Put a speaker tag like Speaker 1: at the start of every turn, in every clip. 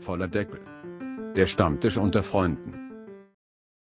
Speaker 1: Voller Deckel. Der Stammtisch unter Freunden.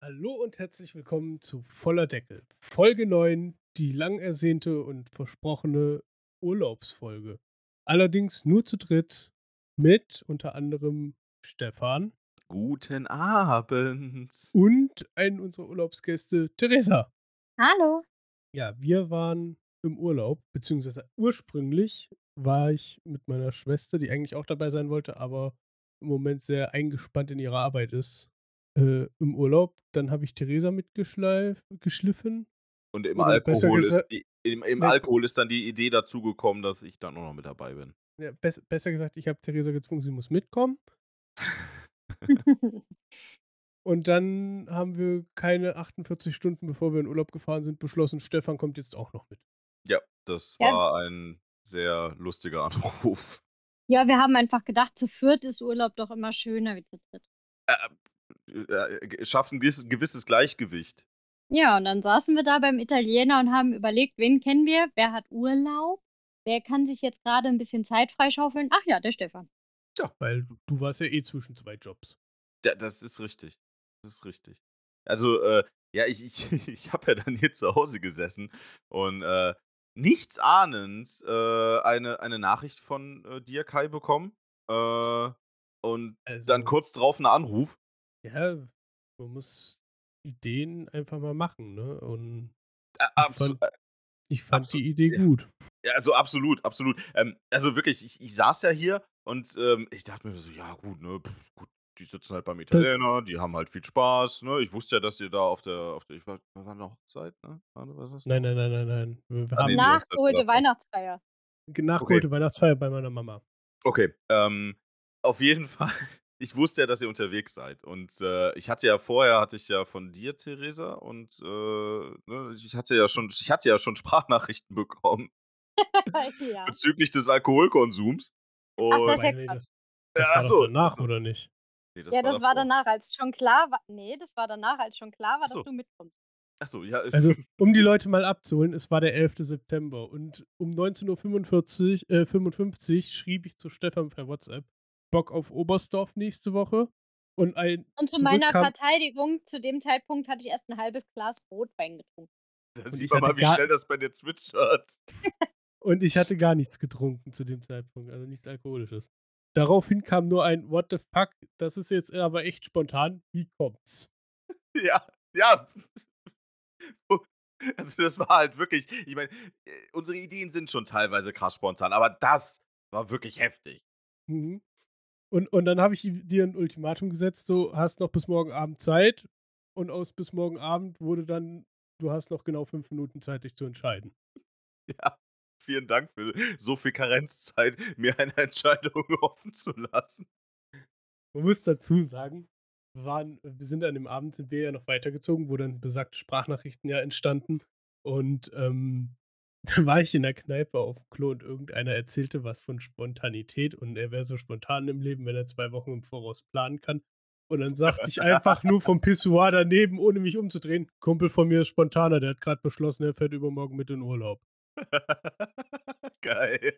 Speaker 2: Hallo und herzlich willkommen zu Voller Deckel, Folge 9, die lang ersehnte und versprochene Urlaubsfolge. Allerdings nur zu dritt mit unter anderem Stefan
Speaker 3: Guten Abend.
Speaker 2: und einen unserer Urlaubsgäste, Theresa.
Speaker 4: Hallo.
Speaker 2: Ja, wir waren im Urlaub, beziehungsweise ursprünglich war ich mit meiner Schwester, die eigentlich auch dabei sein wollte, aber im Moment sehr eingespannt in ihrer Arbeit ist, äh, im Urlaub. Dann habe ich Theresa mitgeschliffen.
Speaker 3: Und im,
Speaker 2: Oder besser
Speaker 3: Alkohol ist,
Speaker 2: gesagt-
Speaker 3: die, im, im
Speaker 2: Ja.
Speaker 3: Alkohol ist dann die Idee dazugekommen, dass ich dann auch noch mit dabei bin.
Speaker 2: Ja, bess besser gesagt, ich habe Theresa gezwungen, sie muss mitkommen. Und dann haben wir keine 48 Stunden, bevor wir in Urlaub gefahren sind, beschlossen, Stefan kommt jetzt auch noch mit.
Speaker 3: Ja, das
Speaker 4: Ja.
Speaker 3: war ein sehr lustiger Anruf.
Speaker 4: ja, wir haben einfach gedacht, zu viert ist Urlaub doch immer schöner wie zu dritt.
Speaker 3: Äh, Schaffen ein gewisses, gewisses Gleichgewicht.
Speaker 4: Ja, und dann saßen wir da beim Italiener und haben überlegt, wen kennen wir, wer hat Urlaub, wer kann sich jetzt gerade ein bisschen Zeit freischaufeln. Ach ja, der Stefan.
Speaker 2: Weil du warst ja eh zwischen zwei Jobs.
Speaker 3: Da, das ist richtig. Das ist richtig. Also, äh, ja, ich, ich, ich habe ja dann hier zu Hause gesessen und äh, nichts ahnend äh, eine, eine Nachricht von äh, dir, Kai, bekommen. Äh, und
Speaker 2: Also,
Speaker 3: dann kurz drauf ein Anruf.
Speaker 2: Ja, man muss Ideen einfach mal machen, ne? Und
Speaker 3: Äh, abso-
Speaker 2: fand- ich fand
Speaker 3: Absolut,
Speaker 2: die Idee
Speaker 3: ja.
Speaker 2: gut.
Speaker 3: Ja, also absolut, absolut. Ähm, also wirklich, ich, ich saß ja hier und ähm, ich dachte mir so, ja gut, ne, pf, gut, die sitzen halt beim Italiener, die haben halt viel Spaß, ne? Ich wusste ja, dass ihr da auf der, auf der, ich war, war da eine Hochzeit, ne? War da- war das
Speaker 2: Nein, nein, nein, nein, nein. Wir, wir
Speaker 3: Ah,
Speaker 2: haben
Speaker 3: nee, nee.
Speaker 4: Nachgeholte
Speaker 3: das war-
Speaker 4: Weihnachtsfeier.
Speaker 2: nachgeholte Weihnachtsfeier bei meiner Mama.
Speaker 3: Okay, ähm, auf jeden Fall. Ich wusste ja, dass ihr unterwegs seid. Und äh, ich hatte ja vorher, hatte ich ja von dir, Theresa, und äh, ne, ich hatte ja schon, ich hatte ja schon Sprachnachrichten bekommen
Speaker 4: ja.
Speaker 3: bezüglich des Alkoholkonsums. Und,
Speaker 4: Ach, Das ist ja
Speaker 2: Wobei, nee,
Speaker 4: krass.
Speaker 2: das
Speaker 3: Ja,
Speaker 2: war
Speaker 3: ach
Speaker 2: doch
Speaker 3: so,
Speaker 2: danach,
Speaker 3: also-
Speaker 2: oder nicht?
Speaker 3: Nee,
Speaker 4: ja, das war
Speaker 3: davor.
Speaker 4: danach, als schon klar war. Nee, das war danach, als schon klar war, dass
Speaker 3: so.
Speaker 4: du mitkommst.
Speaker 3: Achso, ja.
Speaker 2: Also, um die Leute mal abzuholen, es war der 11. September und um 19.45 Uhr äh, 55 schrieb ich zu Stefan per WhatsApp, Bock auf Oberstdorf nächste Woche und ein,
Speaker 4: Und zu
Speaker 2: Zurück
Speaker 4: meiner
Speaker 2: kam-
Speaker 4: Verteidigung, zu dem Zeitpunkt hatte ich erst ein halbes Glas Rotwein getrunken.
Speaker 3: Da
Speaker 2: Und ich
Speaker 3: sieht man
Speaker 2: hatte
Speaker 3: mal, wie
Speaker 2: gar-
Speaker 3: schnell das bei dir zwitschert.
Speaker 2: und ich hatte gar nichts getrunken zu dem Zeitpunkt, also nichts Alkoholisches. Daraufhin kam nur ein What the fuck, das ist jetzt aber echt spontan, wie kommt's?
Speaker 3: Ja, ja. Also das war halt wirklich, ich meine, äh, unsere Ideen sind schon teilweise krass spontan, aber das war wirklich heftig.
Speaker 2: Mhm. Und, und dann habe ich ihm- dir ein Ultimatum gesetzt, so hast noch bis morgen Abend Zeit und aus bis morgen Abend wurde dann, du hast noch genau fünf Minuten Zeit, dich zu entscheiden.
Speaker 3: Vielen Dank für so viel Karenzzeit, mir eine Entscheidung offen zu lassen.
Speaker 2: Man muss dazu sagen, wir, waren, wir sind an dem Abend, sind wir ja noch weitergezogen, wo dann besagte Sprachnachrichten ja entstanden. Und ähm, da war ich in der Kneipe auf dem Klo und irgendeiner erzählte was von Spontanität und er wäre so spontan im Leben, wenn er zwei Wochen im Voraus planen kann. Und dann sagte ich einfach nur vom Pissoir daneben, ohne mich umzudrehen, Kumpel von mir ist spontaner, der hat gerade beschlossen, er fährt übermorgen mit in Urlaub.
Speaker 3: Geil.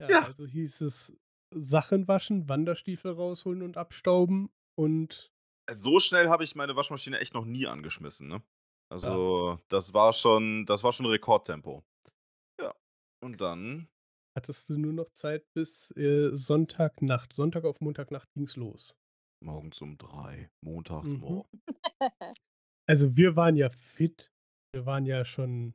Speaker 2: Ja,
Speaker 3: Ja.
Speaker 2: also hieß es Sachen waschen, Wanderstiefel rausholen und abstauben und
Speaker 3: So schnell habe ich meine Waschmaschine echt noch nie angeschmissen, ne? Also, das war schon, das war schon Rekordtempo. Ja. Und dann
Speaker 2: hattest du nur noch Zeit bis äh, Sonntagnacht. Sonntag auf Montagnacht ging's los.
Speaker 3: Morgens um drei, montags
Speaker 2: Mhm.
Speaker 3: morgen.
Speaker 2: Also wir waren ja fit. Wir waren ja schon,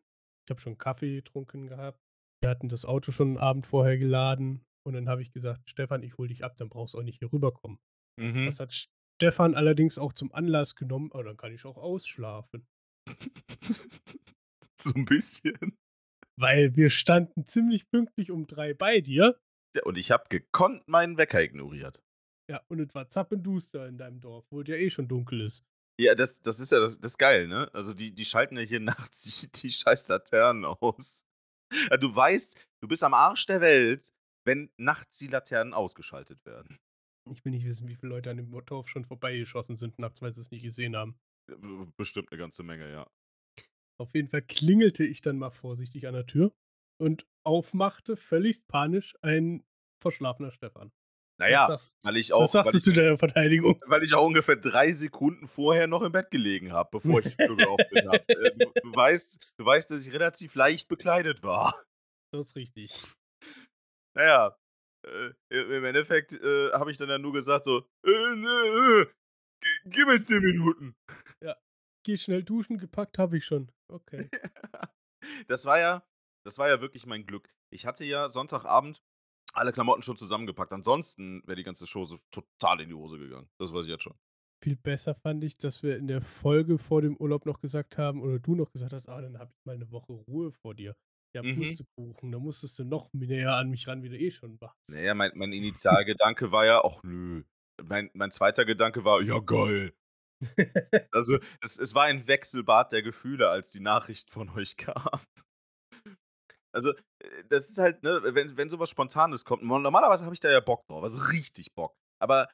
Speaker 2: ich habe schon Kaffee getrunken gehabt. Wir hatten das Auto schon einen Abend vorher geladen. Und dann habe ich gesagt, Stefan, ich hole dich ab, dann brauchst du auch nicht hier rüberkommen.
Speaker 3: Mhm.
Speaker 2: Das hat Stefan allerdings auch zum Anlass genommen, oh, dann kann ich auch ausschlafen.
Speaker 3: so ein bisschen.
Speaker 2: Weil wir standen ziemlich pünktlich um drei bei dir.
Speaker 3: Ja, und ich habe gekonnt meinen Wecker ignoriert.
Speaker 2: Ja, und es war zappenduster in deinem Dorf, wo es ja eh schon dunkel ist.
Speaker 3: Ja, das, das ist ja das, das ist geil, ne? Also die, die schalten ja hier nachts die, die scheiß Laternen aus. Ja, du weißt, du bist am Arsch der Welt, wenn nachts die Laternen ausgeschaltet werden.
Speaker 2: Ich will nicht wissen, wie viele Leute an dem Dorf schon vorbeigeschossen sind nachts, weil sie es nicht gesehen haben.
Speaker 3: Bestimmt eine ganze Menge, ja.
Speaker 2: Auf jeden Fall klingelte ich dann mal vorsichtig an der Tür und aufmachte völlig panisch ein verschlafener Stefan. was
Speaker 3: Naja,
Speaker 2: sagst,
Speaker 3: weil ich auch.
Speaker 2: was sagst
Speaker 3: weil
Speaker 2: du
Speaker 3: ich,
Speaker 2: zu deiner Verteidigung?
Speaker 3: weil ich auch ungefähr drei Sekunden vorher noch im Bett gelegen habe, bevor ich die Tür geöffnet habe. Äh, du, du, weißt, du weißt, dass ich relativ leicht bekleidet war.
Speaker 2: Das ist richtig.
Speaker 3: Naja, äh, i- im Endeffekt äh, habe ich dann, dann nur gesagt so, äh, äh, äh, gi- gib mir zehn Minuten.
Speaker 2: Geh schnell duschen, gepackt habe ich schon. Okay.
Speaker 3: Das war ja, das war ja wirklich mein Glück. Ich hatte ja Sonntagabend alle Klamotten schon zusammengepackt. Ansonsten wäre die ganze Show so total in die Hose gegangen. Das weiß ich jetzt schon.
Speaker 2: Viel besser fand ich, dass wir in der Folge vor dem Urlaub noch gesagt haben, oder du noch gesagt hast, ah, dann habe ich mal eine Woche Ruhe vor dir. Ja,
Speaker 3: Mhm.
Speaker 2: Pustekuchen, da musstest du noch näher an mich ran, wie du eh schon warst.
Speaker 3: Naja, Ne, mein, mein Initialgedanke war ja, ach nö. Mein, mein zweiter Gedanke war, ja geil. Also es, es war ein Wechselbad der Gefühle, als die Nachricht von euch kam. Also äh, das ist halt, ne, wenn, wenn sowas Spontanes kommt, mo- normalerweise habe ich da ja Bock drauf, also richtig Bock. Aber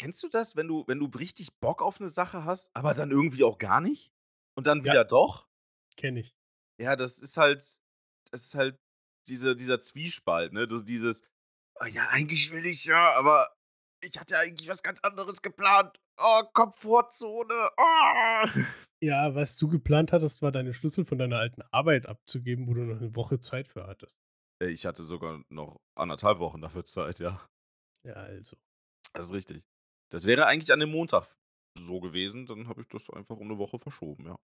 Speaker 3: kennst du das, wenn du, wenn du richtig Bock auf eine Sache hast, aber dann irgendwie auch gar nicht? Und dann
Speaker 2: Ja.
Speaker 3: wieder doch?
Speaker 2: Kenne ich.
Speaker 3: Ja, das ist halt, das ist halt diese, dieser Zwiespalt, ne? Du, dieses, oh, ja, eigentlich will ich ja, aber ich hatte eigentlich was ganz anderes geplant. Oh, Komfortzone. Oh.
Speaker 2: Ja, was du geplant hattest, war deine Schlüssel von deiner alten Arbeit abzugeben, wo du noch eine Woche Zeit für hattest.
Speaker 3: Äh, Ich hatte sogar noch anderthalb Wochen dafür Zeit, ja.
Speaker 2: Ja, also.
Speaker 3: Das ist richtig. Das wäre eigentlich an dem Montag so gewesen, dann habe ich das einfach um eine Woche verschoben, ja.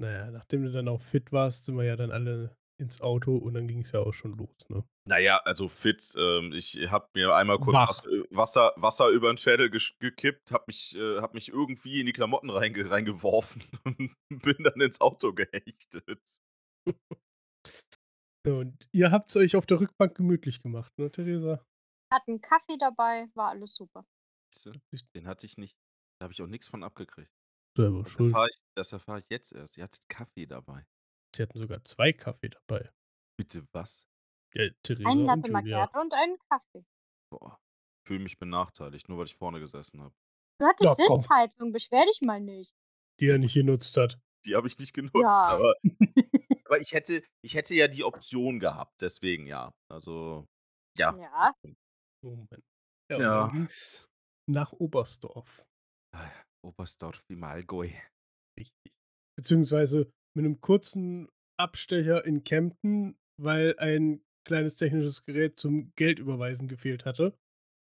Speaker 2: Naja, nachdem du dann auch fit warst, sind wir ja dann alle ins Auto und dann ging es ja auch schon los, ne?
Speaker 3: Naja, also fit. Ähm, ich habe mir einmal kurz
Speaker 2: Wach.
Speaker 3: Wasser, äh, Wasser, Wasser über den Schädel gesch- gekippt, habe mich, äh, hab mich irgendwie in die Klamotten reinge reingeworfen und bin dann ins Auto gehechtet.
Speaker 2: Ja, Und ihr habt es euch auf der Rückbank gemütlich gemacht, ne, Theresa?
Speaker 4: Hatten Kaffee dabei, war alles super.
Speaker 3: Siehste, Den hatte ich nicht. Da habe ich auch nichts von abgekriegt.
Speaker 2: Selber
Speaker 3: Das
Speaker 2: schuld.
Speaker 3: erfahre ich, das erfahr ich jetzt erst. Ihr hattet Kaffee dabei.
Speaker 2: Sie hatten sogar zwei Kaffee dabei.
Speaker 3: Bitte was?
Speaker 2: Ja, Theresa
Speaker 4: Einen
Speaker 2: und
Speaker 4: Latte
Speaker 2: Julia.
Speaker 4: Macchiato und einen Kaffee.
Speaker 3: Boah. Fühle mich benachteiligt, nur weil ich vorne gesessen habe.
Speaker 4: Du hattest
Speaker 2: Ja, komm.
Speaker 4: Sitzheizung, beschwer dich mal nicht.
Speaker 2: Die er nicht genutzt hat.
Speaker 3: Die habe ich nicht genutzt,
Speaker 4: Ja.
Speaker 3: aber, aber ich, hätte, ich hätte ja die Option gehabt, deswegen ja. Also, ja.
Speaker 4: Ja,
Speaker 2: Moment.
Speaker 3: Tja.
Speaker 2: Ja. und dann ging's nach Oberstdorf.
Speaker 3: Oberstdorf im Allgäu.
Speaker 2: Richtig. Beziehungsweise mit einem kurzen Abstecher in Kempten, weil ein kleines technisches Gerät zum Geldüberweisen gefehlt hatte.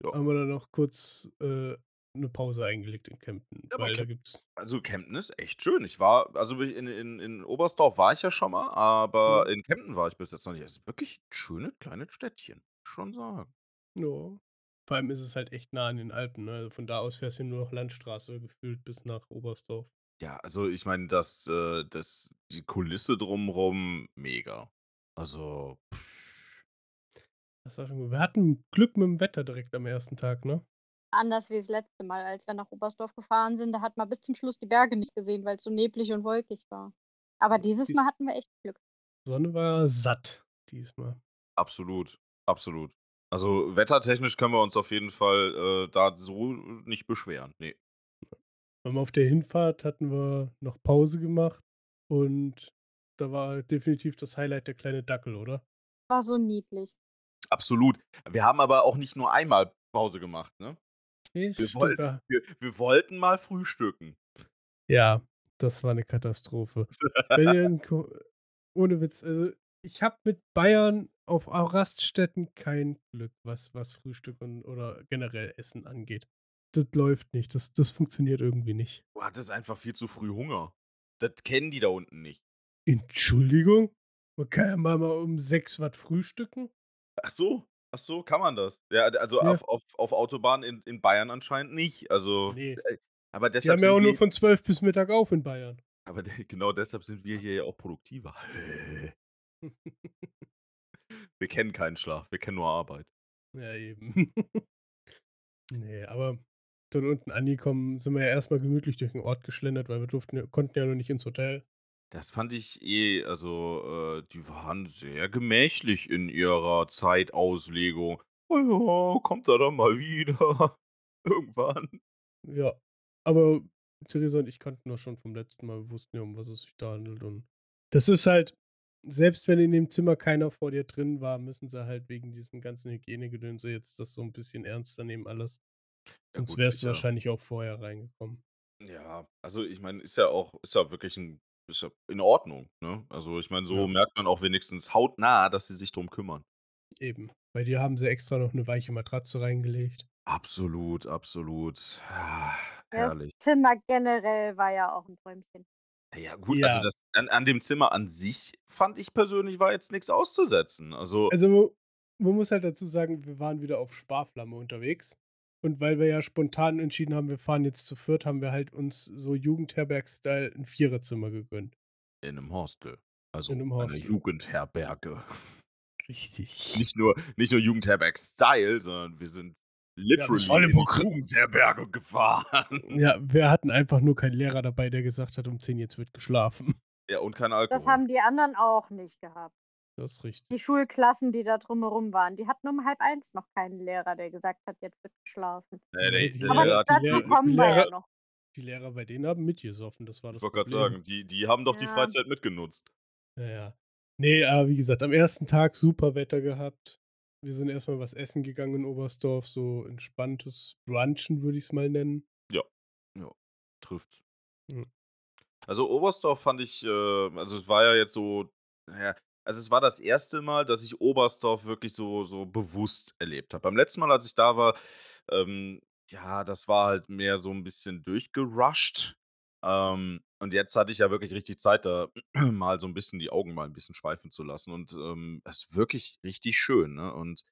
Speaker 3: Ja.
Speaker 2: Haben wir dann noch kurz äh, eine Pause eingelegt in Kempten.
Speaker 3: Ja, aber
Speaker 2: weil da
Speaker 3: Kemp-
Speaker 2: gibt's.
Speaker 3: Also Kempten ist echt schön. Ich war, also in, in, in Oberstdorf war ich ja schon mal, aber in Kempten war ich bis jetzt noch nicht. Es ist wirklich ein schönes kleines Städtchen, muss ich schon sagen.
Speaker 2: Ja. Vor allem ist es halt echt nah an den Alpen. Ne? Also von da aus fährst du nur noch Landstraße gefühlt bis nach Oberstdorf.
Speaker 3: Ja, also ich meine, das, äh, das, die Kulisse drumrum, mega. Also, pff,
Speaker 2: Das war schon gut. Wir hatten Glück mit dem Wetter direkt am ersten Tag, ne?
Speaker 4: anders wie das letzte Mal, als wir nach Oberstdorf gefahren sind. Da hat man bis zum Schluss die Berge nicht gesehen, weil es so neblig und wolkig war. Aber dieses
Speaker 2: Dies-
Speaker 4: Mal hatten wir echt Glück.
Speaker 2: Sonne war satt diesmal.
Speaker 3: absolut, absolut. Also wettertechnisch können wir uns auf jeden Fall äh, da so nicht beschweren. Nee.
Speaker 2: Wir haben Ähm, auf der Hinfahrt hatten wir noch Pause gemacht und da war definitiv das Highlight der kleine Dackel, oder?
Speaker 4: War so niedlich.
Speaker 3: Absolut. Wir haben aber auch nicht nur einmal Pause gemacht, ne?
Speaker 2: Nee,
Speaker 3: wollten-
Speaker 2: ja.
Speaker 3: Wir, wir wollten mal frühstücken.
Speaker 2: ja, das war eine Katastrophe. Wenn ihr in Ko- ohne Witz, also ich habe mit Bayern auf Raststätten kein Glück, was, was Frühstück und, oder generell Essen angeht. Das läuft nicht, das, das funktioniert irgendwie nicht.
Speaker 3: Du hattest einfach viel zu früh Hunger. Das kennen die da unten nicht.
Speaker 2: Entschuldigung? Man kann ja mal, mal um sechs was frühstücken?
Speaker 3: Ach so, ach so, kann man das. Ja, also
Speaker 2: Ja.
Speaker 3: Auf, auf, auf Autobahn in, in Bayern anscheinend nicht. Also,
Speaker 2: Nee.
Speaker 3: aber
Speaker 2: Die haben
Speaker 3: deshalb
Speaker 2: ja auch
Speaker 3: sind
Speaker 2: nur
Speaker 3: wir,
Speaker 2: von zwölf bis Mittag auf in Bayern.
Speaker 3: aber de- genau deshalb sind wir hier ja auch produktiver. Wir kennen keinen Schlaf, wir kennen nur Arbeit.
Speaker 2: Ja, eben. nee, aber dort unten angekommen sind wir ja erstmal gemütlich durch den Ort geschlendert, weil wir durften, ja- konnten ja noch nicht ins Hotel.
Speaker 3: Das fand ich eh, also äh, die waren sehr gemächlich in ihrer Zeitauslegung. Oh ja, kommt er dann mal wieder. Irgendwann.
Speaker 2: Ja. Aber Theresa und ich kannten das schon vom letzten Mal, wir wussten ja, um was es sich da handelt. Und das ist halt, selbst wenn in dem Zimmer keiner vor dir drin war, müssen sie halt wegen diesem ganzen Hygienegedönse jetzt das so ein bisschen ernster nehmen alles.
Speaker 3: Ja,
Speaker 2: Sonst
Speaker 3: gut,
Speaker 2: wärst du
Speaker 3: sicher.
Speaker 2: wahrscheinlich auch vorher reingekommen.
Speaker 3: Ja, also ich meine, ist ja auch, ist ja wirklich ein, ist ja in Ordnung, ne? Also ich meine, so
Speaker 2: Ja.
Speaker 3: merkt man auch wenigstens hautnah, dass sie sich drum kümmern.
Speaker 2: Eben. Bei dir haben sie extra noch eine weiche Matratze reingelegt.
Speaker 3: Absolut, absolut. Ah,
Speaker 4: Das
Speaker 3: herrlich.
Speaker 4: Zimmer generell war ja auch ein Träumchen.
Speaker 3: Ja, gut,
Speaker 2: Ja.
Speaker 3: also das, an, an dem Zimmer an sich fand ich persönlich war jetzt nichts auszusetzen. Also,
Speaker 2: Also mu- man muss halt dazu sagen, wir waren wieder auf Sparflamme unterwegs. Und weil wir ja spontan entschieden haben, wir fahren jetzt zu viert, haben wir halt uns so Jugendherberg-Style ein Viererzimmer gegönnt.
Speaker 3: in einem Hostel. Also
Speaker 2: In einem Hostel.
Speaker 3: eine Jugendherberge.
Speaker 2: Richtig.
Speaker 3: Nicht nur, nicht nur Jugendherberg-Style, sondern wir sind literally
Speaker 2: volle
Speaker 3: in die
Speaker 2: Programm.
Speaker 3: Jugendherberge gefahren.
Speaker 2: Ja, wir hatten einfach nur keinen Lehrer dabei, der gesagt hat, um 10 jetzt wird geschlafen.
Speaker 3: Ja, und kein Alkohol.
Speaker 4: Das haben die anderen auch nicht gehabt.
Speaker 2: Das ist richtig.
Speaker 4: Die Schulklassen, die da drumherum waren, die hatten um halb eins noch keinen Lehrer, der gesagt hat, jetzt wird geschlafen.
Speaker 3: Nee, nee,
Speaker 2: Die
Speaker 3: Äh, der
Speaker 4: Aber
Speaker 3: Lehrer hat
Speaker 2: die
Speaker 4: dazu
Speaker 2: Lehrer-
Speaker 4: kommen wir ja
Speaker 2: Lehrer-
Speaker 4: noch.
Speaker 2: Die Lehrer bei denen haben mitgesoffen, das war das
Speaker 3: Ich wollte gerade
Speaker 2: Problem.
Speaker 3: sagen, die, die haben doch die
Speaker 4: Ja.
Speaker 3: Freizeit mitgenutzt.
Speaker 2: Naja. Nee, aber wie gesagt, am ersten Tag super Wetter gehabt. Wir sind erstmal was essen gegangen in Oberstdorf, so entspanntes Brunchen würde ich es mal nennen.
Speaker 3: Trifft's.
Speaker 2: Mhm.
Speaker 3: Also Oberstdorf fand ich, äh, also es war ja jetzt so, naja, also es war das erste Mal, dass ich Oberstdorf wirklich so, so bewusst erlebt habe. Beim letzten Mal, als ich da war, ähm, ja, das war halt mehr so ein bisschen durchgerusht. Ähm, und jetzt hatte ich ja wirklich richtig Zeit, da mal so ein bisschen die Augen mal ein bisschen schweifen zu lassen. Und ähm, es ist wirklich richtig schön. Ne? Und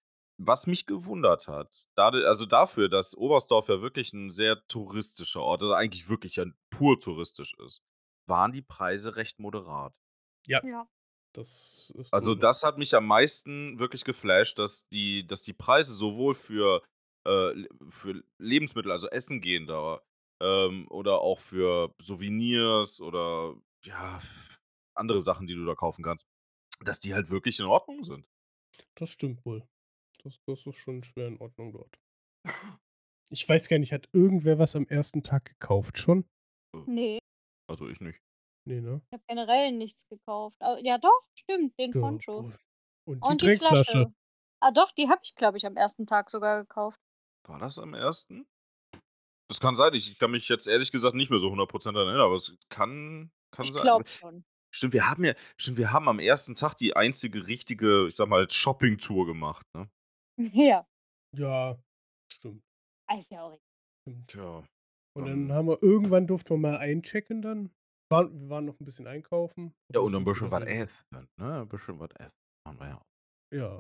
Speaker 3: was mich gewundert hat, dade- also dafür, dass Oberstdorf ja wirklich ein sehr touristischer Ort, also eigentlich wirklich ja pur touristisch ist, waren die Preise recht moderat.
Speaker 4: Ja.
Speaker 2: Das ist
Speaker 3: Also
Speaker 2: gut.
Speaker 3: das hat mich am meisten wirklich geflasht, dass die, dass die Preise sowohl für, äh, le- für Lebensmittel, also Essen gehender, ähm, oder auch für Souvenirs oder ja, andere Sachen, die du da kaufen kannst, dass die halt wirklich in Ordnung sind.
Speaker 2: Das stimmt wohl. Das, das ist schon schwer in Ordnung dort. Ich weiß gar nicht, hat irgendwer was am ersten Tag gekauft schon?
Speaker 4: Nee,
Speaker 3: Also ich nicht.
Speaker 2: Nee, ne?
Speaker 4: ich habe generell nichts gekauft. Au- Ja, doch, stimmt, den
Speaker 2: Ja,
Speaker 4: Poncho.
Speaker 2: wohl. Und die
Speaker 4: Und die
Speaker 2: Trinkflasche.
Speaker 4: Flasche. Ah, doch, die habe ich, glaube ich, am ersten Tag sogar gekauft.
Speaker 3: War das am ersten? Das kann sein. Ich, ich kann mich jetzt ehrlich gesagt nicht mehr so 100% daran erinnern, aber es kann, kann
Speaker 4: Ich
Speaker 3: sein.
Speaker 4: glaube schon.
Speaker 3: Stimmt, wir haben ja, stimmt, wir haben am ersten Tag die einzige richtige, ich sag mal, Shopping-Tour gemacht, ne?
Speaker 4: Ja,
Speaker 2: Ja, stimmt.
Speaker 4: Ah, ist ja auch richtig.
Speaker 2: stimmt.
Speaker 3: Tja.
Speaker 2: Und
Speaker 3: Ähm.
Speaker 4: Ah.
Speaker 2: dann haben wir irgendwann durften wir mal einchecken dann. Waren, wir waren noch ein bisschen einkaufen.
Speaker 3: Ja,
Speaker 2: Obwohl
Speaker 3: und ein
Speaker 2: schon
Speaker 3: bisschen
Speaker 2: wieder
Speaker 3: was
Speaker 2: rein-
Speaker 3: essen, ne? Ein bisschen was essen. Machen wir ja auch.
Speaker 2: Ja.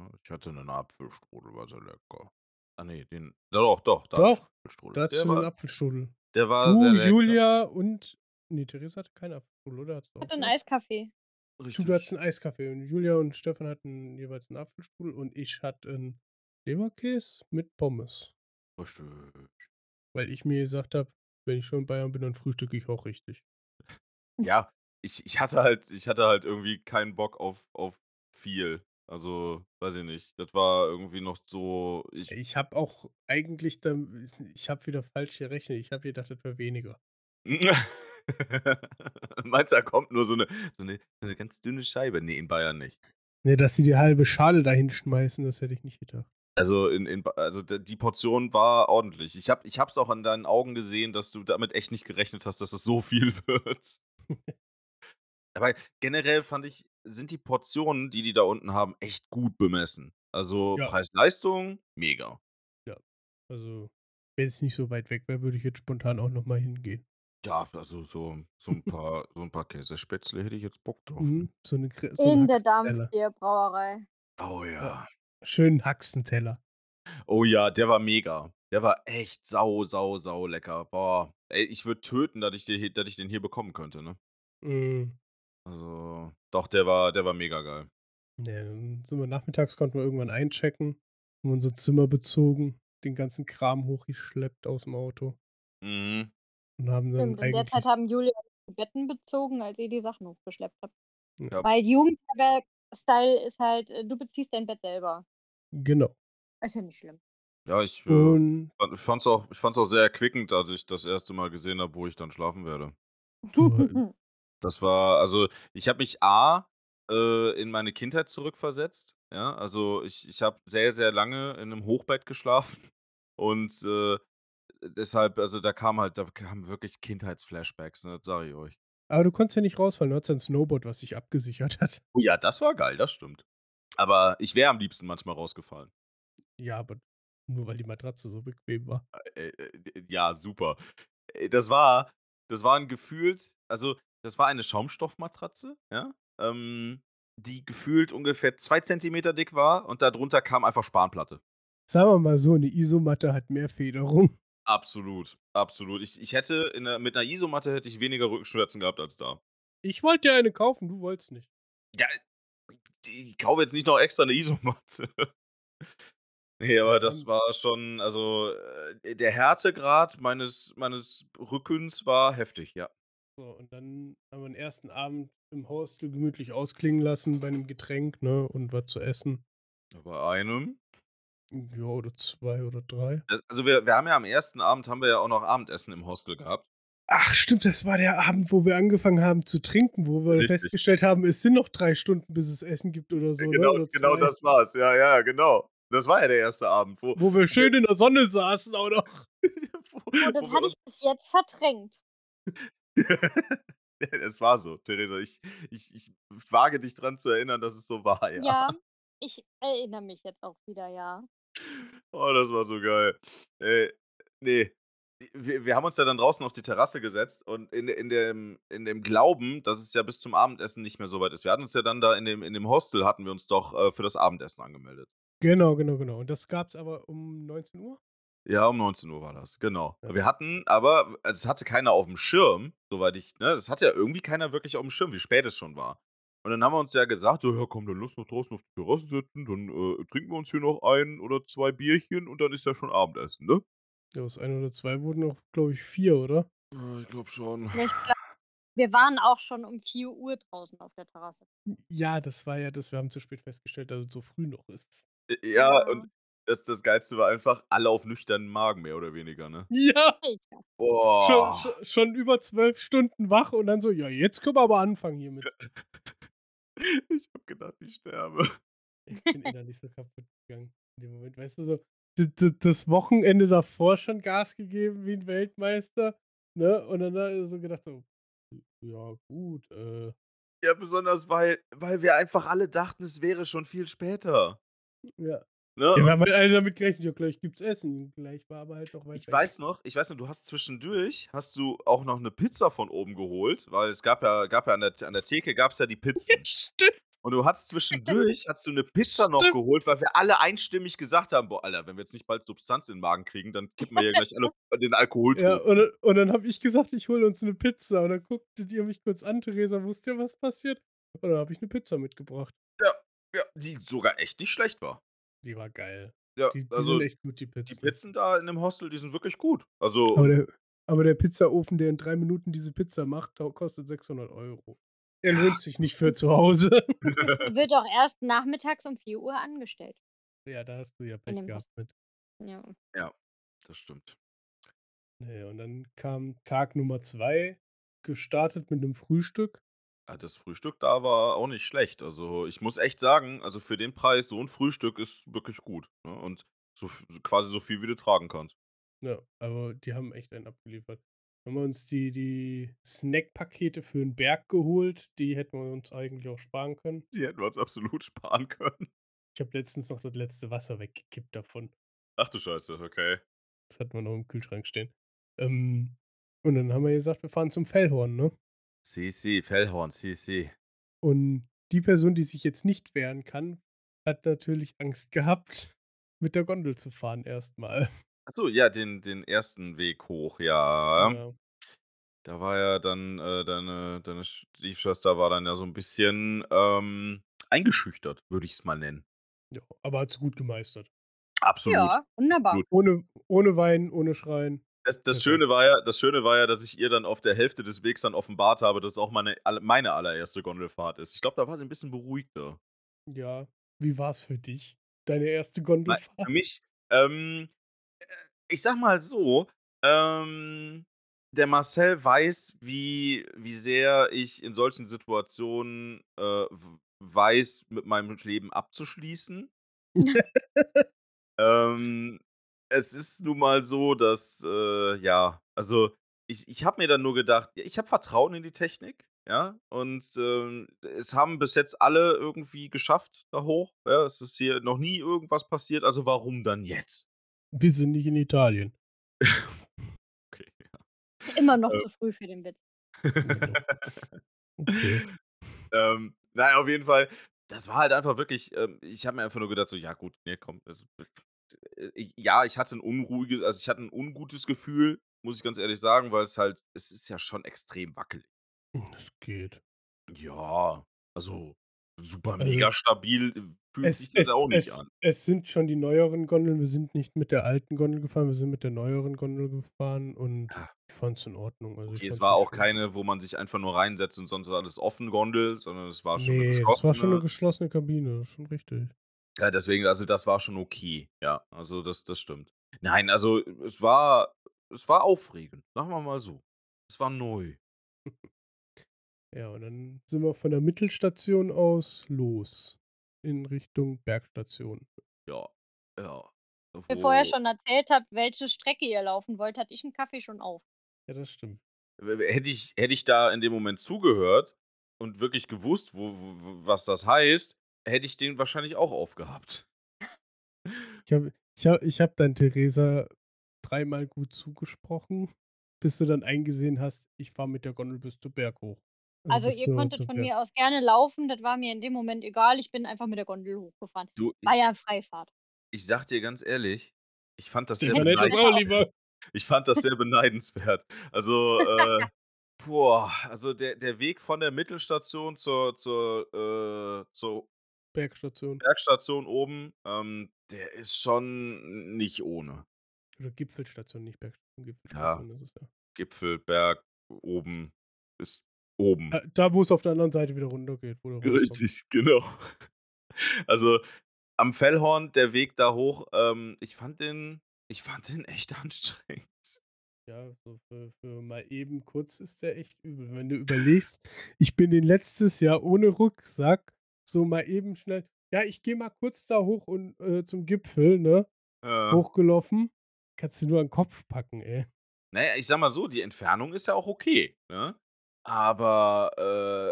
Speaker 3: ne? Ich hatte einen Apfelstrudel, war so lecker. Ah, nee, den. Ja, Doch, doch, da
Speaker 2: Doch,
Speaker 3: Apfelstrudel.
Speaker 2: Da hattest
Speaker 3: Der
Speaker 2: du einen
Speaker 3: war,
Speaker 2: Apfelstrudel.
Speaker 3: der war sehr
Speaker 2: Du,
Speaker 3: lecker.
Speaker 2: Julia und. Nee, Theresa hatte keinen Apfelstrudel, oder? Hat's
Speaker 4: Ich
Speaker 2: auch,
Speaker 4: hatte einen
Speaker 2: oder?
Speaker 4: Eiskaffee.
Speaker 2: Du hattest einen Eiskaffee. Und Julia und Stefan hatten jeweils einen Apfelstrudel und ich hatte einen Leberkäse mit Pommes.
Speaker 3: Richtig.
Speaker 2: Weil ich mir gesagt habe, wenn ich schon in Bayern bin, dann frühstücke ich auch richtig.
Speaker 3: ja, ich, ich hatte halt, ich hatte halt irgendwie keinen Bock auf, auf viel. Also, weiß ich nicht. Das war irgendwie noch so. Ich,
Speaker 2: Ich habe auch eigentlich, dann, ich habe wieder falsch gerechnet. Ich habe gedacht, das wäre weniger.
Speaker 3: Meinst du, da kommt nur so eine, so, eine, so eine ganz dünne Scheibe? Nee, in Bayern nicht.
Speaker 2: Ne, dass sie die halbe Schale dahin schmeißen, das hätte ich nicht gedacht.
Speaker 3: Also, in, in, Ba- also d- die Portion war ordentlich. Ich habe es auch an deinen Augen gesehen, dass du damit echt nicht gerechnet hast, dass es so viel wird. Aber generell fand ich, sind die Portionen, die die da unten haben, echt gut bemessen. Also
Speaker 2: Ja.
Speaker 3: Preis-Leistung, mega.
Speaker 2: Also, wenn es nicht so weit weg wäre, würde ich jetzt spontan auch nochmal hingehen.
Speaker 3: Ja, also so, so ein paar, so ein paar Käsespätzle hätte ich jetzt Bock drauf. ne?
Speaker 2: Mhm. So eine, Gri- so
Speaker 4: In
Speaker 2: einen
Speaker 4: der
Speaker 2: Haxenteller.
Speaker 4: Dampfbierbrauerei.
Speaker 3: Oh
Speaker 2: Äh,
Speaker 3: ja.
Speaker 2: Schönen Ah, Haxenteller.
Speaker 3: Oh ja, der war mega. Der war echt sau, sau, sau lecker. Boah. Ey, ich würde töten, dass ich, den, dass ich den hier bekommen könnte, ne?
Speaker 2: Mhm.
Speaker 3: Also, doch, der war, der war mega geil.
Speaker 2: Ja, dann sind wir nachmittags, konnten wir irgendwann einchecken, haben unser Zimmer bezogen, den ganzen Kram hochgeschleppt aus dem Auto
Speaker 3: Mhm.
Speaker 2: und haben dann
Speaker 4: Stimmt, in der
Speaker 2: eigentlich.
Speaker 4: Zeit haben Julia die Betten bezogen, als ihr die Sachen hochgeschleppt habt.
Speaker 2: Ja.
Speaker 4: Weil Jugendherberg-Style ist halt, äh, du beziehst dein Bett selber.
Speaker 2: Genau.
Speaker 4: Ist ja nicht schlimm.
Speaker 3: Ja, ich, äh,
Speaker 2: Und
Speaker 3: fand- ich fand's auch, ich fand's auch sehr erquickend, als ich das erste Mal gesehen habe, wo ich dann schlafen werde.
Speaker 2: du,
Speaker 3: Das war, also ich habe mich A, äh, in meine Kindheit zurückversetzt. Ja, also ich, ich habe sehr, sehr lange in einem Hochbett geschlafen und äh, deshalb, also da kam halt, da kamen wirklich Kindheitsflashbacks, ne, das sage ich euch.
Speaker 2: Aber du konntest ja nicht rausfallen, du hattest ja ein Snowboard, was dich abgesichert hat.
Speaker 3: Oh ja, das war geil, das stimmt. Aber ich wäre am liebsten manchmal rausgefallen.
Speaker 2: Ja, aber nur weil die Matratze so bequem war.
Speaker 3: Äh, äh, ja, super. Äh, Das war, das war ein gefühlt, also das war eine Schaumstoffmatratze, ja, ähm, die gefühlt ungefähr zwei Zentimeter dick war und darunter kam einfach Spanplatte.
Speaker 2: Sagen wir mal so, eine Isomatte hat mehr Federung.
Speaker 3: Absolut, absolut. Ich, ich hätte in der, mit einer Isomatte hätte ich weniger Rückenschmerzen gehabt als da.
Speaker 2: Ich wollte dir eine kaufen, du wolltest nicht.
Speaker 3: Ja, ich kaufe jetzt nicht noch extra eine Isomatte. nee, aber das
Speaker 2: dann-
Speaker 3: war schon, also äh, der Härtegrad meines, meines Rückens war heftig, ja.
Speaker 2: So, und dann haben wir den ersten Abend im Hostel gemütlich ausklingen lassen bei einem Getränk, ne, und was zu essen.
Speaker 3: Bei einem.
Speaker 2: Ja, oder zwei oder drei.
Speaker 3: Das- Also wir, wir haben ja am ersten Abend haben wir ja auch noch Abendessen im Hostel gehabt.
Speaker 2: Ach, stimmt, das war der Abend, wo wir angefangen haben zu trinken, wo wir
Speaker 3: Richtig.
Speaker 2: festgestellt haben, es sind noch drei Stunden, bis es Essen gibt oder
Speaker 3: Äh,
Speaker 2: so. ne? oder zwei.
Speaker 3: genau, war's. Ja, ja, genau. Das war ja der erste Abend, wo,
Speaker 2: Wo wir schön in der Sonne saßen, auch noch.
Speaker 3: wo, wo
Speaker 4: Oh, das
Speaker 3: wir
Speaker 4: hatte ich bis jetzt verdrängt.
Speaker 3: es war so, Theresa. Ich, ich, ich wage dich dran zu erinnern, dass es so war,
Speaker 4: Ja.
Speaker 3: ja.
Speaker 4: ich erinnere mich jetzt auch wieder, ja.
Speaker 3: Oh, das war so geil. Äh, nee. Wir, wir haben uns ja dann draußen auf die Terrasse gesetzt und in, in, dem, in dem Glauben, dass es ja bis zum Abendessen nicht mehr so weit ist. Wir hatten uns ja dann da in dem, in dem Hostel, hatten wir uns doch äh, für das Abendessen angemeldet.
Speaker 2: Genau, genau, genau. Und das gab's aber um 19 Uhr?
Speaker 3: Ja, um 19 Uhr war das, genau.
Speaker 2: Ja.
Speaker 3: Wir hatten, aber also es hatte keiner auf dem Schirm, soweit ich, ne, es hatte ja irgendwie keiner wirklich auf dem Schirm, wie spät es schon war. Und dann haben wir uns ja gesagt, so, ja komm, dann lass noch draußen auf die Terrasse sitzen, dann äh, trinken wir uns hier noch ein oder zwei Bierchen und dann ist ja schon Abendessen, ne?
Speaker 2: Ja, aus ein oder zwei wurden noch, glaube ich, vier, oder?
Speaker 3: Ja, ich glaube schon.
Speaker 4: Na, Ne, Ich glaub, wir waren auch schon um 4 Uhr draußen auf der Terrasse.
Speaker 2: Ja, das war ja das, wir haben zu spät festgestellt, dass es so früh noch ist.
Speaker 3: Äh, Ja, und das, das Geilste war einfach, alle auf nüchternen Magen, mehr oder weniger, ne?
Speaker 2: Ja,
Speaker 4: Hey,
Speaker 3: Boah.
Speaker 2: schon, schon, schon über zwölf Stunden wach und dann so, ja, jetzt können wir aber anfangen hiermit.
Speaker 3: Ich hab gedacht, ich sterbe.
Speaker 2: Ich bin innerlich so kaputt gegangen in dem Moment. Weißt du, so d- d- das Wochenende davor schon Gas gegeben wie ein Weltmeister, ne? Und dann da so gedacht, so, ja, gut, äh,
Speaker 3: Ja, besonders, weil, weil wir einfach alle dachten, es wäre schon viel später.
Speaker 2: ja.
Speaker 3: Ne?
Speaker 2: Ja, wir haben halt alle damit gerechnet, ja, gleich gibt's Essen. Gleich war aber halt noch weit
Speaker 3: Ich
Speaker 2: weg.
Speaker 3: weiß noch, ich weiß noch, du hast zwischendurch, hast du auch noch eine Pizza von oben geholt, weil es gab ja, gab ja an der, an der Theke gab es ja die Pizzen.
Speaker 2: Stimmt.
Speaker 3: Und du hast zwischendurch, hast du eine Pizza noch
Speaker 2: Stimmt.
Speaker 3: geholt, weil wir alle einstimmig gesagt haben, boah, Alter, wenn wir jetzt nicht bald Substanz in den Magen kriegen, dann kippen wir hier gleich alle den Alkohol
Speaker 2: Ja,
Speaker 3: tot.
Speaker 2: und, dann- und dann habe ich gesagt, ich hole uns eine Pizza. Und dann gucktet ihr mich kurz an, Theresa, wusst ihr, was passiert? Und dann habe ich eine Pizza mitgebracht. äh.
Speaker 3: Ja, die sogar echt nicht schlecht war.
Speaker 2: Die war geil.
Speaker 3: Ja,
Speaker 2: Die, die
Speaker 3: also
Speaker 2: sind echt gut, die
Speaker 3: die
Speaker 2: Pizzen.
Speaker 3: Pizzen da in dem Hostel, die sind wirklich gut. Also,
Speaker 2: Aber der, aber der Pizzaofen, der in drei Minuten diese Pizza macht, tau- kostet 600 Euro. Er lohnt sich nicht für zu Hause.
Speaker 4: die wird auch erst nachmittags um 4 Uhr angestellt.
Speaker 2: ja, da hast du ja
Speaker 4: In
Speaker 2: Pech
Speaker 4: dem
Speaker 2: gehabt mit.
Speaker 4: Ja.
Speaker 3: das stimmt.
Speaker 2: Nee, und dann kam Tag Nummer zwei, gestartet mit einem Frühstück.
Speaker 3: Ja, äh, Das Frühstück da war auch nicht schlecht. Also ich muss echt sagen, also für den Preis, so ein Frühstück ist wirklich gut. Ne? Und so, f- so quasi so viel, wie du tragen kannst.
Speaker 2: Ja, aber die haben echt einen abgeliefert. Haben wir uns die, die Snackpakete für den Berg geholt, die hätten wir uns eigentlich auch sparen können.
Speaker 3: Die hätten wir uns absolut sparen können.
Speaker 2: Ich habe letztens noch das letzte Wasser weggekippt davon.
Speaker 3: Ach du Scheiße, okay.
Speaker 2: Das hatten wir noch im Kühlschrank stehen. Ähm, und dann haben wir gesagt, wir fahren zum Fellhorn, ne?
Speaker 3: CC, Fellhorn, CC.
Speaker 2: Und die Person, die sich jetzt nicht wehren kann, hat natürlich Angst gehabt, mit der Gondel zu fahren erstmal.
Speaker 3: Achso, ja, den, den ersten Weg hoch, ja.
Speaker 2: Ja.
Speaker 3: Da war ja dann, äh, deine, deine Stiefschwester war dann ja so ein bisschen ähm, eingeschüchtert, würde ich es mal nennen.
Speaker 2: Ja, aber hat es gut gemeistert.
Speaker 3: Absolut.
Speaker 4: ja, wunderbar.
Speaker 3: Gut.
Speaker 2: Ohne, ohne Weinen, ohne Schreien.
Speaker 3: Das, das,
Speaker 2: Okay.
Speaker 3: Schöne war ja, das Schöne war ja, dass ich ihr dann auf der Hälfte des Wegs dann offenbart habe, dass es auch meine, alle- meine allererste Gondelfahrt ist. Ich glaube, da war sie ein bisschen beruhigter.
Speaker 2: Ja, wie war's für dich? Deine erste
Speaker 3: Weil
Speaker 2: Gondelfahrt?
Speaker 3: Für mich, ähm, äh, ich sag mal so, ähm, der Marcel weiß, wie, wie sehr ich in solchen Situationen äh, w- weiß, mit meinem Leben abzuschließen. ähm, es ist nun mal so, dass, äh, ja, also ich, ich habe mir dann nur gedacht, ja, ich habe Vertrauen in die Technik, ja, und ähm, es haben bis jetzt alle irgendwie geschafft da hoch. Ja, es ist hier noch nie irgendwas passiert, also warum dann jetzt?
Speaker 2: Die sind nicht in Italien.
Speaker 3: Okay, ja.
Speaker 4: Immer noch
Speaker 3: Äh.
Speaker 4: zu früh für den Witz.
Speaker 2: Okay.
Speaker 3: ähm, naja, auf jeden Fall, das war halt einfach wirklich, ähm, ich habe mir einfach nur gedacht, so, ja gut, nee, komm. Das, äh, ich- ja, ich hatte ein unruhiges, also ich hatte ein ungutes Gefühl, muss ich ganz ehrlich sagen, weil es halt, es ist ja schon extrem wackelig.
Speaker 2: hm, Das geht.
Speaker 3: Ja, also super
Speaker 2: Also,
Speaker 3: mega stabil äh, fühlt
Speaker 2: Es,
Speaker 3: sich das
Speaker 2: es,
Speaker 3: auch nicht
Speaker 2: es,
Speaker 3: an.
Speaker 2: es sind schon die neueren Gondeln. Wir sind nicht mit der alten Gondel gefahren, wir sind mit der neueren Gondel gefahren und
Speaker 3: Ja.
Speaker 2: ich fand es in Ordnung. Also ich
Speaker 3: Ah. Okay, es
Speaker 2: fand's
Speaker 3: war
Speaker 2: nicht
Speaker 3: auch
Speaker 2: schlimm.
Speaker 3: keine, wo man sich einfach nur reinsetzt und sonst ist alles offen Gondel, sondern es war schon ne?
Speaker 2: Nee,
Speaker 3: eine
Speaker 2: das
Speaker 3: geschlossene.
Speaker 2: war schon 'ne eine geschlossene Kabine, das ist schon richtig.
Speaker 3: Ja, deswegen, also das war schon okay. Ja, also das, das stimmt. Nein, also es war, es war aufregend, sagen wir mal so. Es war neu.
Speaker 2: Ja, und dann sind wir von der Mittelstation aus los in Richtung Bergstation.
Speaker 3: Ja, ja.
Speaker 4: Wenn ihr vorher
Speaker 2: oh.
Speaker 3: Wo-
Speaker 4: schon erzählt habt, welche Strecke ihr laufen wollt, hatte ich einen Kaffee schon auf.
Speaker 2: Ja, das stimmt.
Speaker 3: w- w- Hätte ich, hätte ich da in dem Moment zugehört und wirklich gewusst, wo, wo, was das heißt, hätte ich den wahrscheinlich auch aufgehabt.
Speaker 2: Ich habe ich hab, ich hab dann Theresa dreimal gut zugesprochen, bis du dann eingesehen hast, ich fahre mit der Gondel bis zu Berg hoch.
Speaker 4: Also
Speaker 2: bis
Speaker 4: ihr
Speaker 2: zur-
Speaker 4: konntet
Speaker 2: zur
Speaker 4: von
Speaker 2: Berg-
Speaker 4: mir aus gerne laufen, das war mir in dem Moment egal. Ich bin einfach mit der Gondel hochgefahren.
Speaker 3: Du, ich,
Speaker 2: Hm.
Speaker 4: War Ah ja Freifahrt.
Speaker 3: ich sag dir ganz ehrlich, ich fand das
Speaker 2: Die
Speaker 3: sehr
Speaker 4: hätte
Speaker 2: Vanetta
Speaker 4: Nein.
Speaker 2: ist auch lieber.
Speaker 3: Ich fand das sehr beneidenswert. Also, äh, boah, also der, der Weg von der Mittelstation zur, zur, äh, zur
Speaker 2: Bergstation
Speaker 3: Bergstation oben, ähm, der ist schon nicht ohne.
Speaker 2: oder Gipfelstation, nicht Bergstation, Gipfelstation ist es ja.
Speaker 3: Gipfelberg oben ist oben.
Speaker 2: Äh, Da, wo es auf der anderen Seite wieder runter geht. Wo du rauskommst.
Speaker 3: Richtig, genau. Also am Fellhorn, der Weg da hoch, ähm, ich fand den, ich fand den echt anstrengend.
Speaker 2: Ja, so für, für mal eben kurz ist der echt übel. Wenn du überlegst, ich bin den letztes Jahr ohne Rucksack so mal eben schnell. Ja, ich gehe mal kurz da hoch und äh, zum Gipfel, ne?
Speaker 3: Äh,
Speaker 2: Hochgelaufen. Kannst du nur an den Kopf packen, ey.
Speaker 3: Naja, ich sag mal so, die Entfernung ist ja auch okay. Ne? Aber,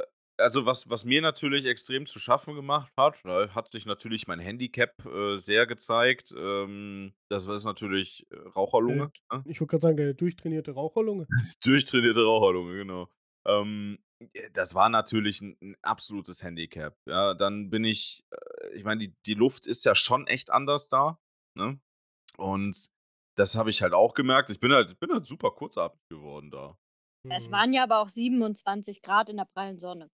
Speaker 3: äh, also was, was mir natürlich extrem zu schaffen gemacht hat, da hat sich natürlich mein Handicap äh, sehr gezeigt. Ähm, das ist natürlich äh, Raucherlunge. Ne?
Speaker 2: Ich würde gerade sagen, der durchtrainierte Raucherlunge.
Speaker 3: Durchtrainierte Raucherlunge, genau. Ähm, das war natürlich ein, ein absolutes Handicap. Ja, dann bin ich, äh, ich meine, die, die Luft ist ja schon echt anders da. Ne? Und das habe ich halt auch gemerkt. Ich bin halt, ich bin halt super kurzatmig geworden da.
Speaker 4: Es
Speaker 2: Hm.
Speaker 4: waren ja aber auch 27 Grad in der prallen Sonne.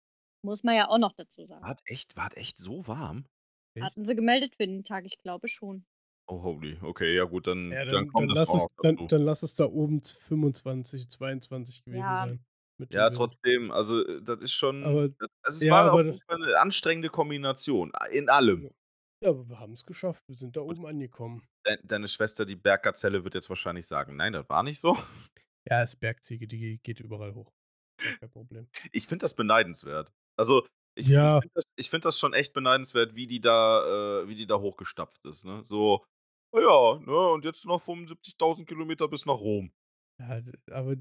Speaker 4: Muss man ja auch noch dazu sagen.
Speaker 3: War echt, war echt so warm?
Speaker 2: Ah, echt?
Speaker 4: Hatten sie gemeldet für den Tag, ich glaube schon.
Speaker 3: Oh, holy. Okay, ja gut, dann,
Speaker 2: Ja,
Speaker 3: Hm, dann,
Speaker 2: dann, dann,
Speaker 3: kommt das
Speaker 2: lass es,
Speaker 3: auch noch
Speaker 2: dann,
Speaker 3: dazu.
Speaker 2: dann lass es da oben 25, 22 gewesen
Speaker 4: Ja.
Speaker 2: sein. mit dem
Speaker 3: Ja,
Speaker 2: Wind.
Speaker 3: trotzdem, also äh, das ist schon,
Speaker 2: Aber-
Speaker 3: das- also, es
Speaker 2: ja,
Speaker 3: war auf
Speaker 2: aber-
Speaker 3: jeden Fall eine anstrengende Kombination, a- in allem.
Speaker 2: Ja, aber wir haben es geschafft. Wir sind da oben angekommen.
Speaker 3: De- Deine Schwester, die Berggazelle, wird jetzt wahrscheinlich sagen, nein, das war nicht so.
Speaker 2: Ja, ist Bergziege, die geht überall hoch. Gar Kein Problem.
Speaker 3: Ich finde das beneidenswert. Also, ich,
Speaker 2: Ja.
Speaker 3: ich finde das, ich find das schon echt beneidenswert, wie die da, äh, wie die da hochgestapft ist. Ne? So, oh ja, ne, und jetzt noch 75.000 Kilometer bis nach Rom.
Speaker 2: Ja, d- aber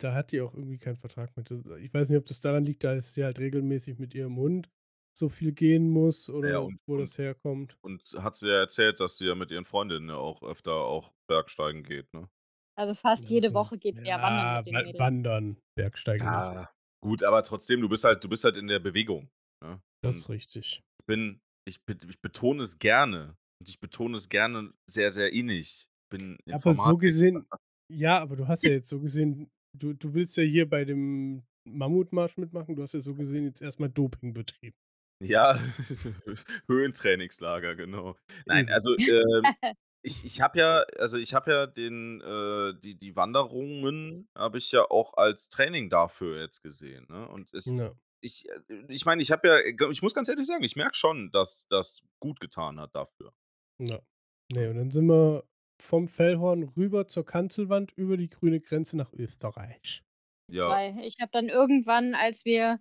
Speaker 2: da hat die auch irgendwie keinen Vertrag mit. Das- Ich weiß nicht, ob das daran liegt, dass sie halt regelmäßig mit ihrem Hund so viel gehen muss oder
Speaker 3: und-
Speaker 2: wo
Speaker 3: und-
Speaker 2: das herkommt.
Speaker 3: Und hat sie ja erzählt, dass sie ja mit ihren Freundinnen ja auch öfter auch Bergsteigen geht, ne?
Speaker 4: Also fast
Speaker 2: Ja,
Speaker 4: jede
Speaker 2: so-
Speaker 4: Woche geht wer wandern mit den
Speaker 2: wa-
Speaker 4: Mädels.
Speaker 2: Wandern, Bergsteigen. nicht.
Speaker 3: Gut, aber trotzdem, du bist halt, du bist halt in der Bewegung. Ne?
Speaker 2: Das ist
Speaker 3: und
Speaker 2: richtig.
Speaker 3: ich bin, ich, be- ich betone es gerne. Und ich betone es gerne sehr, sehr innig. Bin
Speaker 2: Aber so
Speaker 3: Informatik-
Speaker 2: gesehen, ja, aber du hast ja jetzt so gesehen, du, du willst ja hier bei dem Mammutmarsch mitmachen, du hast ja so gesehen jetzt erstmal Doping betrieben.
Speaker 3: Ja, Höhentrainingslager, genau. Nein,
Speaker 2: Eben.
Speaker 3: also ähm, ich, ich habe ja, also ich habe ja den, äh, die, die Wanderungen habe ich ja auch als Training dafür jetzt gesehen. Ne? Und es,
Speaker 2: Ja.
Speaker 3: ich, äh, ich meine, ich habe ja, äh, ich muss ganz ehrlich sagen, ich merke schon, dass das gut getan hat dafür.
Speaker 2: Ja. Nee, und dann sind wir vom Fellhorn rüber zur Kanzelwand über die grüne Grenze nach Österreich.
Speaker 3: Ja,
Speaker 4: Zwei. Ich habe dann irgendwann, als wir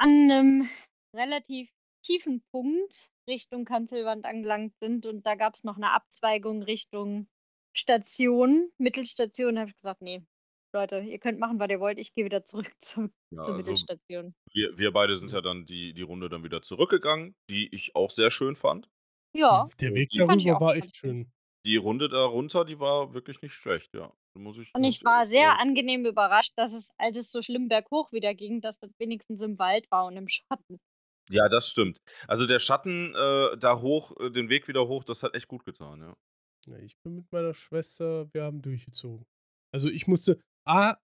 Speaker 4: an einem relativ tiefen Punkt Richtung Kanzelwand angelangt sind und da gab es noch eine Abzweigung Richtung Station, Mittelstation, habe ich gesagt, nee, Leute, ihr könnt machen, was ihr wollt, ich gehe wieder zurück zur,
Speaker 3: Ja,
Speaker 4: zur
Speaker 3: also,
Speaker 4: Mittelstation.
Speaker 3: wir, wir beide sind ja dann die, die Runde dann wieder zurückgegangen, die ich auch sehr schön fand.
Speaker 4: Ja,
Speaker 2: Der Weg
Speaker 3: Die
Speaker 4: fand ich
Speaker 2: darüber
Speaker 4: auch
Speaker 2: war
Speaker 4: ganz
Speaker 2: echt schön.
Speaker 3: Die Runde darunter, die war wirklich nicht schlecht, ja. Muss ich,
Speaker 4: und
Speaker 3: muss
Speaker 4: ich war
Speaker 3: ehrlich
Speaker 4: sehr
Speaker 3: sagen.
Speaker 4: angenehm überrascht, dass es, als es so schlimm berghoch wieder ging, dass das wenigstens im Wald war und im Schatten.
Speaker 3: Ja, das stimmt. Also der Schatten äh, da hoch, äh, den Weg wieder hoch, das hat echt gut getan, ja.
Speaker 2: Ja, ich bin mit meiner Schwester, wir haben durchgezogen. Also ich musste, A,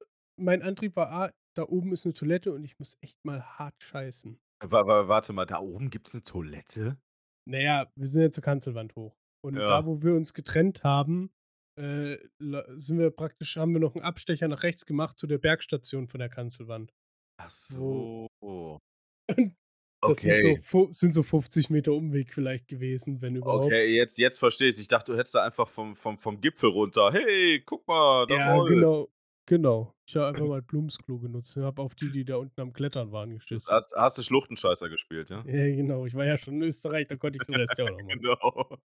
Speaker 2: mein Antrieb war A, da oben ist eine Toilette und ich muss echt mal hart scheißen.
Speaker 3: Wa- wa- warte mal, da oben gibt's eine Toilette?
Speaker 2: Naja, wir sind ja zur Kanzelwand hoch. Und
Speaker 3: Ja.
Speaker 2: da, wo wir uns getrennt haben, äh, la- sind wir praktisch, haben wir noch einen Abstecher nach rechts gemacht zu der Bergstation von der Kanzelwand.
Speaker 4: Oh.
Speaker 3: Ach
Speaker 2: So.
Speaker 3: so.
Speaker 2: Das sind, so,
Speaker 3: Oh. Okay.
Speaker 2: fu- sind so 50 Meter Umweg vielleicht gewesen, wenn überhaupt.
Speaker 3: Okay, jetzt, jetzt verstehe ich. Ich dachte, du hättest da einfach vom, vom, vom Gipfel runter. Hey, guck mal, da
Speaker 2: Ja,
Speaker 3: rollt.
Speaker 2: genau. Genau. Ich habe einfach mal Blumsklo genutzt und habe auf die, die da unten am Klettern waren, geschissen.
Speaker 3: Hast, hast du Schluchtenscheißer gespielt, ja?
Speaker 2: Ja, genau. Ich war ja schon in Österreich, da konnte ich den Rest ja auch noch machen.
Speaker 3: Genau.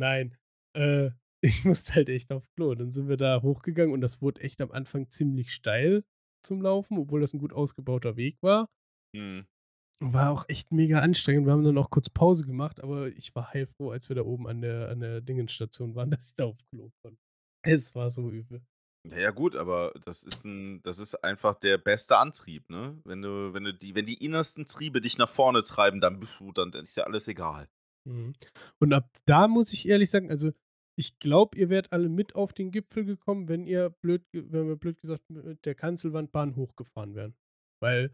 Speaker 2: Nein. Äh, ich musste halt echt auf Klo. Dann sind wir da hochgegangen und das wurde echt am Anfang ziemlich steil zum Laufen, obwohl das ein gut ausgebauter Weg war.
Speaker 3: Hm.
Speaker 2: Und War auch echt mega anstrengend. Wir haben dann auch kurz Pause gemacht, aber ich war heilfroh, als wir da oben an der, an der Dingenstation waren, dass ich da auf Klo konnte. Es war so übel.
Speaker 3: Naja, gut, aber das ist ein, das ist einfach der beste Antrieb, ne? Wenn du, wenn du die, wenn die innersten Triebe dich nach vorne treiben, dann bist du, dann ist ja alles egal.
Speaker 2: Mhm. Und ab da muss ich ehrlich sagen, also ich glaube, ihr wärt alle mit auf den Gipfel gekommen, wenn ihr blöd, ge- wenn wir blöd gesagt mit der Kanzelwandbahn hochgefahren wären. Weil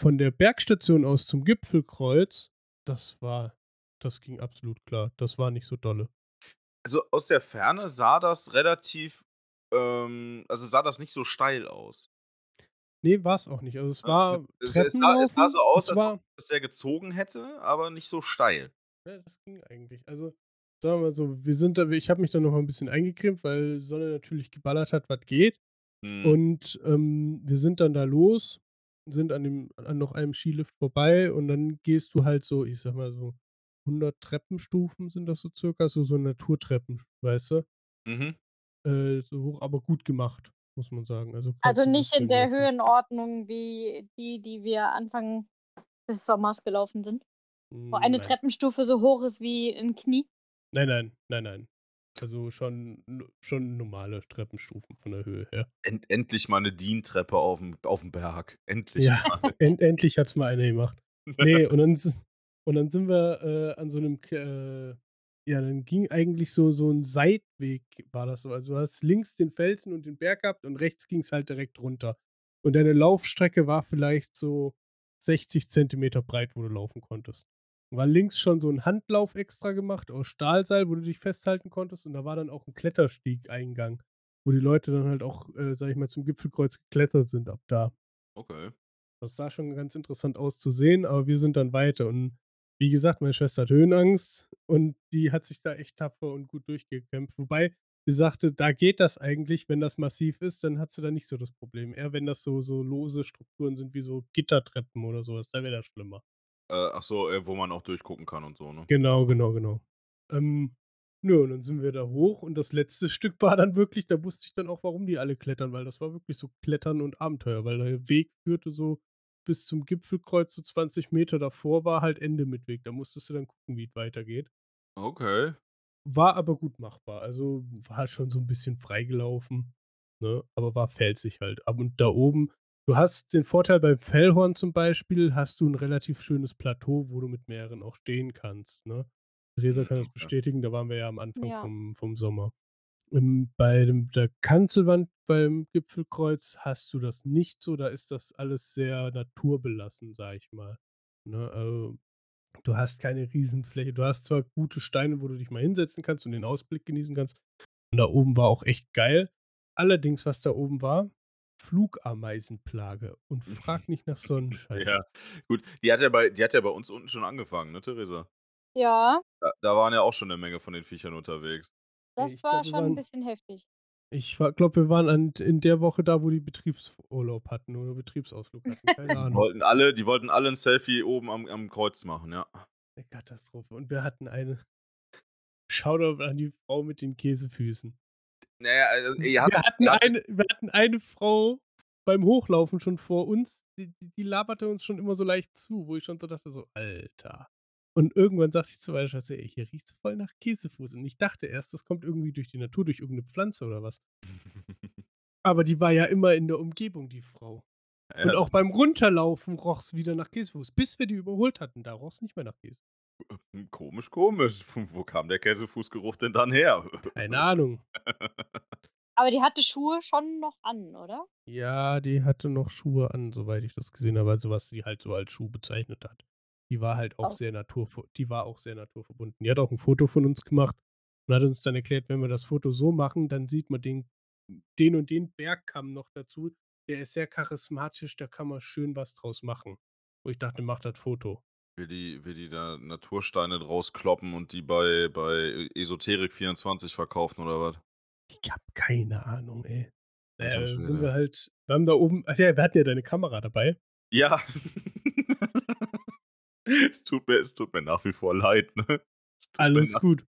Speaker 2: von der Bergstation aus zum Gipfelkreuz, das war, das ging absolut klar. Das war nicht so dolle.
Speaker 3: Also aus der Ferne sah das relativ, ähm, also sah das nicht so steil aus.
Speaker 2: Nee, war es auch nicht. Also es
Speaker 3: Ja,
Speaker 2: war.
Speaker 3: es- es sah- es sah so
Speaker 2: Treppenlaufen,
Speaker 3: aus,
Speaker 2: es
Speaker 3: als
Speaker 2: war,
Speaker 3: Das sehr gezogen hätte, aber nicht so steil.
Speaker 2: Ja, das ging eigentlich. Also, sagen wir mal so, wir sind da, ich habe mich da noch mal ein bisschen eingecremt, weil Sonne natürlich geballert hat, was geht.
Speaker 3: Hm.
Speaker 4: Mhm.
Speaker 2: Und ähm, wir sind dann da los, sind an, dem, an noch einem Skilift vorbei und dann gehst du halt so, ich sag mal so, 100 Treppenstufen sind das so circa, so, so Naturtreppen, weißt du?
Speaker 3: mhm.
Speaker 2: Äh, so hoch, aber gut gemacht, muss man sagen. Also,
Speaker 4: Also
Speaker 2: kannst du gut
Speaker 4: nicht in der
Speaker 2: langlaufen.
Speaker 4: Höhenordnung wie die, die wir Anfang des Sommers gelaufen sind. Wo eine
Speaker 2: Hm, Nein.
Speaker 4: Treppenstufe so hoch ist wie ein Knie.
Speaker 2: Nein, nein, nein, nein. Also schon, schon normale Treppenstufen von der Höhe her.
Speaker 3: End, endlich mal eine Dientreppe auf dem, auf dem Berg. Endlich.
Speaker 2: Ja, end, endlich hat es mal einer gemacht. Nee, und dann, s- und dann sind wir äh, an so einem, K- äh, ja, dann ging eigentlich so, so ein Seitweg, war das so. Also du hast links den Felsen und den Berg gehabt und rechts ging es halt direkt runter. Und deine Laufstrecke war vielleicht so 60 Zentimeter breit, wo du laufen konntest. War links schon so ein Handlauf extra gemacht aus Stahlseil, wo du dich festhalten konntest. Und da war dann auch ein Kletterstieg-Eingang, wo die Leute dann halt auch, äh, sag ich mal, zum Gipfelkreuz geklettert sind ab da.
Speaker 3: Okay.
Speaker 2: Das sah schon ganz interessant aus zu sehen, aber wir sind dann weiter. Und wie gesagt, meine Schwester hat Höhenangst und die hat sich da echt tapfer und gut durchgekämpft. Wobei sie sagte, da geht das eigentlich, wenn das massiv ist, dann hat sie da nicht so das Problem. Eher wenn das so, so lose Strukturen sind wie so Gittertreppen oder sowas, da wäre das schlimmer.
Speaker 3: Äh, ach so, äh, wo man auch durchgucken kann und so, ne?
Speaker 2: Genau, genau, genau. Ähm, nö, und dann sind wir da hoch und das letzte Stück war dann wirklich, da wusste ich dann auch, warum die alle klettern, weil das war wirklich so Klettern und Abenteuer, weil der Weg führte so bis zum Gipfelkreuz, so 20 Meter davor war halt Ende mit Weg. Da musstest du dann gucken, wie es weitergeht.
Speaker 3: Okay.
Speaker 2: War aber gut machbar. Also war schon so ein bisschen freigelaufen. Ne? Aber war felsig halt. Ab und da oben, du hast den Vorteil beim Fellhorn zum Beispiel, hast du ein relativ schönes Plateau, wo du mit mehreren auch stehen kannst. Ne? Theresa
Speaker 3: Mhm,
Speaker 2: kann das
Speaker 3: okay.
Speaker 2: bestätigen, da waren wir ja am Anfang
Speaker 4: Ja.
Speaker 2: vom, vom Sommer. Im, bei dem, der Kanzelwand beim Gipfelkreuz hast du das nicht so, da ist das alles sehr naturbelassen, sag ich mal. Ne? Also, du hast keine Riesenfläche. Du hast zwar gute Steine, wo du dich mal hinsetzen kannst und den Ausblick genießen kannst. Und da oben war auch echt geil. Allerdings, was da oben war, Flugameisenplage. Und frag nicht nach Sonnenschein.
Speaker 3: Ja, gut. Die hat ja bei, die hat ja bei uns unten schon angefangen, ne, Theresa?
Speaker 4: Ja,
Speaker 3: Da, da waren ja auch schon eine Menge von den Viechern unterwegs.
Speaker 4: das
Speaker 2: ich
Speaker 4: war
Speaker 2: glaub, wir
Speaker 4: schon
Speaker 2: waren-
Speaker 4: ein bisschen heftig.
Speaker 2: Ich glaube, wir waren an, in der Woche da, wo die Betriebsurlaub hatten oder Betriebsausflug hatten. Keine
Speaker 3: Die
Speaker 2: Ahnung.
Speaker 3: wollten alle, die wollten alle ein Selfie oben am, am Kreuz machen, ja.
Speaker 2: Eine Katastrophe. Und wir hatten eine. Shoutout an die Frau mit den Käsefüßen.
Speaker 3: Naja, also, ihr habt,
Speaker 2: Hm, Wir hatten,
Speaker 3: ihr habt-
Speaker 2: eine, wir hatten eine Frau beim Hochlaufen schon vor uns, die, die die laberte uns schon immer so leicht zu, wo ich schon so dachte, so, Alter. Und irgendwann sagte ich zu meiner Schwester, ey, hier riecht's voll nach Käsefuß. Und ich dachte erst, das kommt irgendwie durch die Natur, durch irgendeine Pflanze oder was. Aber die war ja immer in der Umgebung, die Frau.
Speaker 3: ja,
Speaker 2: Und auch beim Runterlaufen roch's wieder nach Käsefuß. Bis wir die überholt hatten, da roch's nicht mehr nach Käse.
Speaker 3: hm, Komisch, komisch. Wo kam der Käsefußgeruch denn dann her?
Speaker 2: Keine Ahnung.
Speaker 4: Aber die hatte Schuhe schon noch an, oder?
Speaker 2: Ja, die hatte noch Schuhe an, soweit ich das gesehen habe, also was sie halt so als Schuh bezeichnet hat. Die war halt auch
Speaker 4: Oh.
Speaker 2: sehr naturver die war auch sehr naturverbunden. Die hat auch ein Foto von uns gemacht und hat uns dann erklärt, wenn wir das Foto so machen, dann sieht man den, den und den Bergkamm noch dazu. Der ist sehr charismatisch, da kann man schön was draus machen. Wo ich dachte, mach das Foto.
Speaker 3: Will die, will die da Natursteine draus kloppen und die bei, bei Esoterik24 verkaufen oder was?
Speaker 2: Ich hab keine Ahnung, ey.
Speaker 3: Alter
Speaker 2: Äh,
Speaker 3: Schwede.
Speaker 2: sind wir halt, wir haben da oben, ach ja, wir hatten ja deine Kamera dabei.
Speaker 3: Ja. es, tut mir, es tut mir nach wie vor leid, ne? Es tut mir
Speaker 2: Alles
Speaker 3: nach-
Speaker 2: gut.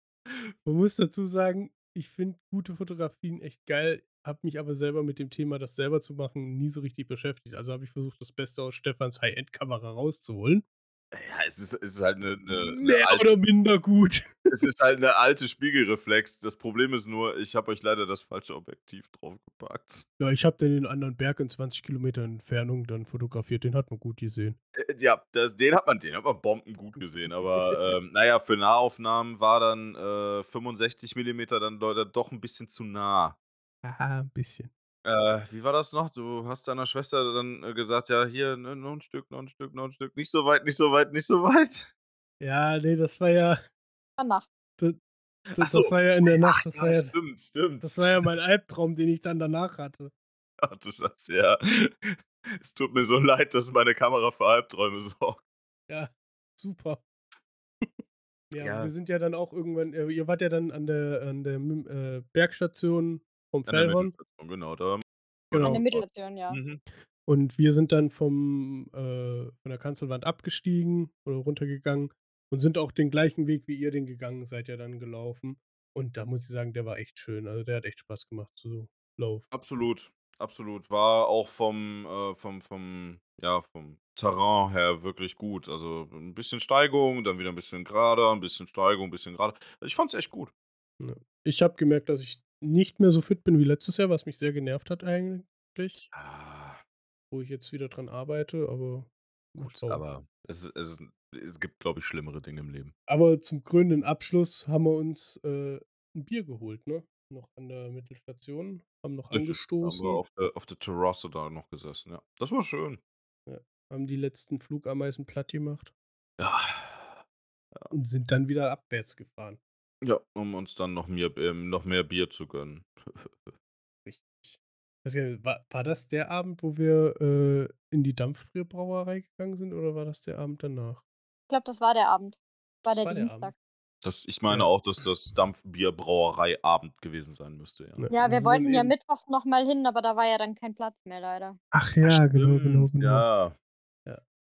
Speaker 2: Man muss dazu sagen, ich finde gute Fotografien echt geil, habe mich aber selber mit dem Thema, das selber zu machen, nie so richtig beschäftigt. Also habe ich versucht, das Beste aus Stefans High-End-Kamera rauszuholen.
Speaker 3: Ja, es ist, es ist halt eine, eine, eine
Speaker 2: Mehr
Speaker 3: alte,
Speaker 2: oder minder gut.
Speaker 3: es ist halt eine alte Spiegelreflex. Das Problem ist nur, ich habe euch leider das falsche Objektiv draufgepackt.
Speaker 2: Ja, ich habe dann den anderen Berg in 20 Kilometer Entfernung dann fotografiert, den hat man gut gesehen.
Speaker 3: Äh, Ja, das, den hat man, den hat man Bomben gut gesehen, aber ähm, naja, für Nahaufnahmen war dann äh, 65 mm dann leider doch ein bisschen zu nah.
Speaker 2: Aha, ein bisschen.
Speaker 3: Äh, wie war das noch? Du hast deiner Schwester dann äh, gesagt, ja, hier, ne, noch ein Stück, noch ein Stück, noch ein Stück, nicht so weit, nicht so weit, nicht so weit.
Speaker 2: Ja, nee, das war ja,
Speaker 4: Danach.
Speaker 2: das,
Speaker 3: so.
Speaker 2: das war ja in der
Speaker 3: Ach,
Speaker 2: Nacht, das
Speaker 3: ja,
Speaker 2: war ja,
Speaker 3: stimmt, stimmt.
Speaker 2: das war ja mein Albtraum, den ich dann danach hatte.
Speaker 3: Ach du Scheiße, ja. Es tut mir so leid, dass meine Kamera für Albträume sorgt.
Speaker 2: Ja, super. Ja,
Speaker 3: Ja.
Speaker 2: wir sind ja dann auch irgendwann, äh, ihr wart ja dann an der, an der Mim- äh, Bergstation vom
Speaker 3: An der
Speaker 2: Fellhorn.
Speaker 3: Mittelstation, Genau, da.
Speaker 4: In
Speaker 2: Genau.
Speaker 4: der Mittelstation, ja.
Speaker 3: Mhm.
Speaker 2: Und wir sind dann vom, äh, von der Kanzelwand abgestiegen oder runtergegangen und sind auch den gleichen Weg, wie ihr den gegangen seid, ja dann gelaufen. Und da muss ich sagen, der war echt schön. Also der hat echt Spaß gemacht zu laufen.
Speaker 3: Absolut, absolut. War auch vom, äh, vom, vom, ja, vom Terrain her wirklich gut. Also ein bisschen Steigung, dann wieder ein bisschen gerader, ein bisschen Steigung, ein bisschen gerader. Also ich fand's echt gut.
Speaker 2: Ich habe gemerkt, dass ich nicht mehr so fit bin wie letztes Jahr, was mich sehr genervt hat eigentlich,
Speaker 3: Ja,
Speaker 2: wo ich jetzt wieder dran arbeite, aber gut. so.
Speaker 3: aber es, es, es gibt, glaube ich, schlimmere Dinge im Leben.
Speaker 2: Aber zum krönenden Abschluss haben wir uns äh, ein Bier geholt, ne? Noch an der Mittelstation, haben noch angestoßen,
Speaker 3: Haben wir
Speaker 2: haben,
Speaker 3: auf der, auf der Terrasse da noch gesessen, ja. Das war schön.
Speaker 2: die letzten Flugameisen platt gemacht
Speaker 3: Ja.
Speaker 2: und sind dann wieder abwärts gefahren.
Speaker 3: Ja, um uns dann noch mehr, ähm, noch mehr Bier zu gönnen.
Speaker 2: Richtig. Weiß gar nicht, War, war das der Abend, wo wir äh, in die Dampfbierbrauerei gegangen sind oder war das der Abend danach?
Speaker 4: Ich glaube, das war der Abend. War
Speaker 2: Das
Speaker 4: der
Speaker 2: war der
Speaker 4: Dienstag.
Speaker 3: Das, ich meine
Speaker 2: Ja.
Speaker 3: auch, dass das Dampfbierbrauerei-Abend gewesen sein müsste, ja.
Speaker 2: Ne.
Speaker 4: ja, wir
Speaker 2: sind
Speaker 4: wollten ja
Speaker 2: eben-
Speaker 4: mittwochs nochmal hin, aber da war ja dann kein Platz mehr, leider.
Speaker 2: Ach ja, genau, genau,
Speaker 3: Stimmt,
Speaker 2: genau.
Speaker 3: Ja,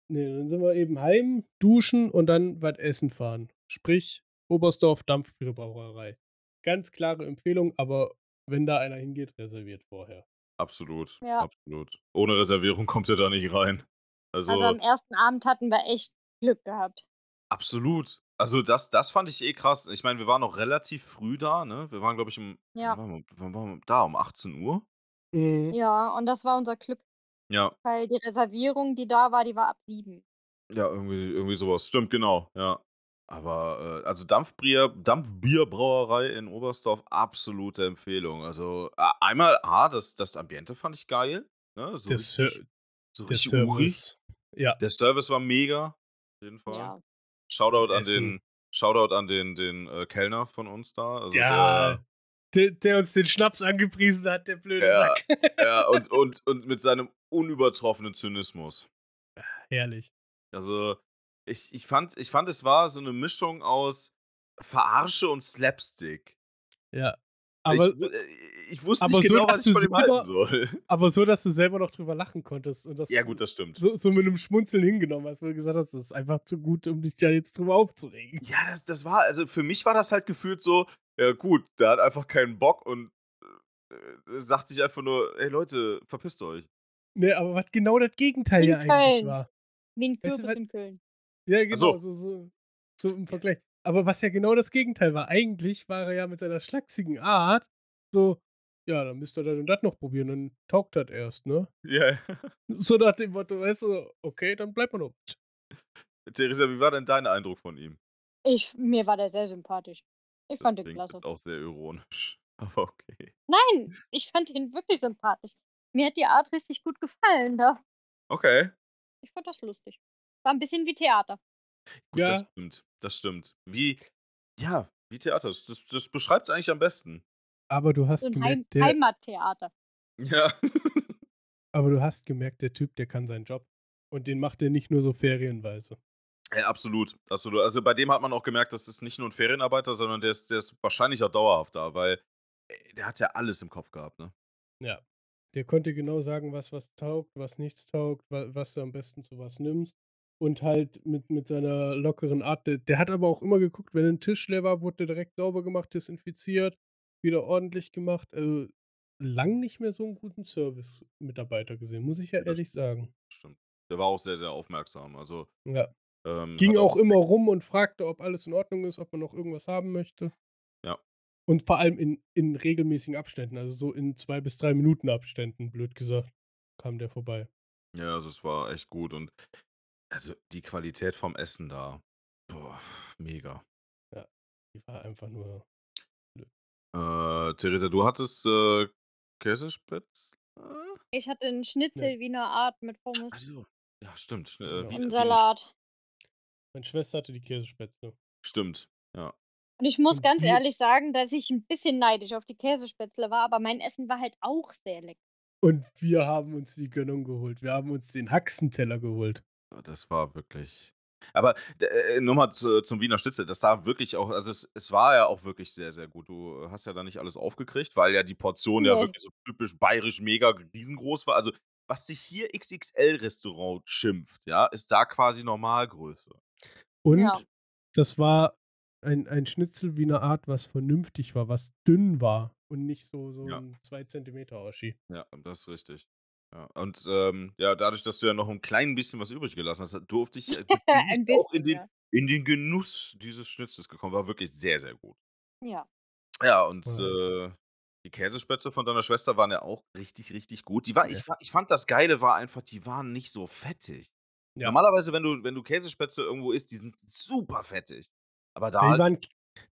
Speaker 2: Nee, Ne, dann sind wir eben heim, duschen und dann was essen fahren. Sprich, Oberstdorf Dampfbierbrauerei. Ganz klare Empfehlung, aber wenn da einer hingeht, reserviert vorher.
Speaker 3: Absolut,
Speaker 4: Ja.
Speaker 3: absolut. Ohne Reservierung kommt ihr da nicht rein. Also,
Speaker 4: Also am ersten Abend hatten wir echt Glück gehabt.
Speaker 3: absolut. Also das, das fand ich eh krass. Ich meine, wir waren noch relativ früh da, ne? Wir waren, glaube ich, um
Speaker 4: Ja.
Speaker 3: wann waren wir, wann waren wir da? Um 18 Uhr?
Speaker 2: Hm.
Speaker 4: Ja, und das war unser Glück,
Speaker 3: Ja,
Speaker 4: weil die Reservierung, die da war, die war ab sieben.
Speaker 3: ja, irgendwie, irgendwie sowas. Stimmt, genau, ja. Aber äh, also Dampfbier, Dampfbierbrauerei in Oberstdorf, absolute Empfehlung. Also äh, einmal, ah, das, das Ambiente fand ich geil. Ne? So
Speaker 2: Der
Speaker 3: richtig,
Speaker 2: Ser-
Speaker 3: so
Speaker 2: Der
Speaker 3: richtig urig.
Speaker 2: Service. Ja,
Speaker 3: Der Service war mega. Auf jeden Fall.
Speaker 4: Ja.
Speaker 3: Shoutout an
Speaker 2: Essen.
Speaker 3: den, Shoutout an den, den äh, Kellner von uns da. Also
Speaker 2: ja. Der, der uns den Schnaps angepriesen hat, der blöde
Speaker 3: Ja.
Speaker 2: Sack.
Speaker 3: Der, ja und, und, und mit seinem unübertroffenen Zynismus.
Speaker 2: Herrlich.
Speaker 3: Also, ich, ich, fand, ich fand, es war so eine Mischung aus Verarsche und Slapstick.
Speaker 2: Ja. Aber
Speaker 3: ich, wü- ich wusste
Speaker 2: Aber
Speaker 3: nicht
Speaker 2: so,
Speaker 3: genau,
Speaker 2: dass
Speaker 3: was ich
Speaker 2: du
Speaker 3: von ihm
Speaker 2: selber-
Speaker 3: halten soll.
Speaker 2: Aber so, dass du selber noch drüber lachen konntest. Und das
Speaker 3: Ja, gut, das stimmt.
Speaker 2: so, so mit einem Schmunzeln hingenommen hast, weil du gesagt hast, das ist einfach zu gut, um dich da jetzt drüber aufzuregen.
Speaker 3: Ja, das, das war, also für mich war das halt gefühlt so, ja gut, der hat einfach keinen Bock und äh, äh, sagt sich einfach nur, ey Leute, verpisst euch.
Speaker 2: Nee, aber was genau das Gegenteil
Speaker 4: In
Speaker 2: ja eigentlich
Speaker 4: Köln.
Speaker 2: war.
Speaker 4: Wie ein
Speaker 2: Weißt du,
Speaker 4: Kürbis
Speaker 2: was-
Speaker 4: in Köln.
Speaker 2: Ja,
Speaker 4: Also
Speaker 2: genau, so,
Speaker 3: so.
Speaker 2: so, so im Vergleich. Aber was ja genau das Gegenteil war. Eigentlich war er ja mit seiner schlachsigen Art so, ja, dann müsst ihr das und das noch probieren, dann taugt das erst, ne?
Speaker 3: Ja.
Speaker 2: So nach dem Motto, weißt du, okay, dann bleibt man noch.
Speaker 3: Theresa, wie war denn dein Eindruck von ihm?
Speaker 4: Ich, mir war der sehr sympathisch. Ich fand den
Speaker 3: klingt
Speaker 4: klasse.
Speaker 3: jetzt auch sehr ironisch. Aber okay.
Speaker 4: Nein, ich fand ihn wirklich sympathisch. Mir hat die Art richtig gut gefallen da.
Speaker 3: Okay.
Speaker 4: Ich fand das lustig. War ein bisschen wie Theater.
Speaker 3: Gut,
Speaker 2: Ja.
Speaker 3: das stimmt. Das stimmt. Wie, ja, wie Theater. Das, das- das beschreibt es eigentlich am besten.
Speaker 2: Aber du hast
Speaker 4: So ein Heim
Speaker 2: gemerkt, der,
Speaker 4: Heimattheater.
Speaker 3: Ja.
Speaker 2: aber du hast gemerkt, der Typ, der kann seinen Job. Und den macht er nicht nur so ferienweise.
Speaker 3: ja Äh, absolut. absolut. Also bei dem hat man auch gemerkt, das ist nicht nur ein Ferienarbeiter, sondern der ist, der ist wahrscheinlich auch dauerhaft da, weil äh, der hat ja alles im Kopf gehabt, ne?
Speaker 2: Ja. Der konnte genau sagen, was was taugt, was nichts taugt, was, was du am besten zu was nimmst. Und halt mit, mit seiner lockeren Art. Der, der hat aber auch immer geguckt, wenn ein Tisch leer war, wurde der direkt sauber gemacht, desinfiziert, wieder ordentlich gemacht. Also lang nicht mehr so einen guten Service-Mitarbeiter gesehen, muss ich ja
Speaker 3: Das
Speaker 2: ehrlich sagen.
Speaker 3: Stimmt. Der war auch sehr, sehr aufmerksam. Also,
Speaker 2: Ja.
Speaker 3: ähm,
Speaker 2: Ging
Speaker 3: hat
Speaker 2: auch immer rum und fragte, ob alles in Ordnung ist, ob man noch irgendwas haben möchte.
Speaker 3: Ja.
Speaker 2: Und vor allem in, in regelmäßigen Abständen, also so in zwei bis drei Minuten Abständen, blöd gesagt, kam der vorbei.
Speaker 3: Ja, also es war echt gut und also die Qualität vom Essen da, boah, mega.
Speaker 2: Die war einfach nur.
Speaker 3: Äh, Theresa, du hattest äh, Käsespitz? Ach
Speaker 4: Ich hatte einen Schnitzel Wiener Art mit
Speaker 2: Also,
Speaker 4: Pommes
Speaker 3: so. Ja, stimmt. schn-
Speaker 2: Genau.
Speaker 3: Äh, wie,
Speaker 4: und
Speaker 3: wie,
Speaker 4: Salat.
Speaker 2: Meine Schwester hatte die Käsespätzle.
Speaker 3: stimmt. Ja.
Speaker 4: Und ich muss
Speaker 2: Und
Speaker 4: ganz
Speaker 2: wie-
Speaker 4: ehrlich sagen, dass ich ein bisschen neidisch auf die Käsespätzle war, aber mein Essen war halt auch sehr lecker.
Speaker 2: Und wir haben uns die Gönnung geholt. Wir haben uns den Haxenteller geholt.
Speaker 3: Ah, Das war wirklich. Aber d- äh, nochmal zu, zum Wiener Schnitzel, das sah wirklich auch, also es, es war ja auch wirklich sehr, sehr gut. Du äh, hast ja da nicht alles aufgekriegt, weil ja die Portion ja
Speaker 4: Nee.
Speaker 3: wirklich so typisch bayerisch mega riesengroß war. Also, was sich hier XXL-Restaurant schimpft, ja, ist da quasi Normalgröße.
Speaker 2: Und
Speaker 4: Ja.
Speaker 2: das war ein, ein Schnitzel wie eine Art, was vernünftig war, was dünn war und nicht so, so
Speaker 3: Ja.
Speaker 2: ein 2 cm Oschi.
Speaker 3: Ja, das ist richtig. Ja. Und ähm, ja, dadurch, dass du ja noch ein klein bisschen was übrig gelassen hast, durfte ich, äh, bin
Speaker 4: Ein
Speaker 3: ich auch in
Speaker 4: bisschen,
Speaker 3: den,
Speaker 4: ja.
Speaker 3: in den Genuss dieses Schnitzels gekommen. War wirklich sehr, sehr gut.
Speaker 4: Ja.
Speaker 3: Ja, und
Speaker 2: Ja.
Speaker 3: äh, die Käsespätzle von deiner Schwester waren ja auch richtig, richtig gut. Die war,
Speaker 2: Ja.
Speaker 3: ich, fa- ich fand das Geile war einfach, die waren nicht so fettig.
Speaker 2: Ja.
Speaker 3: Normalerweise, wenn du, wenn du Käsespätzle irgendwo isst, die sind super fettig. Aber da, halt
Speaker 2: Ja, die, waren,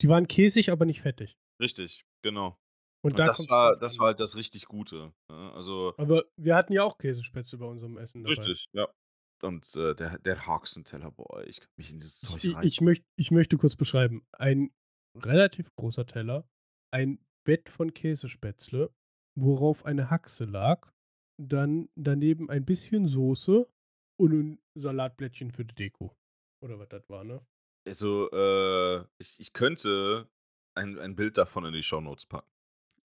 Speaker 2: die waren käsig, aber nicht fettig.
Speaker 3: richtig, genau.
Speaker 2: Und,
Speaker 3: Und
Speaker 2: da
Speaker 3: das
Speaker 2: kommt's
Speaker 3: war,
Speaker 2: drauf
Speaker 3: das
Speaker 2: an.
Speaker 3: war halt das richtig Gute. Ne? Also,
Speaker 2: Aber wir hatten ja auch Käsespätzle bei unserem Essen. Dabei.
Speaker 3: Richtig, ja. Und äh, der, der Haxenteller, boah, ich kann mich in dieses Zeug
Speaker 2: Ich, ich,
Speaker 3: rein.
Speaker 2: ich, möcht, ich möchte kurz beschreiben. Ein relativ großer Teller, ein Bett von Käsespätzle, worauf eine Haxe lag, dann daneben ein bisschen Soße und ein Salatblättchen für die Deko. Oder was das war, ne?
Speaker 3: also, äh, ich, ich könnte ein, ein Bild davon in die Shownotes packen.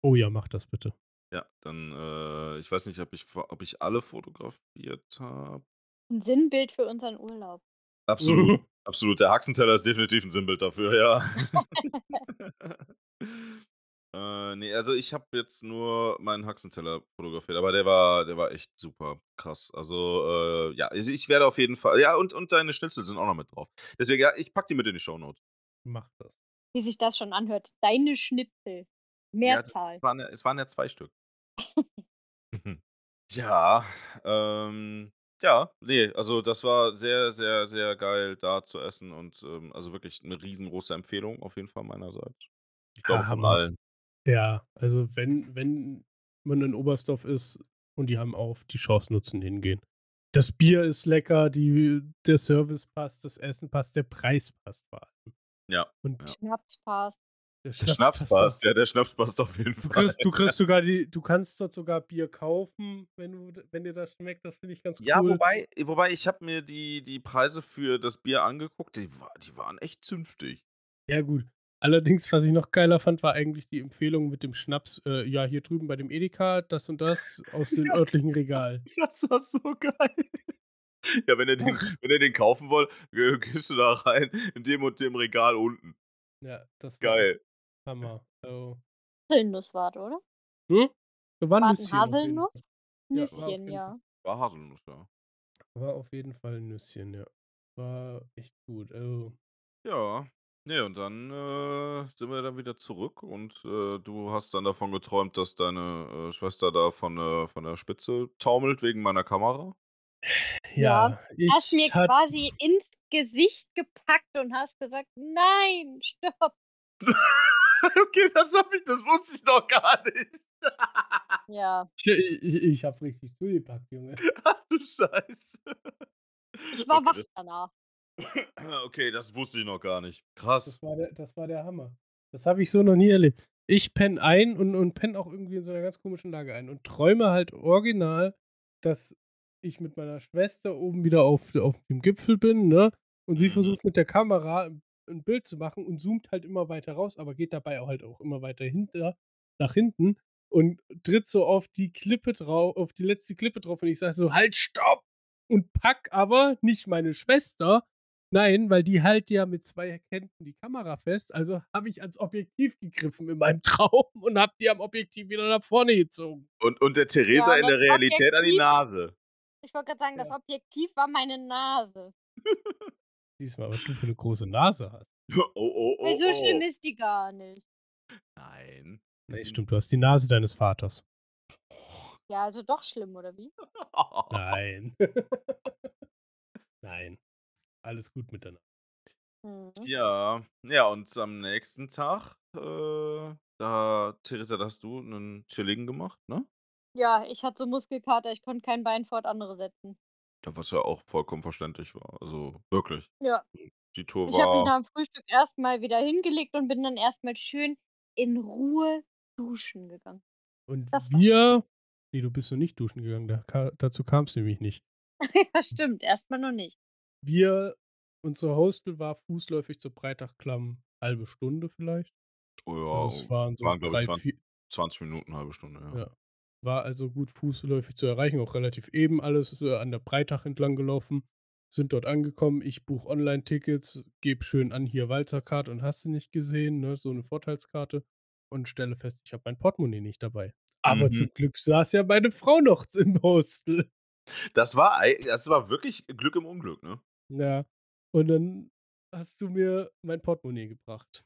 Speaker 2: Oh ja, mach das bitte.
Speaker 3: Ja, dann, äh, ich weiß nicht, ob ich, fo- ob ich alle fotografiert habe.
Speaker 4: Ein Sinnbild für unseren Urlaub.
Speaker 3: Absolut, absolut. Der Haxenteller ist definitiv ein Sinnbild dafür, ja. äh, nee, also ich habe jetzt nur meinen Haxenteller fotografiert, aber der war, der war echt super krass. Also, äh, ja, ich, ich werde auf jeden Fall. Ja, und, und deine Schnitzel sind auch noch mit drauf. Deswegen, ja, ich pack die mit in die Shownote.
Speaker 2: Mach das.
Speaker 4: Wie sich das schon anhört. Deine Schnitzel. Mehrzahl.
Speaker 3: Es waren, ja- es waren ja zwei Stück. Mhm. ja, ähm, ja, nee, also das war sehr, sehr, sehr geil da zu essen und ähm, also wirklich eine riesengroße Empfehlung auf jeden Fall meinerseits. Ich glaube von
Speaker 2: Hammer.
Speaker 3: allen.
Speaker 2: Ja, also wenn, wenn man in Oberstdorf ist und die haben auf, die Chance nutzen, hingehen. Das Bier ist lecker, die, der Service passt, das Essen passt, der Preis passt vor allem.
Speaker 3: Ja,
Speaker 2: Und
Speaker 3: ja.
Speaker 4: Schnaps passt.
Speaker 2: der,
Speaker 3: Der Schnaps
Speaker 2: auch.
Speaker 3: passt, ja, der Schnaps passt auf jeden
Speaker 2: Du
Speaker 3: Fall.
Speaker 2: kriegst, du kriegst sogar die, du kannst dort sogar Bier kaufen, wenn du, wenn dir das schmeckt, das finde ich ganz cool.
Speaker 3: Ja, wobei, wobei ich habe mir die, die Preise für das Bier angeguckt, die, wa- die waren echt zünftig.
Speaker 2: Ja, gut. Allerdings, was ich noch geiler fand, war eigentlich die Empfehlung mit dem Schnaps, äh, ja, hier drüben bei dem Edeka, das und das aus dem
Speaker 3: Ja.
Speaker 2: örtlichen Regal.
Speaker 3: Das war so geil. Ja, wenn ihr den, wenn ihr den kaufen wollt, geh- gehst du da rein in dem und dem Regal unten.
Speaker 2: Ja, das war
Speaker 3: Geil.
Speaker 2: echt Hammer. Also,
Speaker 4: Haselnuss war, da, oder?
Speaker 2: hm? Da war
Speaker 4: War
Speaker 2: ein
Speaker 4: ein
Speaker 2: Nüsschen auf jeden
Speaker 4: Haselnuss?
Speaker 2: Ja, war auf
Speaker 4: Nüsschen,
Speaker 2: jeden
Speaker 4: ja.
Speaker 3: War Haselnuss, ja.
Speaker 2: Fall- War auf jeden Fall ein Nüsschen, ja. War echt gut. Also,
Speaker 3: Ja. Nee, und dann äh, sind wir dann wieder zurück und äh, du hast dann davon geträumt, dass deine äh, Schwester da von, äh, von der Spitze taumelt wegen meiner Kamera.
Speaker 2: ja,
Speaker 4: Ja,
Speaker 2: ich
Speaker 4: hast mir
Speaker 2: hat-
Speaker 4: quasi ins Gesicht gepackt und hast gesagt, nein, stopp.
Speaker 3: okay, das hab ich, das wusste ich noch gar nicht.
Speaker 4: Ja,
Speaker 2: ich, ich, ich habe richtig zugepackt, Junge.
Speaker 3: du Scheiße.
Speaker 4: ich war
Speaker 3: okay,
Speaker 4: wach danach.
Speaker 3: Das, Ah, okay, das wusste ich noch gar nicht. Krass.
Speaker 2: Das war der, das war der Hammer. Das habe ich so noch nie erlebt. Ich penne ein und, und penne auch irgendwie in so einer ganz komischen Lage ein und träume halt original, dass ich mit meiner Schwester oben wieder auf, auf dem Gipfel bin, ne? Und sie
Speaker 3: Mhm.
Speaker 2: versucht mit der Kamera ein- ein Bild zu machen und zoomt halt immer weiter raus, aber geht dabei auch halt auch immer weiter hinter, nach hinten und tritt so auf die Klippe drauf, auf die letzte Klippe drauf und ich sage so, halt, stopp! Und pack aber nicht meine Schwester, Nein, weil die halt ja mit zwei Händen die Kamera fest. Also habe ich ans Objektiv gegriffen in meinem Traum und habe die am Objektiv wieder nach vorne gezogen.
Speaker 3: Und, und der Theresa
Speaker 4: Ja,
Speaker 3: in der
Speaker 4: das macht
Speaker 3: Realität
Speaker 4: jetzt
Speaker 3: an die
Speaker 4: nicht.
Speaker 3: Nase.
Speaker 4: Ich wollte gerade sagen, das
Speaker 2: Ja.
Speaker 4: Objektiv war meine Nase.
Speaker 2: Diesmal, was du für eine große Nase hast.
Speaker 3: Oh, oh, oh.
Speaker 4: Weil so
Speaker 3: oh.
Speaker 4: schlimm ist die gar nicht.
Speaker 3: Nein.
Speaker 2: Nee, stimmt, du hast die Nase deines Vaters.
Speaker 4: Ja, also doch schlimm, oder wie?
Speaker 3: Oh.
Speaker 2: Nein. Nein. Alles gut miteinander.
Speaker 4: Mhm.
Speaker 3: Ja, ja, und am nächsten Tag, äh, da, Theresa, da hast du einen Chilligen gemacht, ne?
Speaker 4: Ja, ich hatte so Muskelkater, ich konnte kein Bein vor das andere setzen.
Speaker 3: Ja, Was ja auch vollkommen verständlich war. Also wirklich.
Speaker 4: Ja.
Speaker 3: Die Tour
Speaker 4: Ich habe mich
Speaker 3: war.
Speaker 4: nach dem Frühstück erstmal wieder hingelegt und bin dann erstmal schön in Ruhe duschen gegangen.
Speaker 2: Und
Speaker 4: Das war
Speaker 2: wir. Nee, du bist noch nicht duschen gegangen. Da, ka- dazu kam es nämlich nicht.
Speaker 4: ja, stimmt, erstmal noch nicht.
Speaker 2: Wir, unser Hostel war fußläufig zur Breitachklamm halbe Stunde vielleicht.
Speaker 3: Oh
Speaker 2: Also es
Speaker 3: ja,
Speaker 2: waren so
Speaker 3: waren, glaub ich,
Speaker 2: drei,
Speaker 3: 20
Speaker 2: vier,
Speaker 3: 20 Minuten, halbe Stunde, ja.
Speaker 2: Ja. War also gut fußläufig zu erreichen, auch relativ eben alles, ist äh, an der Breitach entlang gelaufen, sind dort angekommen. Ich buche Online-Tickets, gebe schön an, hier Walzerkarte und hast du nicht gesehen, ne, so eine Vorteilskarte und stelle fest, ich habe mein Portemonnaie nicht dabei. Aber
Speaker 3: Mhm.
Speaker 2: zum Glück saß ja meine Frau noch im Hostel.
Speaker 3: Das war, ei- das war wirklich Glück im Unglück, ne?
Speaker 2: Ja. Und dann hast du mir mein Portemonnaie gebracht.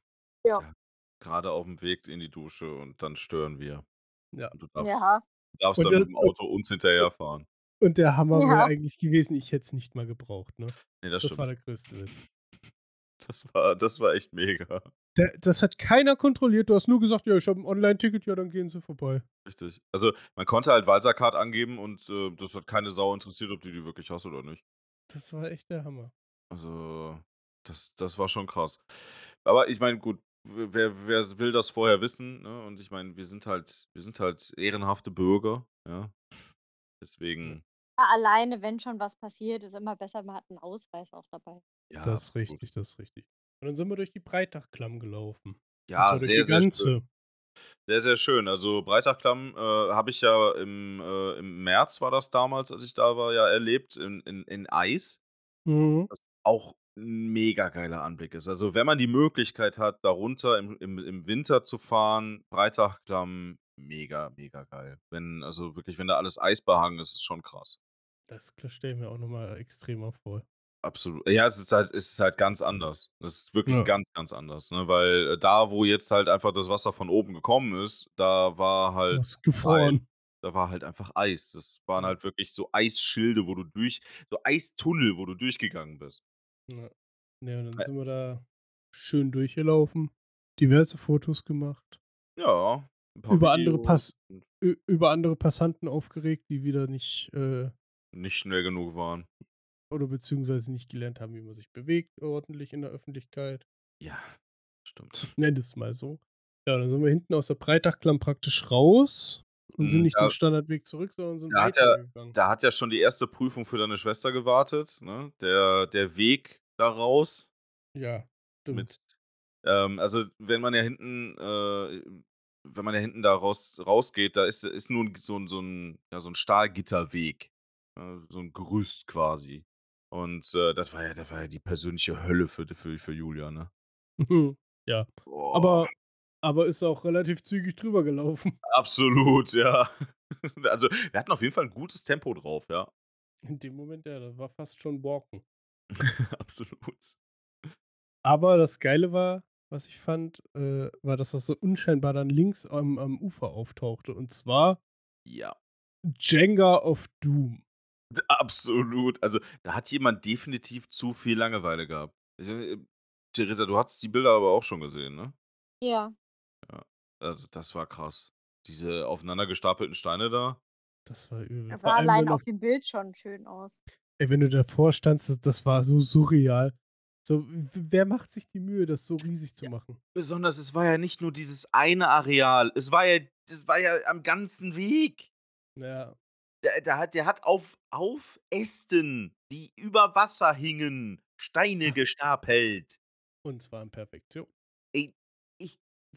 Speaker 3: Gerade auf dem Weg in die Dusche und dann stören wir.
Speaker 2: Ja.
Speaker 3: Und du darfst,
Speaker 4: Ja,
Speaker 3: darfst
Speaker 2: Und
Speaker 3: dann mit
Speaker 2: das-
Speaker 3: dem Auto uns hinterherfahren.
Speaker 2: Und der Hammer wäre
Speaker 4: Ja.
Speaker 2: eigentlich gewesen, ich hätte es nicht mal gebraucht, ne?
Speaker 3: Nee, das,
Speaker 2: Das war
Speaker 3: stimmt.
Speaker 2: der größte Witz.
Speaker 3: Das war, das war echt mega.
Speaker 2: Da- das hat keiner kontrolliert. Du hast nur gesagt, ja, ich habe ein Online-Ticket, ja, dann gehen sie vorbei.
Speaker 3: Richtig. Also man konnte halt Walsercard angeben und äh, das hat keine Sau interessiert, ob du die wirklich hast oder nicht.
Speaker 2: Das war echt der Hammer.
Speaker 3: Also das, das war schon krass. Aber ich meine, gut, w- wer, wer s- will das vorher wissen? Ne? Und ich meine, wir sind halt, wir sind halt ehrenhafte Bürger, ja. Deswegen.
Speaker 4: alleine, wenn schon was passiert, ist immer besser, man hat einen Ausweis auch dabei.
Speaker 3: Ja,
Speaker 2: das ist
Speaker 3: absolut.
Speaker 2: richtig, das ist richtig. Und dann sind wir durch die Breitachklamm gelaufen.
Speaker 3: Ja,
Speaker 2: Und zwar durch
Speaker 3: sehr,
Speaker 2: die
Speaker 3: sehr schön.
Speaker 2: ganze.
Speaker 3: Sehr, sehr schön. Also Breitachklamm äh, habe ich ja im, äh, im März war das damals, als ich da war, ja erlebt, in, in, in Eis.
Speaker 2: Mhm.
Speaker 3: auch ein mega geiler Anblick ist. Also, wenn man die Möglichkeit hat, darunter im, im, im Winter zu fahren, Breitachklamm, mega, mega geil. Wenn, also wirklich, wenn da alles eisbehangen ist, ist schon krass.
Speaker 2: Das stelle ich mir auch nochmal extremer vor.
Speaker 3: Absolut. Ja, es ist halt, es ist halt ganz anders. Es ist wirklich
Speaker 2: Ja.
Speaker 3: ganz, ganz anders. Ne? Weil äh, da, wo jetzt halt einfach das Wasser von oben gekommen ist, da war halt
Speaker 2: Das gefroren.
Speaker 3: da war halt einfach Eis. Das waren
Speaker 2: Ja.
Speaker 3: halt wirklich so Eisschilde, wo du durch, so Eistunnel, wo du durchgegangen bist.
Speaker 2: Ja. Ne, und dann
Speaker 3: Ä-
Speaker 2: sind wir da schön durchgelaufen, diverse Fotos gemacht,
Speaker 3: Ja. ein paar
Speaker 2: über andere,
Speaker 3: Videos
Speaker 2: Pass
Speaker 3: und
Speaker 2: ü- über andere Passanten aufgeregt, die wieder nicht äh,
Speaker 3: Nicht schnell genug waren.
Speaker 2: oder beziehungsweise nicht gelernt haben, wie man sich bewegt, ordentlich in der Öffentlichkeit.
Speaker 3: Ja, stimmt.
Speaker 2: nenn es mal so. Ja, dann sind wir hinten aus der Breitachklamm praktisch raus und sind
Speaker 3: Mm,
Speaker 2: nicht
Speaker 3: da-
Speaker 2: den Standardweg zurück, sondern sind
Speaker 3: da hat er-
Speaker 2: weitergegangen.
Speaker 3: Da hat ja schon die erste Prüfung für deine Schwester gewartet, ne? Der, der Weg daraus
Speaker 2: ja, stimmt.
Speaker 3: mit Ähm, also, wenn man ja hinten, äh, wenn man ja hinten da raus, rausgeht, da ist, ist nun so ein, so ein, ja, so ein Stahlgitterweg. Äh, so ein Gerüst quasi. Und äh, das, war ja, das war ja die persönliche Hölle für, für, für Julia, ne?
Speaker 2: Mhm.
Speaker 3: Boah,
Speaker 2: aber, aber ist auch relativ zügig drüber gelaufen.
Speaker 3: Absolut, ja. Also, wir hatten auf jeden Fall ein gutes Tempo drauf, ja.
Speaker 2: In dem Moment, ja, das war fast schon Walken.
Speaker 3: Absolut.
Speaker 2: Aber das Geile war, was ich fand, äh, war, dass das so unscheinbar dann links am, am Ufer auftauchte. Und zwar
Speaker 3: Ja.
Speaker 2: Jenga of Doom.
Speaker 3: D- Absolut. Also, da hat jemand definitiv zu viel Langeweile gehabt. Ich, äh, Theresa, du hast die Bilder aber auch schon gesehen, ne?
Speaker 4: Ja.
Speaker 3: Also, das war krass. Diese aufeinander gestapelten Steine da.
Speaker 2: Das war übel.
Speaker 4: Das
Speaker 2: Vor
Speaker 4: sah
Speaker 2: allem,
Speaker 4: allein
Speaker 2: wenn
Speaker 4: auf dem Bild schon schön aus.
Speaker 2: Ey, wenn du davor standst, das- das war so surreal. So, w- wer macht sich die Mühe, das so riesig zu machen?
Speaker 3: Besonders, es war ja nicht nur dieses eine Areal. Es war ja, es war ja am ganzen Weg.
Speaker 2: Ja.
Speaker 3: Der, der, hat, der hat auf, auf Ästen, die über Wasser hingen, Steine gestapelt.
Speaker 2: Und zwar in Perfektion.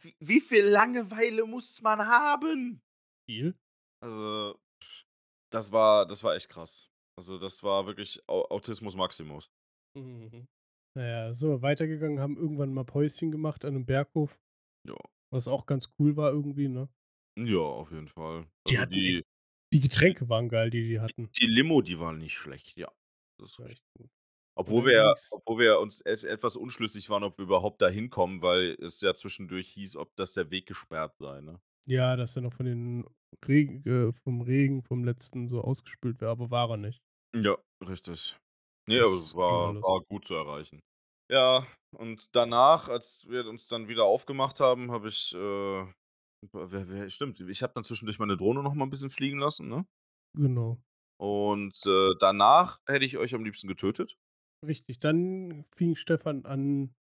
Speaker 3: Wie, wie viel Langeweile muss man haben?
Speaker 2: Viel.
Speaker 3: Also, das war, das war echt krass. Also, das war wirklich Au- Autismus Maximus.
Speaker 2: Mhm. Naja, sind wir weitergegangen, haben irgendwann mal Päuschen gemacht an einem Berghof,
Speaker 3: Ja.
Speaker 2: was auch ganz cool war irgendwie, ne?
Speaker 3: Ja, auf jeden Fall.
Speaker 2: Die
Speaker 3: Also
Speaker 2: hatten
Speaker 3: die,
Speaker 2: echt- Die Getränke waren geil, die die hatten.
Speaker 3: die Limo, die war nicht schlecht, ja. Das ist
Speaker 2: Das war
Speaker 3: richtig.
Speaker 2: echt gut.
Speaker 3: Obwohl
Speaker 2: dann
Speaker 3: wir, ja-
Speaker 2: ging's-
Speaker 3: obwohl wir uns et etwas unschlüssig waren, ob wir überhaupt da hinkommen, weil es ja zwischendurch hieß, ob das der Weg gesperrt sei, ne?
Speaker 2: Ja, dass er noch von den Regen, äh, vom Regen vom letzten so ausgespült wäre, aber war er nicht.
Speaker 3: Ja, richtig. Nee,
Speaker 2: Das
Speaker 3: aber es
Speaker 2: ging
Speaker 3: war,
Speaker 2: alles.
Speaker 3: war gut zu erreichen. Ja, und danach, als wir uns dann wieder aufgemacht haben, habe ich, äh, wer, wer, stimmt, ich habe dann zwischendurch meine Drohne noch mal ein bisschen fliegen lassen, ne?
Speaker 2: Genau.
Speaker 3: Und äh, danach hätte ich euch am liebsten getötet.
Speaker 2: Richtig. Dann fing Stefan an,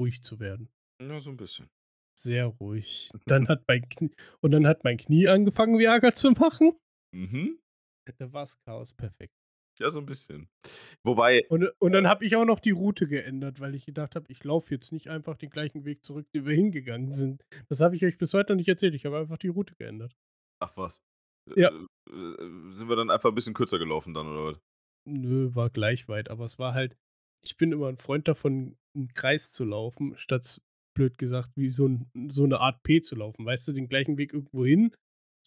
Speaker 2: ruhig zu werden.
Speaker 3: Ja, so ein bisschen.
Speaker 2: Sehr ruhig. Dann hat mein Knie, und dann hat mein Knie angefangen, Viagra zu machen.
Speaker 3: Mhm.
Speaker 2: Da war es Chaos, perfekt.
Speaker 3: Ja, so ein bisschen. Wobei,
Speaker 2: Und, und dann habe ich auch noch die Route geändert, weil ich gedacht habe, ich laufe jetzt nicht einfach den gleichen Weg zurück, den wir hingegangen sind. Das habe ich euch bis heute noch nicht erzählt. Ich habe einfach die Route geändert.
Speaker 3: ach was.
Speaker 2: Ja.
Speaker 3: Äh, äh, sind wir dann einfach ein bisschen kürzer gelaufen dann, oder was?
Speaker 2: Nö, war gleich weit, aber es war halt, ich bin immer ein Freund davon, einen Kreis zu laufen, statt blöd gesagt, wie so, ein, so eine Art P zu laufen. Weißt du, den gleichen Weg irgendwo hin,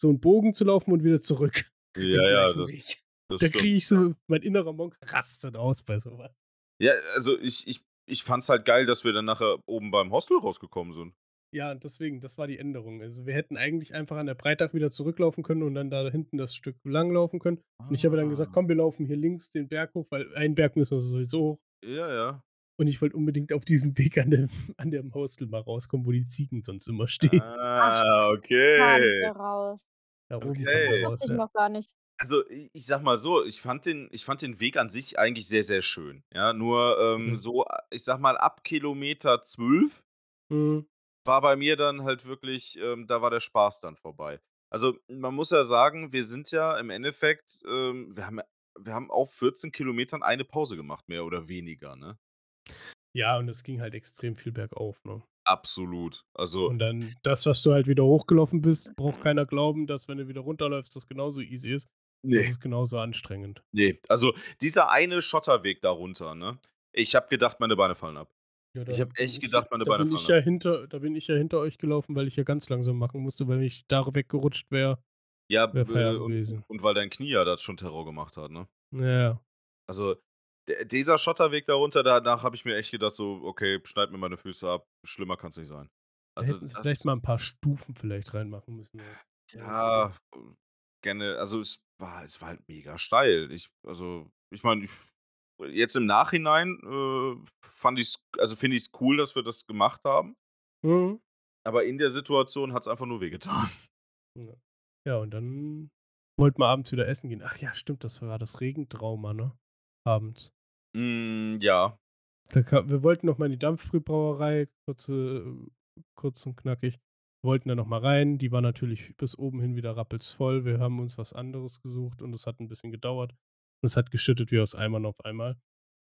Speaker 2: so einen Bogen zu laufen und wieder zurück. Den
Speaker 3: Ja, ja,
Speaker 2: gleichen
Speaker 3: das,
Speaker 2: Weg.
Speaker 3: das
Speaker 2: Da
Speaker 3: stimmt.
Speaker 2: kriege ich so, mein innerer Monk rastet aus bei sowas.
Speaker 3: Ja, also ich, ich, ich fand's halt geil, dass wir dann nachher oben beim Hostel rausgekommen sind.
Speaker 2: Ja, und deswegen, das war die Änderung. Also wir hätten eigentlich einfach an der Breitach wieder zurücklaufen können und dann da hinten das Stück lang laufen können. Und ich habe dann
Speaker 3: Ah.
Speaker 2: gesagt, komm, wir laufen hier links den Berg hoch, weil einen Berg müssen wir sowieso hoch.
Speaker 3: Ja, ja.
Speaker 2: Und ich wollte unbedingt auf diesen Weg an dem, an dem Hostel mal rauskommen, wo die Ziegen sonst immer stehen.
Speaker 3: Ah,
Speaker 4: Kam
Speaker 3: okay.
Speaker 4: wieder raus.
Speaker 2: da oben
Speaker 3: okay.
Speaker 2: kann man
Speaker 3: Das
Speaker 4: Das
Speaker 2: raus,
Speaker 4: wusste ich
Speaker 2: ja.
Speaker 4: noch gar nicht.
Speaker 3: Also i- ich sag mal so, ich fand den, ich fand den Weg an sich eigentlich sehr, sehr schön. Ja, nur ähm,
Speaker 2: Mhm.
Speaker 3: so, ich sag mal, ab Kilometer 12
Speaker 2: Mhm.
Speaker 3: war bei mir dann halt wirklich, ähm, da war der Spaß dann vorbei. Also man muss ja sagen, wir sind ja im Endeffekt, ähm, wir haben ja- wir haben auf 14 Kilometern eine Pause gemacht, mehr oder weniger, ne?
Speaker 2: Ja, und es ging halt extrem viel bergauf. Ne?
Speaker 3: Absolut. Also
Speaker 2: Und dann das, was du halt wieder hochgelaufen bist, braucht keiner glauben, dass wenn du wieder runterläufst, das genauso easy ist. Das ist genauso anstrengend.
Speaker 3: Nee, also dieser eine Schotterweg darunter, ne? Ich habe gedacht, meine Beine fallen ab.
Speaker 2: Ja,
Speaker 3: Ich
Speaker 2: da
Speaker 3: hab echt
Speaker 2: bin ich-
Speaker 3: gedacht, meine
Speaker 2: da
Speaker 3: Beine
Speaker 2: bin
Speaker 3: fallen
Speaker 2: ich ja hinter, Da bin ich ja hinter euch gelaufen, weil ich ja ganz langsam machen musste, weil ich da weggerutscht wäre.
Speaker 3: Ja,
Speaker 2: Wär
Speaker 3: b-
Speaker 2: Feierabend
Speaker 3: und,
Speaker 2: gewesen.
Speaker 3: und weil dein Knie ja das schon Terror gemacht hat, ne?
Speaker 2: Ja,
Speaker 3: Also d- dieser Schotterweg darunter, danach habe ich mir echt gedacht, so, okay, schneid mir meine Füße ab, schlimmer kann's nicht sein.
Speaker 2: da
Speaker 3: Also
Speaker 2: hätten sie
Speaker 3: das,
Speaker 2: vielleicht mal ein paar Stufen vielleicht reinmachen müssen.
Speaker 3: ja, gerne, also es war, es war halt mega steil. Ich, also, ich meine, ich, jetzt im Nachhinein äh, fand ich's, also finde ich's cool, dass wir das gemacht haben,
Speaker 2: Mhm.
Speaker 3: aber in der Situation hat's einfach nur wehgetan.
Speaker 2: Ja. ja, und dann wollten wir abends wieder essen gehen. Ach ja, stimmt, das war das Regentrauma, ne? Abends. Hm,
Speaker 3: Mm, ja,
Speaker 2: Da kam, wir wollten noch mal in die Dampfbrühbrauerei, kurze, kurz und knackig. Wollten da noch mal rein. Die war natürlich bis oben hin wieder rappelsvoll. Wir haben uns was anderes gesucht und es hat ein bisschen gedauert. Und es hat geschüttet wie aus Eimern auf einmal.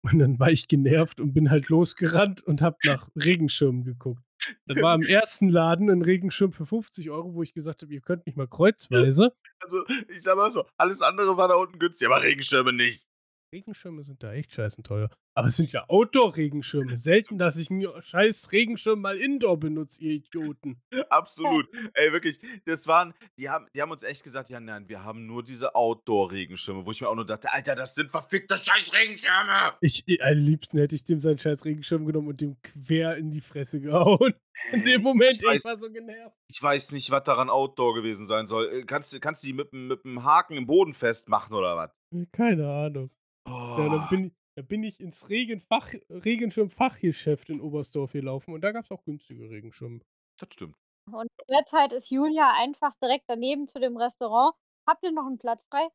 Speaker 2: Und dann war ich genervt und bin halt losgerannt und hab nach Regenschirmen geguckt. Dann war im ersten Laden ein Regenschirm für 50 Euro, wo ich gesagt habe, ihr könnt mich mal kreuzweise.
Speaker 3: Also, ich sag mal so, alles andere war da unten günstig, aber Regenschirme nicht.
Speaker 2: Regenschirme sind da echt scheißen teuer. Aber es sind ja Outdoor-Regenschirme. Selten, dass ich einen scheiß Regenschirm mal Indoor benutze, ihr Idioten.
Speaker 3: Absolut. Ey, wirklich, das waren, die haben, die haben uns echt gesagt, ja, nein, wir haben nur diese Outdoor-Regenschirme, wo ich mir auch nur dachte, Alter, das sind verfickte Scheiß-Regenschirme.
Speaker 2: Ich, ich- am liebsten hätte ich dem seinen scheiß Regenschirm genommen und dem quer in die Fresse gehauen. In dem Moment, ich,
Speaker 3: weiß-
Speaker 2: war so genervt.
Speaker 3: Ich weiß nicht, was daran Outdoor gewesen sein soll. Äh, Kannst, du- kannst du die mit, dem- mit dem Haken im Boden festmachen oder was?
Speaker 2: Keine Ahnung. Ja,
Speaker 3: Oh.
Speaker 2: dann, bin, dann bin ich ins Regenfach, Regenschirmfachgeschäft in Oberstdorf gelaufen und da gab es auch günstige Regenschirme.
Speaker 3: Das stimmt.
Speaker 4: Und derzeit ist Julia einfach direkt daneben zu dem Restaurant. Habt ihr noch einen Platz frei?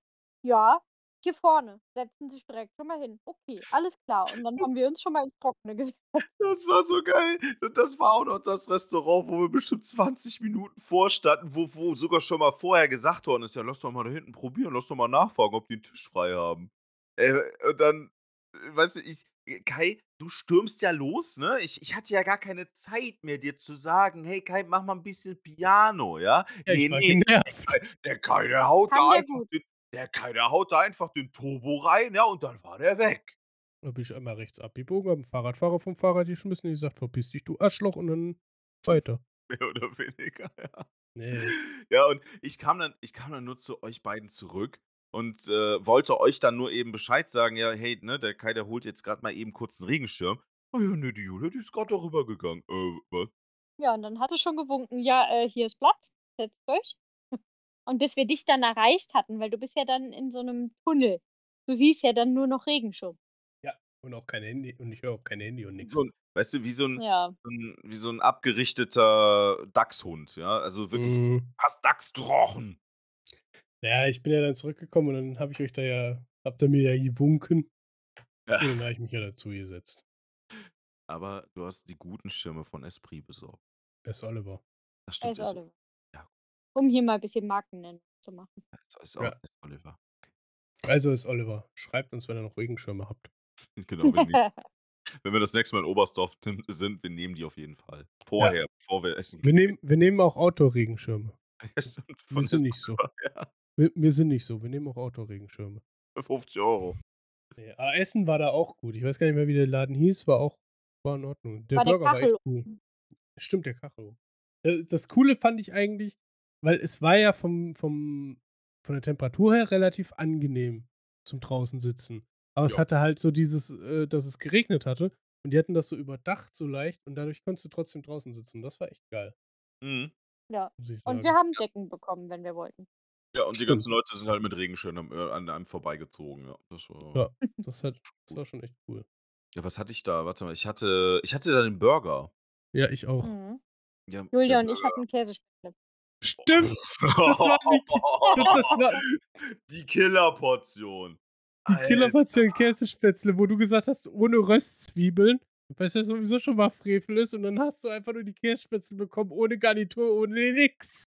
Speaker 4: Ja, hier vorne. Setzen Sie sich direkt schon mal hin. Okay, alles klar. Und dann haben wir uns schon mal ins Trockene gesetzt.
Speaker 3: Das war so geil. Und das war auch noch das Restaurant, wo wir bestimmt 20 Minuten vorstanden, wo, wo sogar schon mal vorher gesagt worden ist, ja, lass doch mal da hinten probieren, lass doch mal nachfragen, ob die einen Tisch frei haben. Äh, und dann, äh, weißt du, ich, Kai, du stürmst ja los, ne? Ich, ich hatte ja gar keine Zeit mehr, dir zu sagen, hey Kai, mach mal ein bisschen Piano, ja?
Speaker 2: ich war genervt.
Speaker 3: der Kai, der haut
Speaker 4: Kann
Speaker 3: da
Speaker 4: der
Speaker 3: einfach
Speaker 4: gut.
Speaker 3: den, der Kai, der haut da einfach den Turbo rein, ja, und dann war der weg.
Speaker 2: Dann bin ich einmal rechts abgebogen, hab einen Fahrradfahrer vom Fahrrad geschmissen und gesagt, verpiss dich, du Arschloch, und dann weiter.
Speaker 3: Mehr oder weniger, ja.
Speaker 2: Nee.
Speaker 3: Ja, und ich kam dann, ich kam dann nur zu euch beiden zurück und äh, wollte euch dann nur eben Bescheid sagen, ja, hey, ne, der Kai, der holt jetzt gerade mal eben kurz einen Regenschirm. Oh ja, ne, die Julia, die ist gerade darüber gegangen. Äh, was?
Speaker 4: Ja, und dann hatte schon gewunken, ja, äh, hier ist Platz, setzt euch. Und bis wir dich dann erreicht hatten, weil du bist ja dann in so einem Tunnel. Du siehst ja dann nur noch Regenschirm.
Speaker 2: Und auch kein Handy, und ich höre auch kein Handy und nichts.
Speaker 3: So ein, weißt du, wie so ein,
Speaker 4: Ja.
Speaker 3: so ein, wie so ein abgerichteter Dachshund, ja? Also wirklich,
Speaker 2: Mhm.
Speaker 3: hast Dachs gerochen.
Speaker 2: Ja, ich bin ja dann zurückgekommen und dann habe ich euch da ja, habt ihr mir ja gewunken.
Speaker 3: Ja.
Speaker 2: Und dann habe ich mich ja dazu gesetzt.
Speaker 3: Aber du hast die guten Schirme von Esprit besorgt.
Speaker 2: Es Oliver.
Speaker 3: Das stimmt.
Speaker 4: Also,
Speaker 3: Ist,
Speaker 4: Oliver.
Speaker 3: Ja.
Speaker 4: Um hier mal ein bisschen Markennennung zu machen.
Speaker 3: ist, ist auch
Speaker 2: Ja.
Speaker 3: S. Oliver.
Speaker 2: Also ist Oliver. Schreibt uns, wenn ihr noch Regenschirme habt.
Speaker 3: Genau, wenn, die, wenn wir das nächste Mal in Oberstdorf sind, wir nehmen die auf jeden Fall. Vorher, bevor wir essen
Speaker 2: Wir nehmen, wir nehmen auch Outdoor-Regenschirme.
Speaker 3: Ja, stimmt.
Speaker 2: Wir
Speaker 3: Von
Speaker 2: sind nicht so. Wir, wir sind nicht so. Wir nehmen auch Outdoor-Regenschirme.
Speaker 3: 50 Euro.
Speaker 2: Nee, aber ah, Essen war da auch gut. Ich weiß gar nicht mehr, wie der Laden hieß. War auch war in Ordnung. Der
Speaker 4: War der
Speaker 2: Burger war echt cool.
Speaker 4: Kachelofen.
Speaker 2: Stimmt, der Kachelofen. Äh, Das Coole fand ich eigentlich, weil es war ja vom, vom, von der Temperatur her relativ angenehm zum draußen sitzen. Aber es
Speaker 3: Ja.
Speaker 2: hatte halt so dieses, äh, dass es geregnet hatte. Und die hatten das so überdacht so leicht und dadurch konntest du trotzdem draußen sitzen. Das war echt geil,
Speaker 3: Mhm.
Speaker 2: muss ich sagen.
Speaker 4: Und wir haben Decken bekommen, wenn wir wollten.
Speaker 3: Ja, und die
Speaker 2: Stimmt.
Speaker 3: ganzen Leute sind halt mit Regenschirmen am- äh, an einem vorbeigezogen. Ja, das war,
Speaker 2: Ja. das, hat, das war schon echt cool.
Speaker 3: ja, was hatte ich da? Warte mal, ich hatte, ich hatte da den Burger.
Speaker 2: Ja, ich auch.
Speaker 4: Mhm.
Speaker 3: Ja, der
Speaker 4: Julia und
Speaker 3: Burger.
Speaker 4: ich hatten Käsespätzle.
Speaker 2: Stimmt! Das war Das, das war
Speaker 3: die Killerportion.
Speaker 2: Die Killerportion Käsespätzle, wo du gesagt hast, ohne Röstzwiebeln, was ja sowieso schon mal Frevel ist, und dann hast du einfach nur die Käsespätzle bekommen, ohne Garnitur, ohne nix.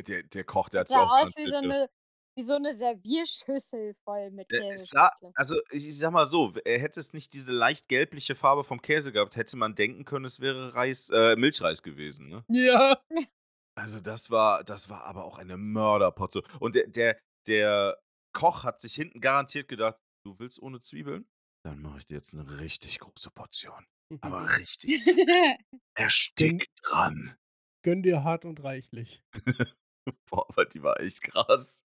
Speaker 3: Alter, Der, der Koch, der hat sich
Speaker 4: Sah
Speaker 3: auch.
Speaker 4: aus wie so,
Speaker 3: dran-
Speaker 4: eine, wie so eine Servierschüssel voll mit
Speaker 3: Äh, es sah-
Speaker 4: Käsespätzle.
Speaker 3: Also, ich sag mal so, w- äh, hätte es nicht diese leicht gelbliche Farbe vom Käse gehabt, hätte man denken können, es wäre Reis, äh, Milchreis gewesen, ne?
Speaker 2: Ja.
Speaker 3: Also das war, das war aber auch eine Mörderpotze. Und der, der, der Koch hat sich hinten garantiert gedacht, du willst ohne Zwiebeln? Dann mache ich dir jetzt eine richtig große Portion.
Speaker 2: Mhm.
Speaker 3: Aber richtig. Erstick dran.
Speaker 2: Gönn dir hart und reichlich.
Speaker 3: Boah, aber die war echt krass.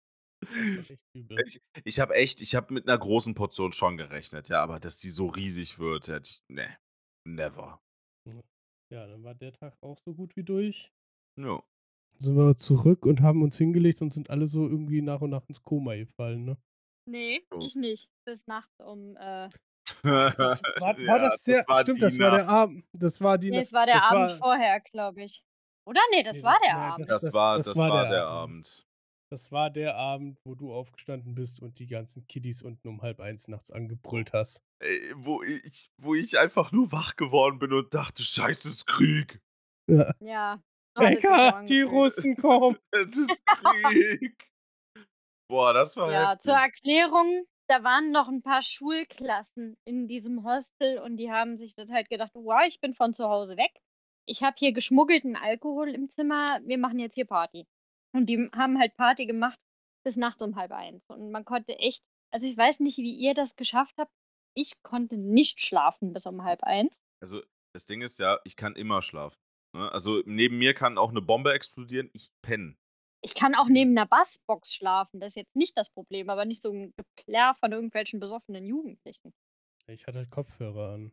Speaker 2: Echt übel.
Speaker 3: Ich habe echt, ich habe mit einer großen Portion schon gerechnet, ja, aber dass die so riesig wird, hätte ich, ne, never.
Speaker 2: Ja, dann war der Tag auch so gut wie durch.
Speaker 3: No.
Speaker 2: Sind wir zurück und haben uns hingelegt und sind alle so irgendwie nach und nach ins Koma gefallen, ne?
Speaker 4: nee,
Speaker 3: So.
Speaker 4: ich nicht. Bis nachts um. Äh,
Speaker 2: Das, war, war das der? stimmt, das war der Abend. Das war die.
Speaker 4: nee, es war der
Speaker 2: ne, das
Speaker 4: Abend
Speaker 2: war-
Speaker 4: vorher, glaube ich. Oder? Nee, das
Speaker 2: Nee,
Speaker 4: war
Speaker 2: das-
Speaker 4: der
Speaker 2: nein,
Speaker 4: Abend.
Speaker 3: Das,
Speaker 2: Das-
Speaker 3: war,
Speaker 2: das
Speaker 3: das
Speaker 2: war
Speaker 3: war
Speaker 2: der
Speaker 3: der,
Speaker 2: Abend.
Speaker 3: Abend.
Speaker 2: Das war der Abend, wo du aufgestanden bist und die ganzen Kiddies unten um halb eins nachts angebrüllt hast.
Speaker 3: Ey, Äh, wo ich, wo ich einfach nur wach geworden bin und dachte, scheiße, es ist Krieg.
Speaker 4: Ja. so hat es sich auch
Speaker 2: Becker, die
Speaker 4: angefühlt.
Speaker 2: Russen kommen.
Speaker 3: Es ist Krieg. Boah, das war
Speaker 4: Ja,
Speaker 3: heftig.
Speaker 4: zur Erklärung, da waren noch ein paar Schulklassen in diesem Hostel und die haben sich dann halt gedacht, wow, ich bin von zu Hause weg. ich habe hier geschmuggelten Alkohol im Zimmer, wir machen jetzt hier Party. Und die haben halt Party gemacht bis nachts um halb eins. Und man konnte echt, also ich weiß nicht, wie ihr das geschafft habt. Ich konnte nicht schlafen bis um halb eins.
Speaker 3: Also, das Ding ist ja, ich kann immer schlafen. Ne? Also, neben mir kann auch eine Bombe explodieren, ich penne.
Speaker 4: Ich kann auch neben einer Bassbox schlafen, das ist jetzt nicht das Problem, aber nicht so ein Geplärr von irgendwelchen besoffenen Jugendlichen.
Speaker 2: Ich hatte halt Kopfhörer an.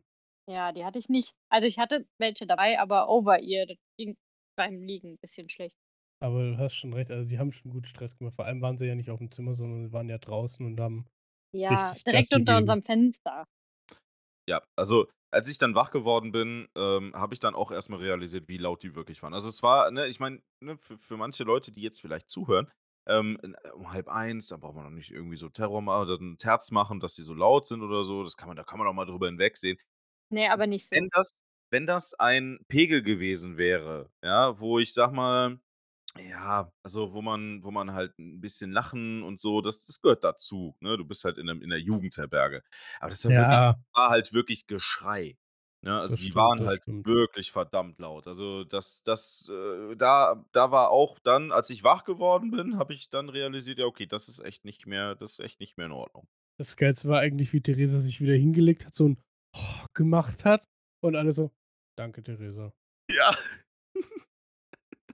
Speaker 4: Ja, die hatte ich nicht. Also ich hatte welche dabei, aber over ihr, das ging beim Liegen ein bisschen schlecht.
Speaker 2: Aber du hast schon recht, also sie haben schon gut Stress gemacht. Vor allem waren sie ja nicht auf dem Zimmer, sondern sie waren ja draußen und haben.
Speaker 4: Ja,
Speaker 2: Richtig
Speaker 4: direkt
Speaker 2: Gassi
Speaker 4: unter
Speaker 2: gehen.
Speaker 4: unserem Fenster.
Speaker 3: Ja, also als ich dann wach geworden bin, ähm, habe ich dann auch erstmal realisiert, wie laut die wirklich waren. Also es war, ne, ich meine, ne, für, für manche Leute, die jetzt vielleicht zuhören, ähm, um halb eins, da braucht man noch nicht irgendwie so Terror machen oder ein Terz machen, dass die so laut sind oder so. Das kann man, da kann man doch mal drüber hinwegsehen.
Speaker 4: Nee, Ne, aber nicht so.
Speaker 3: Wenn das, wenn das ein Pegel gewesen wäre, ja, wo ich sag mal, ja, also wo man, wo man halt ein bisschen lachen und so, das, das gehört dazu. Ne? Du bist halt in, einem, in der Jugendherberge. Aber das ist ja, ja. wirklich war halt wirklich Geschrei. Ne? Also
Speaker 2: Das
Speaker 3: die
Speaker 2: stimmt,
Speaker 3: waren
Speaker 2: das
Speaker 3: halt
Speaker 2: stimmt.
Speaker 3: wirklich verdammt laut. Also das, das, äh, da, da war auch dann, als ich wach geworden bin, habe ich dann realisiert, ja okay, das ist echt nicht mehr, das ist echt nicht mehr in Ordnung.
Speaker 2: Das Geilste war eigentlich, wie Theresa sich wieder hingelegt hat, so ein oh, gemacht hat und alle so, danke, Theresa.
Speaker 3: Ja.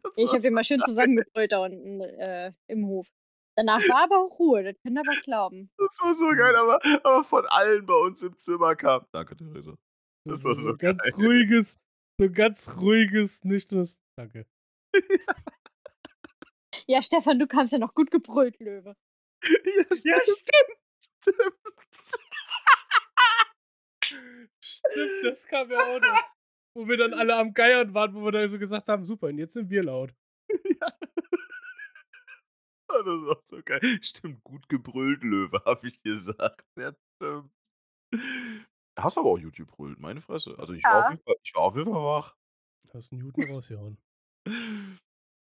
Speaker 3: Das
Speaker 4: Ich
Speaker 3: war's.
Speaker 4: habe immer schön zusammengebrüllt da unten äh, im Hof. Danach war aber auch Ruhe, das könnt ihr aber glauben.
Speaker 3: Das war so geil, aber, aber von allen bei uns im Zimmer kam. Hm. Danke, Theresa. Das war so
Speaker 2: ein ganz ruhiges, so ein ganz ruhiges, nüchternes. Danke.
Speaker 4: Ja, Stefan, du kamst ja noch gut gebrüllt, Löwe.
Speaker 3: Ja, stimmt.
Speaker 2: Stimmt, das kam ja auch noch. Wo wir dann alle am Geiern waren, wo wir dann so gesagt haben, super, und jetzt sind wir laut.
Speaker 3: Das ist auch so geil. Stimmt, gut gebrüllt, Löwe, habe ich gesagt. Ja, stimmt. Da Hast du aber auch YouTube gebrüllt, meine Fresse. Also ich, war,
Speaker 4: Ja.
Speaker 3: auf jeden Fall, ich war auf jeden Fall wach.
Speaker 2: Hast einen Newton rausgehauen.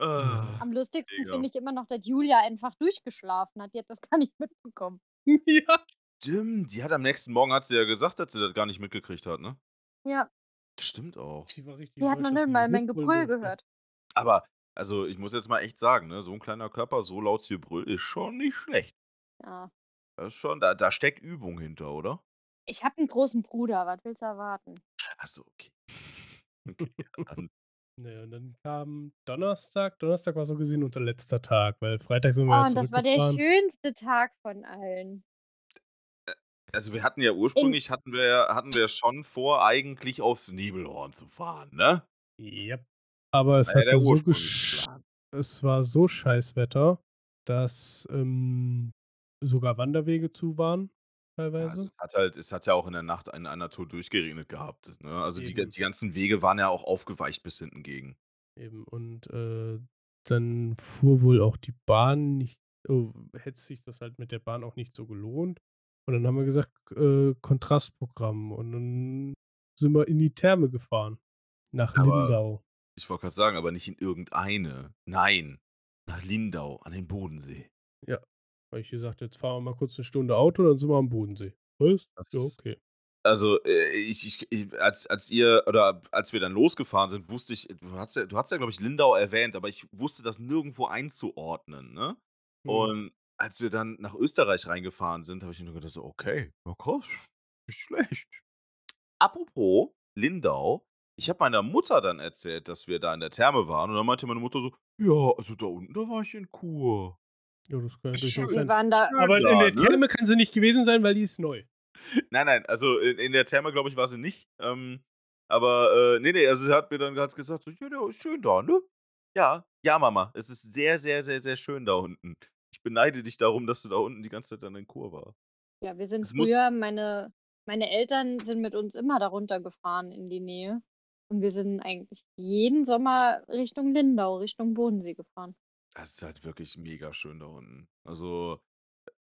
Speaker 3: Ah.
Speaker 4: Am lustigsten
Speaker 3: Mega.
Speaker 4: finde ich immer noch, dass Julia einfach durchgeschlafen hat. Die hat das gar nicht mitbekommen.
Speaker 2: ja.
Speaker 3: Stimmt, die hat am nächsten Morgen, hat sie ja gesagt, dass sie das gar nicht mitgekriegt hat, ne?
Speaker 4: Ja,
Speaker 3: Stimmt auch.
Speaker 2: Die war richtig
Speaker 4: die hat
Speaker 2: durch,
Speaker 4: noch
Speaker 2: dass
Speaker 4: nicht
Speaker 2: sie
Speaker 4: mal mein
Speaker 2: mitbrüllen
Speaker 4: Gebrüll
Speaker 2: durfte.
Speaker 4: gehört.
Speaker 3: Aber, also ich muss jetzt mal echt sagen, ne? So ein kleiner Körper, so laut zu brüllen, ist schon nicht schlecht.
Speaker 4: Ja.
Speaker 3: Das ist schon, da, da steckt Übung hinter, oder?
Speaker 4: Ich habe einen großen Bruder, was willst du erwarten?
Speaker 3: Achso, okay. okay ja, dann
Speaker 2: Naja, und dann kam Donnerstag. Donnerstag war so gesehen unser letzter Tag, weil Freitag sind wir
Speaker 4: Oh,
Speaker 3: Ah,
Speaker 2: ja
Speaker 4: und das war der
Speaker 2: zurückgefahren.
Speaker 4: schönste Tag von allen.
Speaker 3: Also wir hatten ja ursprünglich hatten wir ja- hatten wir schon vor, eigentlich aufs Nebelhorn zu fahren, ne?
Speaker 2: Yep. Aber es,
Speaker 3: war ja
Speaker 2: hatte
Speaker 3: der
Speaker 2: so
Speaker 3: ursprüngliche
Speaker 2: gesch- es war so scheiß Wetter, dass ähm, sogar Wanderwege zu waren,
Speaker 3: Ja,
Speaker 2: teilweise.
Speaker 3: es hat halt, es hat ja auch in der Nacht in einer Tour durchgeregnet gehabt. Ne? Also die, ga-
Speaker 2: Eben.
Speaker 3: die ganzen Wege waren ja auch aufgeweicht bis hinten gegen.
Speaker 2: Eben. Und äh, dann fuhr wohl auch die Bahn nicht, oh, hätte sich das halt mit der Bahn auch nicht so gelohnt. Und dann haben wir gesagt, äh, Kontrastprogramm. Und dann sind wir in die Therme gefahren. Nach
Speaker 3: Aber-
Speaker 2: Lindau.
Speaker 3: Ich wollte gerade sagen, aber nicht in irgendeine. Nein. Nach Lindau, an den Bodensee.
Speaker 2: Weil ich gesagt, jetzt fahren wir mal kurz eine Stunde Auto, dann sind wir am Bodensee. Was?
Speaker 3: Das-
Speaker 2: Ja, okay.
Speaker 3: Also, äh, ich, ich, ich, als, als ihr oder als wir dann losgefahren sind, wusste ich, du hast ja, du hast ja, glaube ich, Lindau erwähnt, aber ich wusste das nirgendwo einzuordnen, ne?
Speaker 2: Mhm.
Speaker 3: Und als wir dann nach Österreich reingefahren sind, habe ich nur gedacht, so, okay, ja krass, nicht schlecht. Apropos Lindau, ich habe meiner Mutter dann erzählt, dass wir da in der Therme waren und dann meinte meine Mutter so, ja, also da unten, da war ich in Kur.
Speaker 2: ja, das kann ja
Speaker 3: Ist
Speaker 2: durchaus
Speaker 3: schön.
Speaker 4: Wir
Speaker 2: sein.
Speaker 4: waren da,
Speaker 2: Aber in
Speaker 3: Ja,
Speaker 2: der
Speaker 3: ne?
Speaker 2: Therme kann sie nicht gewesen sein, weil die ist neu.
Speaker 3: Nein, nein, also in, in der Therme, glaube ich, war sie nicht. Ähm, aber, äh, nee, nee, also sie hat mir dann ganz gesagt, so, ja, ja, ist schön da, ne? Ja, ja, Mama, es ist sehr, sehr, sehr, sehr schön da unten. Ich beneide dich darum, dass du da unten die ganze Zeit dann in Kur warst.
Speaker 4: ja, wir sind
Speaker 3: Es muss-
Speaker 4: früher, meine, meine Eltern sind mit uns immer darunter gefahren in die Nähe. Und wir sind eigentlich jeden Sommer Richtung Lindau, Richtung Bodensee gefahren.
Speaker 3: Es ist halt wirklich mega schön da unten. Also,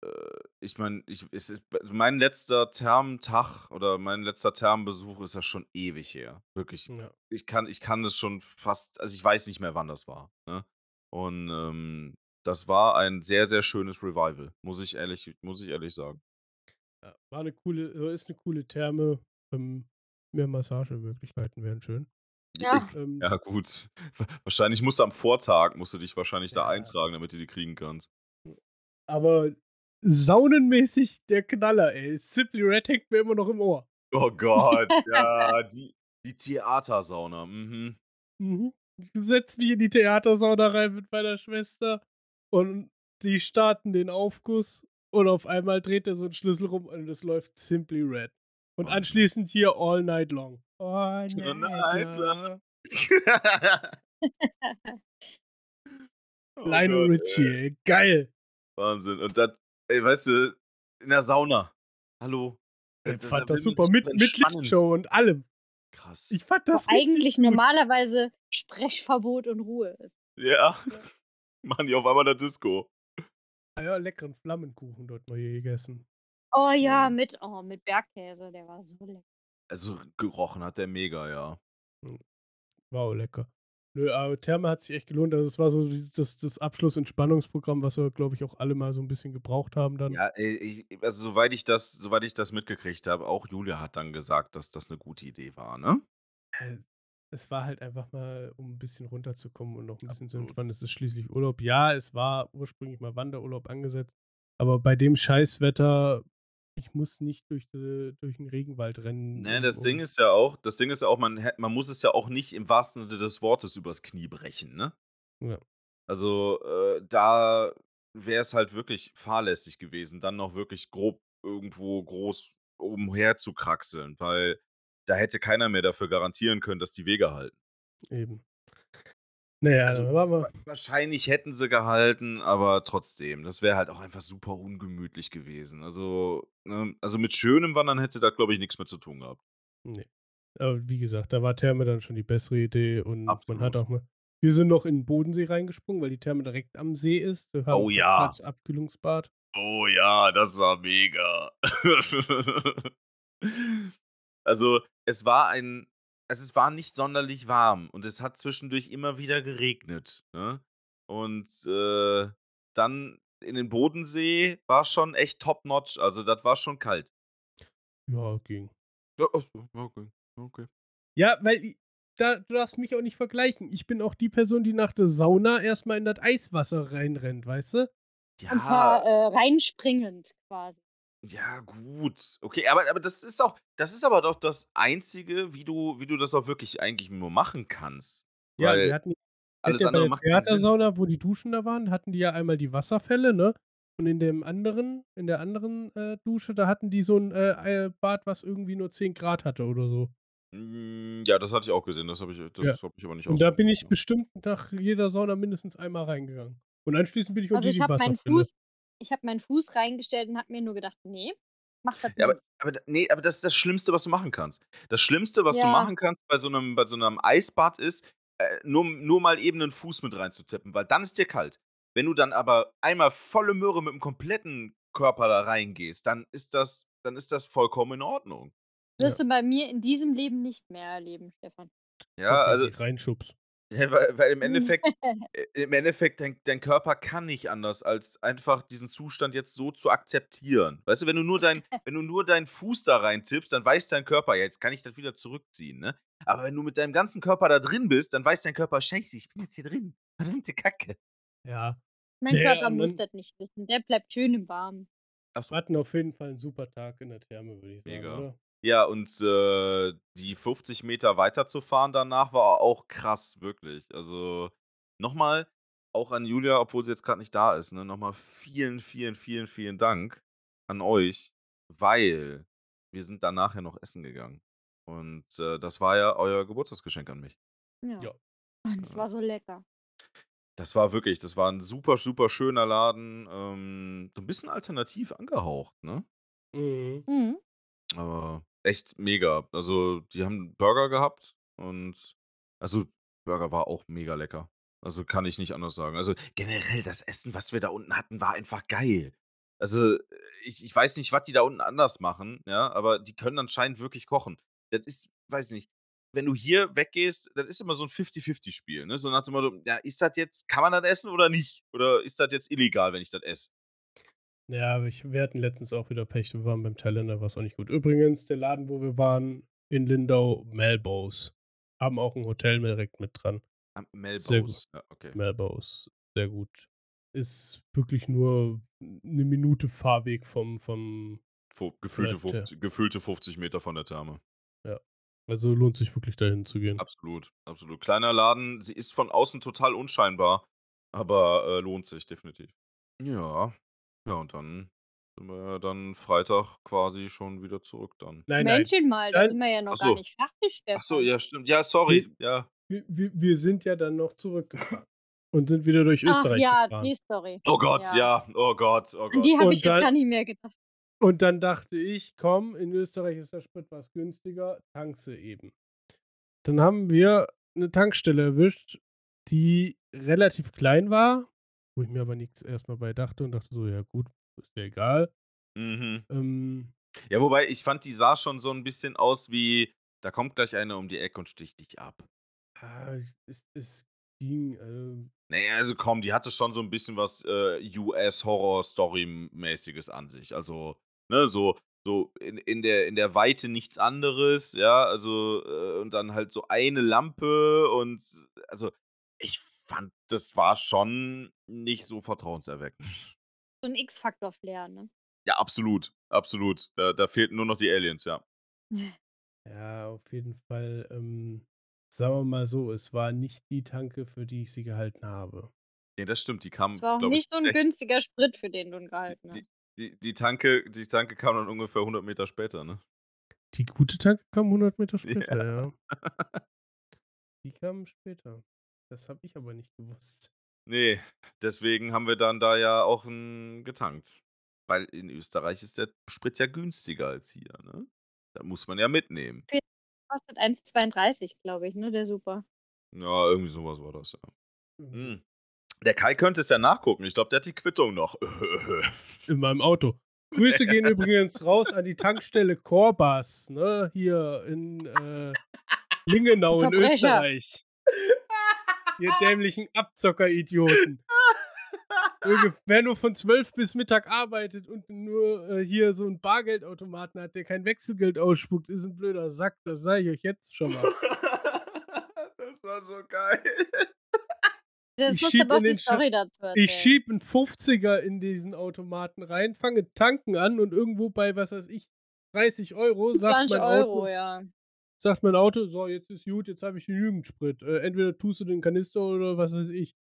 Speaker 3: äh, ich meine, ich, es ist, also mein letzter Thermentag oder mein letzter Thermenbesuch ist ja schon ewig her. Wirklich.
Speaker 2: Ja.
Speaker 3: Ich kann, ich kann das schon fast, also ich weiß nicht mehr, wann das war. Ne? Und ähm, das war ein sehr, sehr schönes Revival, muss ich ehrlich, muss ich ehrlich sagen.
Speaker 2: Ja, War eine coole, äh, ist eine coole Therme. Ähm, mehr Massagemöglichkeiten wären schön.
Speaker 4: Ja.
Speaker 2: Ähm,
Speaker 3: Ja, gut. Wa- Wahrscheinlich musst du am Vortag, musst du dich wahrscheinlich
Speaker 2: Ja.
Speaker 3: da eintragen, damit du die kriegen kannst.
Speaker 2: Aber saunenmäßig der Knaller, ey. Simply Red hängt mir immer noch im Ohr.
Speaker 3: Oh Gott, ja, die, die Theatersauna. Mhm.
Speaker 2: Mhm. Ich setz mich in die Theatersauna rein mit meiner Schwester und die starten den Aufguss und auf einmal dreht er so einen Schlüssel rum und es läuft Simply Red. Und
Speaker 3: Oh.
Speaker 2: anschließend hier All Night Long. All
Speaker 3: All night long. Oh
Speaker 2: Lionel
Speaker 3: Gott,
Speaker 2: Richie,
Speaker 3: Ey.
Speaker 2: ey. Geil.
Speaker 3: Wahnsinn. Und das, ey, weißt du, in der Sauna. Hallo.
Speaker 2: Ich
Speaker 3: da
Speaker 2: fand das
Speaker 3: will
Speaker 2: super.
Speaker 3: man sich
Speaker 2: Mit,
Speaker 3: drin
Speaker 2: mit
Speaker 3: spannen.
Speaker 2: Lichtshow und allem.
Speaker 3: Krass.
Speaker 2: Ich fand das
Speaker 4: Wo eigentlich
Speaker 2: richtig gut.
Speaker 4: normalerweise Sprechverbot und Ruhe ist.
Speaker 3: ja. Machen die auf einmal der Disco.
Speaker 2: Ah ja, leckeren Flammenkuchen dort mal hier gegessen.
Speaker 4: Oh ja,
Speaker 3: Ja.
Speaker 4: mit, oh, mit Bergkäse, der war so lecker.
Speaker 3: Also gerochen hat der mega, ja.
Speaker 2: Wow, lecker. Nö, aber Therme hat sich echt gelohnt. Also es war so dieses- das, das Abschluss-Entspannungsprogramm, was wir, glaube ich, auch alle mal so ein bisschen gebraucht haben dann.
Speaker 3: Ja, ey, ich, also soweit ich das, soweit ich das mitgekriegt habe, auch Julia hat dann gesagt, dass das eine gute Idee war, ne?
Speaker 2: Äh, Es war halt einfach mal, um ein bisschen runterzukommen und noch ein bisschen zu
Speaker 3: Absolut.
Speaker 2: entspannen. Es ist schließlich Urlaub. Ja, es war ursprünglich mal Wanderurlaub angesetzt, aber bei dem Scheißwetter, ich muss nicht durch, die, durch den Regenwald rennen.
Speaker 3: Ne,
Speaker 2: um-
Speaker 3: das
Speaker 2: um-
Speaker 3: Ding ist ja auch, das Ding ist ja auch, man, hä- man muss es ja auch nicht im wahrsten Sinne des Wortes übers Knie brechen, ne?
Speaker 2: Ja.
Speaker 3: Also äh, da wäre es halt wirklich fahrlässig gewesen, dann noch wirklich grob irgendwo groß umher zu kraxeln, weil da hätte keiner mehr dafür garantieren können, dass die Wege halten.
Speaker 2: Eben. Naja,
Speaker 3: Also,
Speaker 2: dann waren wir.
Speaker 3: Wa- Wahrscheinlich hätten sie gehalten, aber trotzdem, das wäre halt auch einfach super ungemütlich gewesen. Also, ne, also mit schönem Wandern hätte da, glaube ich, nichts mehr zu tun gehabt.
Speaker 2: Aber wie gesagt, da war Therme dann schon die bessere Idee und man
Speaker 3: Absolut.
Speaker 2: hat auch mal. Wir sind noch in den Bodensee reingesprungen, weil die Therme direkt am See ist. Wir haben
Speaker 3: Oh ja.
Speaker 2: Platz Abkühlungsbad.
Speaker 3: Oh ja, das war mega. also, es war ein. Also es war nicht sonderlich warm und es hat zwischendurch immer wieder geregnet. Ne? Und äh, dann in den Bodensee war schon echt top-notch. Also, das war schon kalt.
Speaker 2: Ja, ging.
Speaker 3: Ja, ach so, oh, okay. okay.
Speaker 2: Ja, weil i- da, du darfst mich auch nicht vergleichen. Ich bin auch die Person, die nach der Sauna erstmal in das Eiswasser reinrennt, weißt du?
Speaker 3: Ja,
Speaker 4: Und zwar äh, reinspringend quasi.
Speaker 3: Ja, gut. Okay, aber, aber das ist auch, das ist aber doch das Einzige, wie du, wie du das auch wirklich eigentlich nur machen kannst.
Speaker 2: Ja,
Speaker 3: Weil
Speaker 2: wir hatten
Speaker 3: alles
Speaker 2: ja
Speaker 3: andere
Speaker 2: bei
Speaker 3: macht
Speaker 2: der
Speaker 3: keinen Sinn.
Speaker 2: Theatersauna, wo die Duschen da waren, hatten die ja einmal die Wasserfälle, ne? Und in dem anderen, in der anderen äh, Dusche, da hatten die so ein äh, äh, Bad, was irgendwie nur 10 Grad hatte oder so.
Speaker 3: Mm, Ja, das hatte ich auch gesehen, das habe ich, das
Speaker 2: Ja.
Speaker 3: hab ich aber nicht
Speaker 2: Und da bin ich
Speaker 3: ausprobiert,
Speaker 2: bestimmt nach jeder Sauna mindestens einmal reingegangen. Und anschließend bin ich
Speaker 4: Also
Speaker 2: unter
Speaker 4: ich
Speaker 2: die
Speaker 4: habe meinen
Speaker 2: Wasserfälle.
Speaker 4: Fuß, ich habe meinen Fuß reingestellt und habe mir nur gedacht, nee, mach das
Speaker 3: ja. Ja,
Speaker 4: nicht.
Speaker 3: aber, ne? aber da- nee, aber das ist das Schlimmste, was du machen kannst. Das Schlimmste, was du
Speaker 4: Ja.
Speaker 3: machen kannst bei so einem, bei so einem Eisbad ist, äh, nur, nur mal eben einen Fuß mit reinzuzippen, weil dann ist dir kalt. Wenn du dann aber einmal volle Möhre mit dem kompletten Körper da reingehst, dann ist das, dann ist das vollkommen in Ordnung.
Speaker 4: Wirst du bei mir in diesem Leben nicht mehr erleben, Stefan.
Speaker 3: Ja, also
Speaker 2: Reinschubs.
Speaker 3: Ja, weil, weil im Endeffekt, äh, im Endeffekt, dein, dein Körper kann nicht anders, als einfach diesen Zustand jetzt so zu akzeptieren. Weißt du, wenn du nur, dein, wenn du nur deinen Fuß da rein tippst, dann weiß dein Körper, ja, jetzt kann ich das wieder zurückziehen, ne? Aber wenn du mit deinem ganzen Körper da drin bist, dann weiß dein Körper, scheiße, ich bin jetzt hier drin. Verdammte Kacke.
Speaker 2: Ja.
Speaker 4: Mein
Speaker 2: Ja,
Speaker 4: Körper
Speaker 2: und
Speaker 4: muss
Speaker 2: dann-
Speaker 4: das nicht wissen. Der bleibt schön im Warmen.
Speaker 2: Wir hatten auf jeden Fall einen super Tag in der Therme, würde ich sagen,
Speaker 3: Mega.
Speaker 2: oder?
Speaker 3: Ja, und äh, die 50 Meter weiterzufahren danach war auch krass, wirklich. Also nochmal, auch an Julia, obwohl sie jetzt gerade nicht da ist, ne, nochmal vielen, vielen, vielen, vielen Dank an euch, weil wir sind danach ja noch essen gegangen. Und äh, das war ja euer Geburtstagsgeschenk an mich.
Speaker 4: Ja.
Speaker 2: Ja. Genau.
Speaker 4: Und es
Speaker 3: Ja.
Speaker 4: war so lecker.
Speaker 3: Das war wirklich, das war ein super, super schöner Laden. Ähm, so ein bisschen alternativ angehaucht, ne?
Speaker 2: Mhm.
Speaker 4: Mhm.
Speaker 3: Aber echt mega. Also, die haben Burger gehabt und also Burger war auch mega lecker. Also kann ich nicht anders sagen. Also generell das Essen, was wir da unten hatten, war einfach geil. Also äh, ich, ich weiß nicht, was die da unten anders machen, ja, aber die können anscheinend wirklich kochen. Das ist, weiß nicht, wenn du hier weggehst, das ist immer so ein 50-50-Spiel, ne? So nach dem Motto, ja, ist das jetzt, kann man das essen oder nicht? Oder ist das jetzt illegal, wenn ich das esse?
Speaker 2: Ja, aber ich, wir hatten letztens auch wieder Pech. Wir waren beim Thailänder, war es auch nicht gut. Übrigens, der Laden, wo wir waren, in Lindau, Melbo's. haben auch ein Hotel direkt mit dran.
Speaker 3: Am Melbourne.
Speaker 2: Sehr gut.
Speaker 3: Ja, okay.
Speaker 2: Melbourne sehr gut. Ist wirklich nur eine Minute Fahrweg vom, vom
Speaker 3: Fu- Gefühlte,
Speaker 2: Leute.
Speaker 3: 50, gefühlte 50 Meter von der Therme.
Speaker 2: also lohnt sich wirklich dahin zu gehen.
Speaker 3: Absolut, absolut. Kleiner Laden, sie ist von außen total unscheinbar, aber äh, lohnt sich definitiv. Ja, ja, und dann sind wir ja dann Freitag quasi schon wieder zurück dann.
Speaker 2: Nein, nein,
Speaker 4: Männchen mal, da
Speaker 2: Nein.
Speaker 4: sind wir ja noch
Speaker 3: Ach so.
Speaker 4: gar nicht fertig, Stefan.
Speaker 3: Achso, ja, stimmt. Ja, sorry. Ja,
Speaker 2: wir, wir, wir sind ja dann noch zurückgefahren und sind wieder durch
Speaker 4: Ach
Speaker 2: Österreich
Speaker 4: ja,
Speaker 2: gefahren.
Speaker 4: die Story.
Speaker 3: Oh Gott, ja. Oh Gott, oh
Speaker 4: An
Speaker 3: Gott.
Speaker 4: die habe
Speaker 2: Und
Speaker 4: ich jetzt
Speaker 2: dann-
Speaker 4: gar nicht mehr gedacht.
Speaker 2: Und dann dachte ich, komm, in Österreich ist der Sprit was günstiger, tankse eben. Dann haben wir eine Tankstelle erwischt, die relativ klein war, wo ich mir aber nichts erstmal bei dachte und dachte so, ja gut, ist ja egal.
Speaker 3: Mhm.
Speaker 2: Ähm,
Speaker 3: Ja, wobei, ich fand, die sah schon so ein bisschen aus wie, da kommt gleich einer um die Ecke und sticht dich ab.
Speaker 2: ah, es, es ging, also
Speaker 3: Naja, also komm, die hatte schon so ein bisschen was äh, US-Horror-Story-mäßiges an sich. Also, ne, so, so in, in, der, in der Weite nichts anderes, ja, also, äh, und dann halt so eine Lampe und, also, ich fand, das war schon nicht so vertrauenserweckend.
Speaker 4: So ein X-Faktor-Flair, ne?
Speaker 3: Ja, absolut, absolut. Da, da fehlten nur noch die Aliens, ja.
Speaker 2: Ja, auf jeden Fall. Ähm, sagen wir mal so, es war nicht die Tanke, für die ich sie gehalten habe.
Speaker 3: Nee, das stimmt, die kam,
Speaker 4: Es war auch
Speaker 3: glaub
Speaker 4: nicht so
Speaker 3: ich,
Speaker 4: ein halt, ne?
Speaker 3: 60
Speaker 4: günstiger Sprit, für den du ihn gehalten hast.
Speaker 3: Die, die, Tanke, die Tanke kam dann ungefähr 100 Meter später, ne?
Speaker 2: Die gute Tanke kam 100 Meter
Speaker 3: Ja.
Speaker 2: später, ja. Die kam später. Das habe ich aber nicht gewusst.
Speaker 3: Nee, Ne, deswegen haben wir dann da ja auch ein getankt. Weil in Österreich ist der Sprit ja günstiger als hier, ne? Da muss man ja mitnehmen.
Speaker 4: Kostet 1,32, glaube ich, ne? Der Super.
Speaker 3: Ja, irgendwie sowas war das, ja.
Speaker 2: In
Speaker 3: Hm. Der Kai könnte es ja nachgucken. Ich glaube, der hat die Quittung noch.
Speaker 2: meinem Auto. Grüße gehen übrigens raus an die Tankstelle Korbas, ne? Hier in äh, Lingenau in
Speaker 4: Verbrecher.
Speaker 2: Österreich. Ihr dämlichen Abzockeridioten. Junge, Wer nur von 12 bis Mittag arbeitet und nur äh, hier so einen Bargeldautomaten hat, der kein Wechselgeld ausspuckt, ist ein blöder Sack. Das sage ich euch jetzt schon mal.
Speaker 3: das war so geil.
Speaker 4: Das
Speaker 2: Ich
Speaker 4: muss
Speaker 2: schieb
Speaker 4: aber auch
Speaker 2: in
Speaker 4: die
Speaker 2: den Scha-
Speaker 4: Story dazu erzählen.
Speaker 2: Ich schieb einen 50er in diesen Automaten rein, fange tanken an und irgendwo bei, was weiß ich, 30 Euro sagt
Speaker 4: 20
Speaker 2: mein,
Speaker 4: Euro,
Speaker 2: Auto,
Speaker 4: ja.
Speaker 2: sagt mein Auto, so, jetzt ist gut, jetzt habe ich genügend Sprit. Äh, entweder tust du den Kanister oder was weiß ich.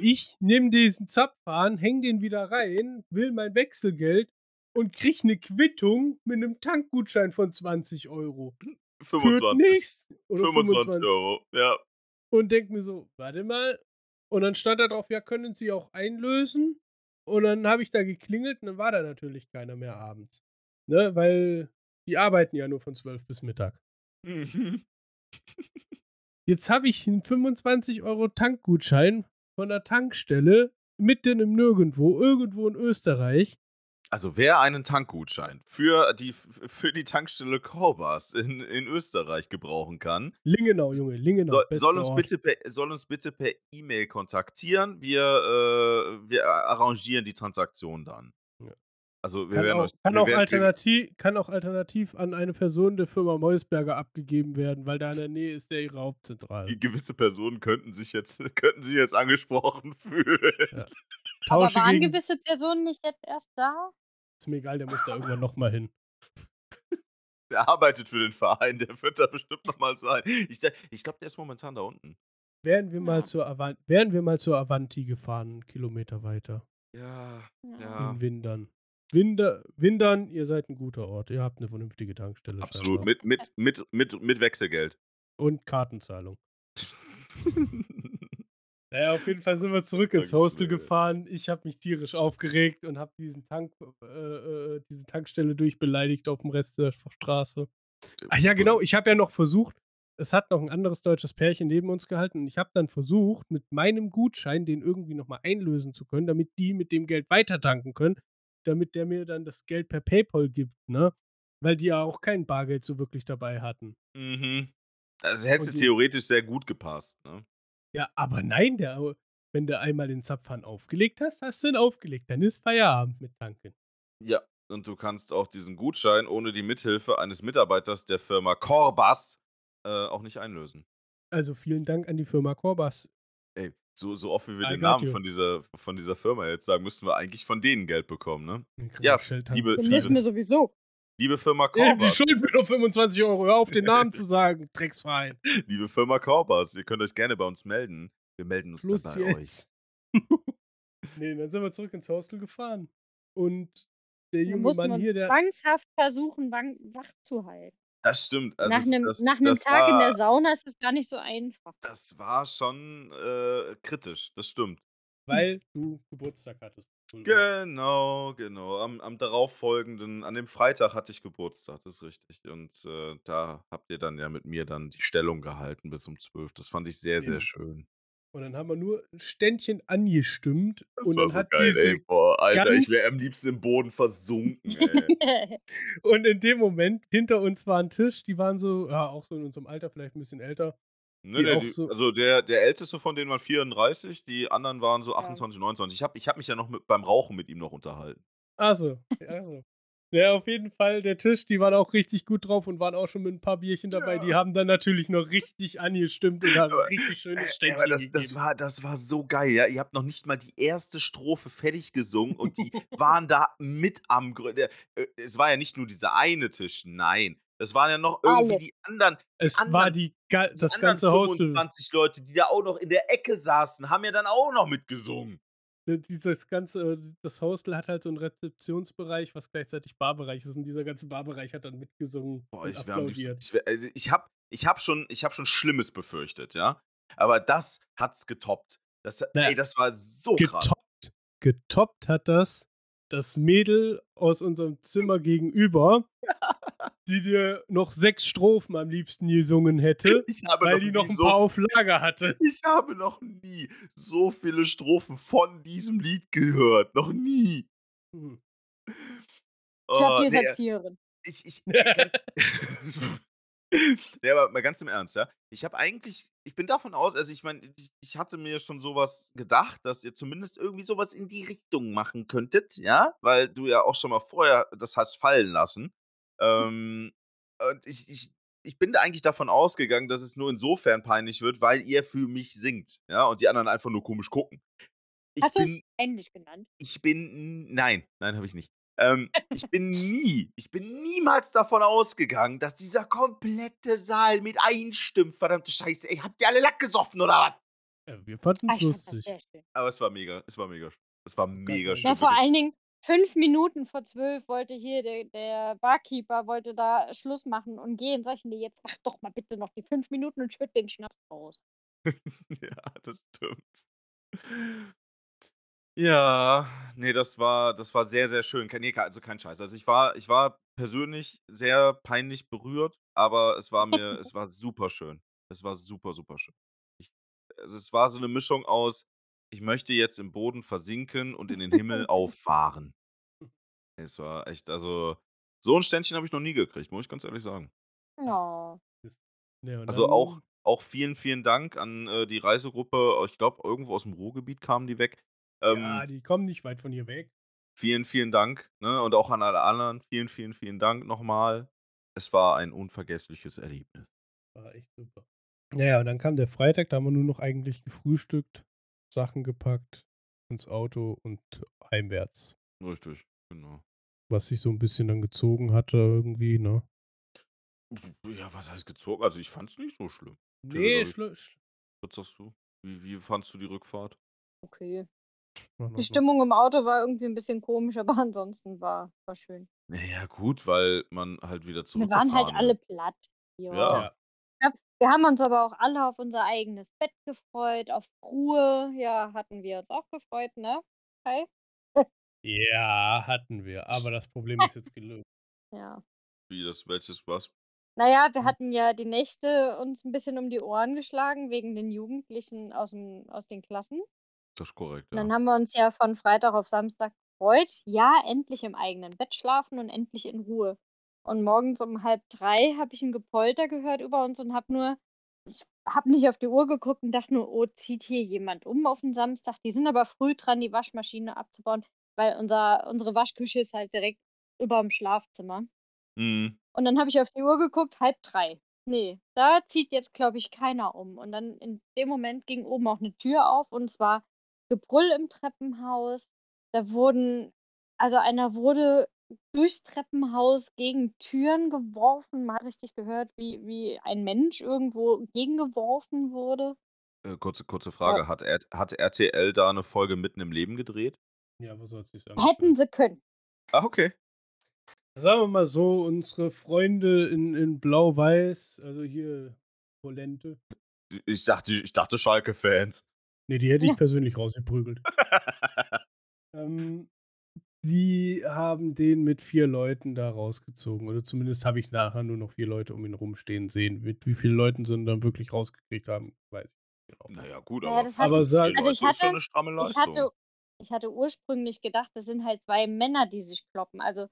Speaker 2: Ich nehme diesen Zapfhahn, häng den wieder rein, will mein Wechselgeld und krieg eine Quittung mit einem Tankgutschein von 20 Euro. Für
Speaker 3: 25,
Speaker 2: nichts. Oder
Speaker 3: 25 Euro. Ja.
Speaker 2: und denk mir so, warte mal. Und dann stand da drauf, ja, können Sie auch einlösen? Und dann habe ich da geklingelt und dann war da natürlich keiner mehr abends. Ne, weil die arbeiten ja nur von 12 bis Mittag.
Speaker 3: Mhm.
Speaker 2: Jetzt habe ich einen 25 Euro Tankgutschein von der Tankstelle mitten im Nirgendwo, irgendwo in Österreich.
Speaker 3: Also wer einen Tankgutschein für die, für die Tankstelle Korbas in, in Österreich gebrauchen kann,
Speaker 2: Lingenau, Junge, Lingenau.
Speaker 3: soll,
Speaker 2: bester
Speaker 3: soll, uns
Speaker 2: Ort.
Speaker 3: bitte per, soll uns bitte per E-Mail kontaktieren. Wir, äh, wir arrangieren die Transaktion dann.
Speaker 2: Ja.
Speaker 3: Also wir
Speaker 2: Kann
Speaker 3: werden
Speaker 2: auch,
Speaker 3: euch.
Speaker 2: kann,
Speaker 3: wir
Speaker 2: auch
Speaker 3: werden,
Speaker 2: alternativ, kann auch alternativ an eine Person der Firma Meusberger abgegeben werden, weil da in der Nähe ist der ihre Hauptzentrale.
Speaker 3: wir, gewisse Personen könnten sich jetzt könnten sich jetzt angesprochen fühlen.
Speaker 4: Aber
Speaker 2: Tausche
Speaker 4: waren
Speaker 2: gegen.
Speaker 4: gewisse Personen nicht jetzt erst da?
Speaker 2: Ist mir egal, der muss da irgendwann nochmal hin.
Speaker 3: Der arbeitet für den Verein, der wird da bestimmt nochmal sein. Ich, sag- ich glaube, der ist momentan da unten.
Speaker 2: Wären wir, mal
Speaker 4: Ja.
Speaker 2: zur Avan wären wir mal zur Avanti gefahren, einen Kilometer weiter.
Speaker 3: Ja,
Speaker 4: Ja.
Speaker 3: Ja.
Speaker 2: In Windern. Winder Windern, ihr seid ein guter Ort. Ihr habt eine vernünftige Tankstelle.
Speaker 3: absolut.
Speaker 2: scheinbar.
Speaker 3: Mit, mit, mit, mit, mit Wechselgeld.
Speaker 2: Und Kartenzahlung. Naja, auf jeden Fall sind wir zurück ins
Speaker 3: Dankeschön,
Speaker 2: Hostel
Speaker 3: Leute.
Speaker 2: gefahren. Ich habe mich tierisch aufgeregt und habe diesen Tank, äh, äh, diese Tankstelle durchbeleidigt auf dem Rest der Straße. Ach ja, genau. Ich habe ja noch versucht, es hat noch ein anderes deutsches Pärchen neben uns gehalten und ich habe dann versucht, mit meinem Gutschein den irgendwie nochmal einlösen zu können, damit die mit dem Geld weiter tanken können, damit der mir dann das Geld per PayPal gibt, ne? Weil die ja auch kein Bargeld so wirklich dabei hatten.
Speaker 3: Mhm. Also hätte
Speaker 2: Und die-
Speaker 3: theoretisch sehr gut gepasst. Ne?
Speaker 2: Ja, aber nein, der, wenn du einmal den Zapfhahn aufgelegt hast, hast du ihn aufgelegt. Dann ist Feierabend mit Tanken.
Speaker 3: Ja. Und du kannst auch diesen Gutschein ohne die Mithilfe eines Mitarbeiters der Firma Corbas äh, auch nicht einlösen.
Speaker 2: Also vielen Dank an die Firma Corbas.
Speaker 3: Ey, so, so oft wie wir
Speaker 2: I
Speaker 3: den
Speaker 2: got
Speaker 3: Namen
Speaker 2: you.
Speaker 3: von dieser, von dieser Firma jetzt sagen, müssten wir eigentlich von denen Geld bekommen, ne? Ja, liebe,
Speaker 4: Wir
Speaker 3: liebe,
Speaker 4: müssen wir sowieso.
Speaker 3: liebe Firma
Speaker 2: Die
Speaker 3: Korbas,
Speaker 2: schulden mir doch 25 Euro. Hör auf, den Namen zu sagen, Drecksverein.
Speaker 3: liebe Firma Korbas, ihr könnt euch gerne bei uns melden. Wir melden uns
Speaker 2: Schluss
Speaker 3: dann bei euch.
Speaker 2: jetzt. nee, Ne, dann sind wir zurück ins Hostel gefahren. Und der
Speaker 4: Wir
Speaker 2: junge
Speaker 4: mussten
Speaker 2: Mann
Speaker 4: uns
Speaker 2: hier, der.
Speaker 4: zwangshaft versuchen, wang- wach zu halten.
Speaker 3: Das stimmt. Also
Speaker 4: nach
Speaker 3: es-
Speaker 4: einem,
Speaker 3: das,
Speaker 4: nach einem
Speaker 3: das
Speaker 4: Tag
Speaker 3: war,
Speaker 4: in der Sauna ist es gar nicht so einfach.
Speaker 3: Das war schon äh, kritisch, das stimmt.
Speaker 2: Weil du Geburtstag hattest.
Speaker 3: Genau, genau. Am, am darauffolgenden, an dem Freitag hatte ich Geburtstag, das ist richtig. Und äh, da habt ihr dann ja mit mir dann die Stellung gehalten bis um 12. Das fand ich sehr, sehr
Speaker 2: Stimmt.
Speaker 3: schön.
Speaker 2: Und dann haben wir nur ein Ständchen angestimmt.
Speaker 3: Das
Speaker 2: und
Speaker 3: war
Speaker 2: dann
Speaker 3: so
Speaker 2: hat
Speaker 3: geil,
Speaker 2: diese
Speaker 3: ey. Boah, Alter, ich wäre
Speaker 2: ganz-
Speaker 3: am liebsten im Boden versunken, ey.
Speaker 2: Und in dem Moment, hinter uns war ein Tisch, die waren so, ja, auch so in unserem Alter, vielleicht ein bisschen älter.
Speaker 3: Nee,
Speaker 2: Die
Speaker 3: nee,
Speaker 2: auch
Speaker 3: die,
Speaker 2: so-
Speaker 3: also der, der älteste von denen war 34, die anderen waren so
Speaker 4: Ja.
Speaker 3: 28, 29. Ich habe ich hab mich ja noch mit, beim Rauchen mit ihm noch unterhalten.
Speaker 2: Also, also. Ja, auf jeden Fall, der Tisch, die waren auch richtig gut drauf und waren auch schon mit ein paar Bierchen dabei.
Speaker 3: Ja.
Speaker 2: Die haben dann natürlich noch richtig angestimmt und haben
Speaker 3: Aber-
Speaker 2: richtig schönes
Speaker 3: Ey,
Speaker 2: Ständchen
Speaker 3: aber das, das,
Speaker 2: gegeben.
Speaker 3: war, das war so geil, ja. Ihr habt noch nicht mal die erste Strophe fertig gesungen und die waren da mit am Grü- der- äh, Es war ja nicht nur dieser eine Tisch, nein. Das waren ja noch irgendwie
Speaker 4: Alle.
Speaker 3: die anderen,
Speaker 2: es
Speaker 3: anderen-
Speaker 2: war die, ga-
Speaker 3: die
Speaker 2: das
Speaker 3: anderen
Speaker 2: ganze Hostel,
Speaker 3: 25 Leute, die da auch noch in der Ecke saßen, haben ja dann auch noch mitgesungen.
Speaker 2: dieses ganze, äh, das Hostel hat halt so einen Rezeptionsbereich, was gleichzeitig Barbereich ist und dieser ganze Barbereich hat dann mitgesungen
Speaker 3: Boah,
Speaker 2: und
Speaker 3: ich wär am liebsten.
Speaker 2: applaudiert.
Speaker 3: Ich, wär, also ich habe ich hab schon, ich hab schon Schlimmes befürchtet, ja. Aber das hat's getoppt. Das,
Speaker 2: Naja,
Speaker 3: ey, das war so krass.
Speaker 2: Getoppt, getoppt hat das das Mädel aus unserem Zimmer gegenüber, die dir noch sechs Strophen am liebsten gesungen hätte.
Speaker 3: Ich habe
Speaker 2: weil die
Speaker 3: nie
Speaker 2: noch ein
Speaker 3: so
Speaker 2: paar auf Lager hatte.
Speaker 3: Ich habe noch nie so viele Strophen von diesem Lied gehört. Noch nie. Hm.
Speaker 4: Ich hab
Speaker 3: Oh,
Speaker 4: die
Speaker 3: nee,
Speaker 4: Erzieherin.
Speaker 3: ich, ich, ey, ganz, nee, aber mal ganz im Ernst, ja. Ich habe eigentlich, ich bin davon aus, also ich meine, ich, ich hatte mir schon sowas gedacht, dass ihr zumindest irgendwie sowas in die Richtung machen könntet, ja, weil du ja auch schon mal vorher das hast fallen lassen. Ähm,
Speaker 4: Mhm.
Speaker 3: und ich, ich, ich bin da eigentlich davon ausgegangen, dass es nur insofern peinlich wird, weil ihr für mich singt, ja, und die anderen einfach nur komisch gucken. Ich
Speaker 4: Hast du-
Speaker 3: bin
Speaker 4: Ähnlich genannt.
Speaker 3: ich bin. Nein, nein, habe ich nicht. Ähm, ich bin nie, ich bin niemals davon ausgegangen, dass dieser komplette Saal mit einstimmt. Verdammte Scheiße, ey, habt ihr alle Lack gesoffen oder was?
Speaker 2: Ja, wir fanden
Speaker 4: Ah,
Speaker 2: es
Speaker 4: ich fand das
Speaker 2: lustig.
Speaker 4: sehr schön.
Speaker 3: Aber es war mega, es war mega, es war mega
Speaker 2: Dank.
Speaker 3: schön.
Speaker 4: Ja, vor
Speaker 3: wirklich.
Speaker 4: allen Dingen fünf Minuten vor zwölf wollte hier der, der Barkeeper wollte da Schluss machen und gehen. Sag ich, nee, jetzt mach doch mal bitte noch die fünf Minuten und schütt den Schnaps raus.
Speaker 3: ja, das stimmt. Ja, nee, das war, das war sehr, sehr schön. Kein- Nee, ke- also kein Scheiß. Also ich war, ich war persönlich sehr peinlich berührt, aber es war mir, es war super schön. Es war super, super schön. Ich, also es war so eine Mischung aus, ich möchte jetzt im Boden versinken und in den Himmel auffahren. Es war echt, also so ein Ständchen habe ich noch nie gekriegt, muss ich ganz ehrlich sagen.
Speaker 4: No.
Speaker 2: Ja, und
Speaker 3: Also
Speaker 2: dann-
Speaker 3: auch, auch vielen, vielen Dank an äh, die Reisegruppe. Ich glaube, irgendwo aus dem Ruhrgebiet kamen die weg. Ähm,
Speaker 2: ja, die kommen nicht weit von hier weg.
Speaker 3: vielen, vielen Dank. Ne? Und auch an alle anderen. Vielen, vielen, vielen Dank nochmal. Es war ein unvergessliches Erlebnis.
Speaker 2: War echt super. Naja, und dann kam der Freitag, da haben wir nur noch eigentlich gefrühstückt, Sachen gepackt, ins Auto und heimwärts.
Speaker 3: Richtig, genau.
Speaker 2: Was sich so ein bisschen dann gezogen hatte irgendwie, ne?
Speaker 3: Ja, was heißt gezogen? Also ich fand es nicht so schlimm.
Speaker 2: Nee, schlu-
Speaker 3: Theodor,
Speaker 2: sch-
Speaker 3: Was sagst du? Wie, wie fandst du die Rückfahrt?
Speaker 4: Okay.
Speaker 2: mach noch
Speaker 4: Die
Speaker 2: mal.
Speaker 4: Stimmung im Auto war irgendwie ein bisschen komisch, aber ansonsten war, war schön.
Speaker 3: Naja, gut, weil man halt wieder
Speaker 4: Wir
Speaker 3: zurückgefahren
Speaker 4: waren halt alle
Speaker 3: ist.
Speaker 4: platt.
Speaker 3: ne? Ja.
Speaker 4: Wir haben uns aber auch alle auf unser eigenes Bett gefreut, auf Ruhe. Ja, hatten wir uns auch gefreut, ne? Kai?
Speaker 2: Ja, hatten wir. Aber das Problem ist jetzt gelöst.
Speaker 4: Ja.
Speaker 3: Wie das, welches was?
Speaker 4: Naja, wir hatten ja die Nächte uns ein bisschen um die Ohren geschlagen wegen den Jugendlichen aus, dem, aus den Klassen.
Speaker 3: Das ist korrekt,
Speaker 4: Und dann
Speaker 3: ja.
Speaker 4: haben wir uns ja von Freitag auf Samstag gefreut. Ja, endlich im eigenen Bett schlafen und endlich in Ruhe. Und morgens um halb drei habe ich ein Gepolter gehört über uns und habe nur, ich habe nicht auf die Uhr geguckt und dachte nur, oh, zieht hier jemand um auf den Samstag. Die sind aber früh dran, die Waschmaschine abzubauen, weil unser, unsere Waschküche ist halt direkt über dem Schlafzimmer.
Speaker 3: Mhm.
Speaker 4: Und dann habe ich auf die Uhr geguckt, halb drei. Nee, da zieht jetzt, glaube ich, keiner um. Und dann in dem Moment ging oben auch eine Tür auf und es war Gebrüll im Treppenhaus. Da wurden, also einer wurde durchs Treppenhaus gegen Türen geworfen. Man hat richtig gehört, wie, wie ein Mensch irgendwo gegengeworfen wurde.
Speaker 3: Äh, kurze, kurze Frage: hat, R hat RTL da eine Folge mitten im Leben gedreht?
Speaker 2: Ja, was soll sie sagen?
Speaker 4: Hätten sie können.
Speaker 3: Ah, okay.
Speaker 2: Sagen wir mal so, unsere Freunde in, in Blau-Weiß, also hier Polente.
Speaker 3: Ich dachte, ich dachte Schalke-Fans.
Speaker 2: Nee, Ne, die hätte
Speaker 4: Ja.
Speaker 2: ich persönlich rausgeprügelt. ähm, die haben den mit vier Leuten da rausgezogen. Oder zumindest habe ich nachher nur noch vier Leute um ihn rumstehen sehen. Mit wie vielen Leuten sie ihn dann wirklich rausgekriegt haben, weiß ich nicht. genau.
Speaker 3: naja, gut,
Speaker 4: Ja,
Speaker 3: aber.
Speaker 4: das hat-
Speaker 2: Aber sag-
Speaker 4: Also ich
Speaker 3: ist schon
Speaker 4: hatte-
Speaker 3: eine stramme
Speaker 4: Ich
Speaker 3: Leistung.
Speaker 4: hatte, ich hatte ursprünglich gedacht, das sind halt zwei Männer, die sich kloppen. Also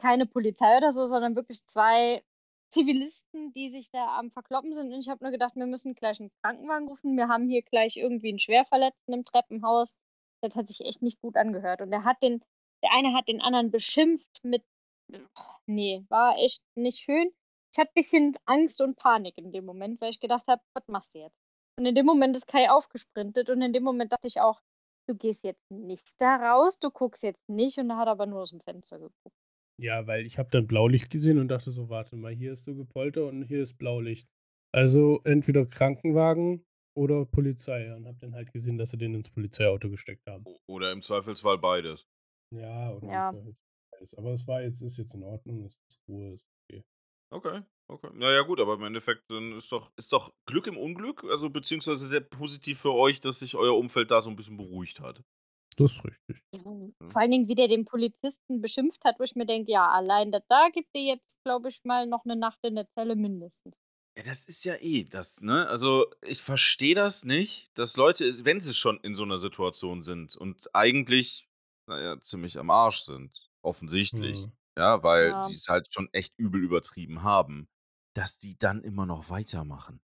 Speaker 4: keine Polizei oder so, sondern wirklich zwei Zivilisten, die sich da am Verkloppen sind. Und ich habe nur gedacht, wir müssen gleich einen Krankenwagen rufen. Wir haben hier gleich irgendwie einen Schwerverletzten im Treppenhaus. Das hat sich echt nicht gut angehört. Und der hat den, der eine hat den anderen beschimpft mit. Och, nee, war echt nicht schön. Ich hatte ein bisschen Angst und Panik in dem Moment, weil ich gedacht habe, was machst du jetzt? Und in dem Moment ist Kai aufgesprintet und in dem Moment dachte ich auch, du gehst jetzt nicht da raus, du guckst jetzt nicht und er hat aber nur aus dem Fenster geguckt.
Speaker 2: Ja, weil ich habe dann Blaulicht gesehen und dachte so, warte mal, hier ist so Gepolter und hier ist Blaulicht. Also entweder Krankenwagen oder Polizei. Und habe dann halt gesehen, dass sie den ins Polizeiauto gesteckt haben.
Speaker 3: O- Oder im Zweifelsfall beides.
Speaker 2: Ja, oder
Speaker 4: Ja.
Speaker 2: ob da jetzt Polizei ist. Aber es war jetzt, ist jetzt in Ordnung, es ist Ruhe, ist okay.
Speaker 3: Okay, okay. Naja, gut, aber im Endeffekt dann ist doch, ist doch Glück im Unglück, also beziehungsweise sehr positiv für euch, dass sich euer Umfeld da so ein bisschen beruhigt hat.
Speaker 2: Das ist richtig.
Speaker 4: Vor allen Dingen, wie der den Polizisten beschimpft hat, wo ich mir denke, ja, allein das da gibt dir jetzt, glaube ich, mal noch eine Nacht in der Zelle mindestens.
Speaker 3: Ja, das ist ja eh das, ne? Also, ich verstehe das nicht, dass Leute, wenn sie schon in so einer Situation sind und eigentlich, naja, ziemlich am Arsch sind, offensichtlich,
Speaker 2: Hm.
Speaker 3: ja, weil
Speaker 4: Ja.
Speaker 3: die es halt schon echt übel übertrieben haben, dass die dann immer noch weitermachen.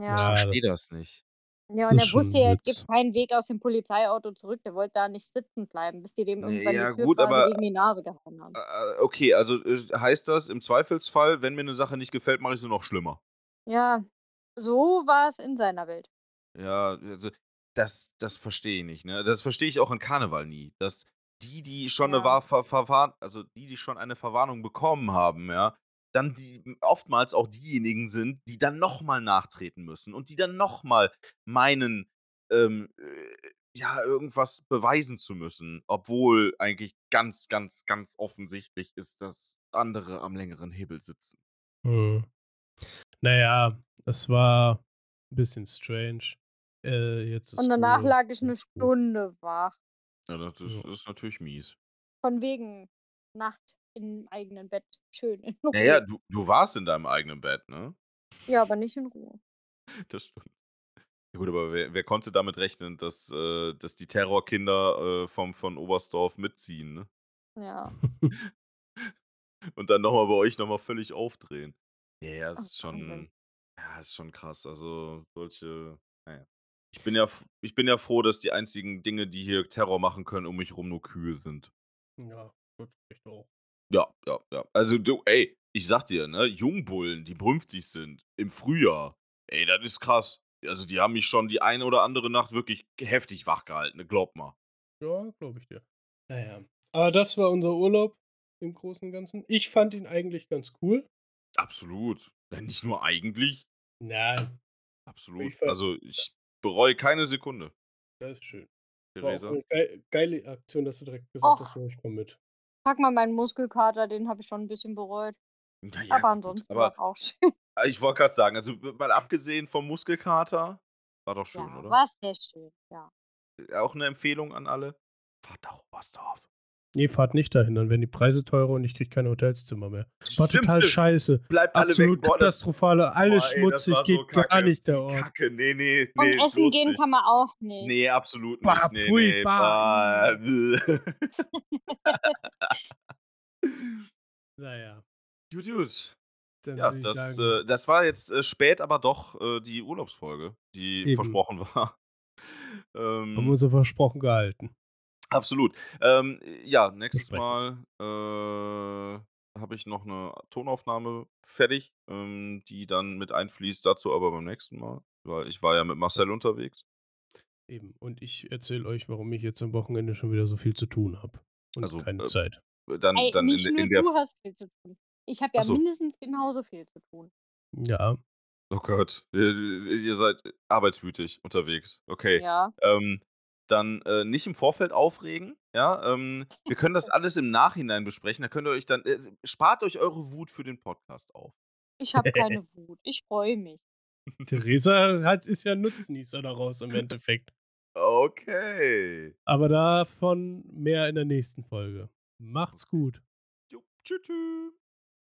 Speaker 3: Ich
Speaker 2: Ja,
Speaker 3: verstehe
Speaker 2: das-
Speaker 3: das nicht.
Speaker 4: ja
Speaker 2: das
Speaker 4: und
Speaker 2: ist
Speaker 4: er wusste
Speaker 2: schon
Speaker 4: ja,
Speaker 2: ein
Speaker 4: es
Speaker 2: Witz.
Speaker 4: gibt keinen Weg aus dem Polizeiauto zurück, der wollte da nicht sitzen bleiben, bis die dem
Speaker 3: Nee,
Speaker 4: irgendwann
Speaker 3: ja,
Speaker 4: die Tür
Speaker 3: gut,
Speaker 4: quasi
Speaker 3: aber-
Speaker 4: gegen die Nase gehauen haben.
Speaker 3: Äh, Okay, also äh, heißt das im Zweifelsfall, wenn mir eine Sache nicht gefällt, mache ich sie noch schlimmer.
Speaker 4: Ja, so war es in seiner Welt.
Speaker 3: Ja, also das, das verstehe ich nicht. Ne? Das verstehe ich auch in Karneval nie. Dass die, die schon eine
Speaker 4: Ja.
Speaker 3: Wa- Ver Verwarn also die, die schon eine Verwarnung bekommen haben, ja, dann die oftmals auch diejenigen sind, die dann nochmal nachtreten müssen und die dann nochmal meinen, ähm, äh, ja, irgendwas beweisen zu müssen, obwohl eigentlich ganz, ganz, ganz offensichtlich ist, dass andere am längeren Hebel sitzen.
Speaker 2: Hm. Naja, es war ein bisschen strange. Äh, jetzt ist
Speaker 4: Und danach
Speaker 2: Ruhe.
Speaker 4: lag ich eine
Speaker 2: Ist gut.
Speaker 4: Stunde wach.
Speaker 3: Ja, das ist,
Speaker 2: Ja.
Speaker 3: ist natürlich mies.
Speaker 4: Von wegen Nacht im eigenen Bett. Schön. In Ruhe.
Speaker 3: Naja, du, du warst in deinem eigenen Bett, ne?
Speaker 4: Ja, aber nicht in Ruhe.
Speaker 3: Das stimmt. Ja gut, aber wer, wer konnte damit rechnen, dass, äh, dass die Terrorkinder äh, vom, von Oberstdorf mitziehen, ne?
Speaker 4: Ja.
Speaker 3: Und dann nochmal bei euch nochmal völlig aufdrehen. Ja, ja, es ist
Speaker 4: Ach, Wahnsinn.
Speaker 3: schon. Ja, ist schon krass. Also solche. Naja. Ich bin ja, f- ich bin ja froh, dass die einzigen Dinge, die hier Terror machen können, um mich rum nur Kühe sind.
Speaker 2: Hm, Ja, gut, ich auch.
Speaker 3: Ja, ja, ja. Also du, ey, ich sag dir, ne, Jungbullen, die brünftig sind, im Frühjahr, ey, das ist krass. Also die haben mich schon die eine oder andere Nacht wirklich heftig wach gehalten, ne, glaub mal.
Speaker 2: Ja, glaube ich dir. Naja. Aber das war unser Urlaub im Großen und Ganzen. Ich fand ihn eigentlich ganz cool.
Speaker 3: Absolut. Ja, nicht nur eigentlich,
Speaker 2: Nein,
Speaker 3: absolut.
Speaker 2: Ich ver-
Speaker 3: also ich bereue keine Sekunde,
Speaker 2: das ist schön. War auch
Speaker 3: Theresa.
Speaker 2: eine geil- geile Aktion, dass du direkt gesagt
Speaker 4: Och.
Speaker 2: hast, so, ich komme mit.
Speaker 4: Frag mal meinen Muskelkater, den habe ich schon ein bisschen bereut.
Speaker 3: Naja,
Speaker 4: aber
Speaker 3: gut,
Speaker 4: ansonsten war
Speaker 3: Aber
Speaker 4: es auch schön.
Speaker 3: äh, ich wollte gerade sagen, also mal abgesehen vom Muskelkater, war doch schön,
Speaker 4: ja,
Speaker 3: oder? Äh,
Speaker 4: war sehr schön. Ja.
Speaker 3: Auch eine Empfehlung an alle. Fahrt nach Oberstdorf.
Speaker 2: Nee, fahrt nicht dahin, dann werden die Preise teurer und ich kriege keine Hotelszimmer mehr. War
Speaker 3: Stimmt,
Speaker 2: total
Speaker 3: stimmt.
Speaker 2: scheiße.
Speaker 3: Bleibt alle
Speaker 2: Absolut
Speaker 3: weg. Boah, das-
Speaker 2: katastrophale, alles
Speaker 3: Boah, ey, das
Speaker 2: schmutzig,
Speaker 3: war so
Speaker 2: geht gar
Speaker 3: kacke.
Speaker 2: nicht der Ort.
Speaker 3: Kacke, nee, nee,
Speaker 4: Und
Speaker 3: nee.
Speaker 4: essen
Speaker 3: bloß
Speaker 4: gehen
Speaker 3: nicht.
Speaker 4: kann man auch nicht.
Speaker 3: Nee, absolut
Speaker 2: Bah,
Speaker 3: nicht. ne, Nee,
Speaker 2: pfui,
Speaker 3: nee,
Speaker 2: bah.
Speaker 3: bah, bäh.
Speaker 2: Naja,
Speaker 3: Gut, gut.
Speaker 2: dann
Speaker 3: Ja,
Speaker 2: würde ich
Speaker 3: das,
Speaker 2: sagen,
Speaker 3: äh, das war jetzt äh, spät, aber doch äh, die Urlaubsfolge, die
Speaker 2: Eben.
Speaker 3: versprochen war.
Speaker 2: haben wir
Speaker 3: Ähm,
Speaker 2: unser Versprochen gehalten.
Speaker 3: absolut. Ähm, ja, nächstes
Speaker 2: Versprechen.
Speaker 3: Mal äh, habe ich noch eine Tonaufnahme fertig, ähm, die dann mit einfließt, dazu aber beim nächsten Mal, weil ich war ja mit Marcel unterwegs.
Speaker 2: Eben. Und ich erzähle euch, warum ich jetzt am Wochenende schon wieder so viel zu tun habe. Und
Speaker 3: Also,
Speaker 2: keine
Speaker 3: äh,
Speaker 2: Zeit.
Speaker 3: Dann,
Speaker 4: Ey,
Speaker 3: dann in,
Speaker 4: nicht
Speaker 3: de- in
Speaker 4: nur
Speaker 3: der.
Speaker 4: du hast viel zu tun. Ich habe ja
Speaker 3: Ach so.
Speaker 4: mindestens genauso viel zu tun.
Speaker 2: Ja.
Speaker 3: Oh Gott, ihr, ihr seid arbeitswütig unterwegs. Okay.
Speaker 4: Ja.
Speaker 3: ähm, dann äh, nicht im Vorfeld aufregen. Ja, ähm, wir können das alles im Nachhinein besprechen. Da könnt ihr euch dann äh, spart euch eure Wut für den Podcast auf.
Speaker 4: Ich habe keine Wut. Ich freue mich.
Speaker 2: Theresa hat, ist ja Nutznießer daraus im Endeffekt.
Speaker 3: Okay.
Speaker 2: Aber davon mehr in der nächsten Folge. Macht's gut.
Speaker 3: Jo, tschü, tschü.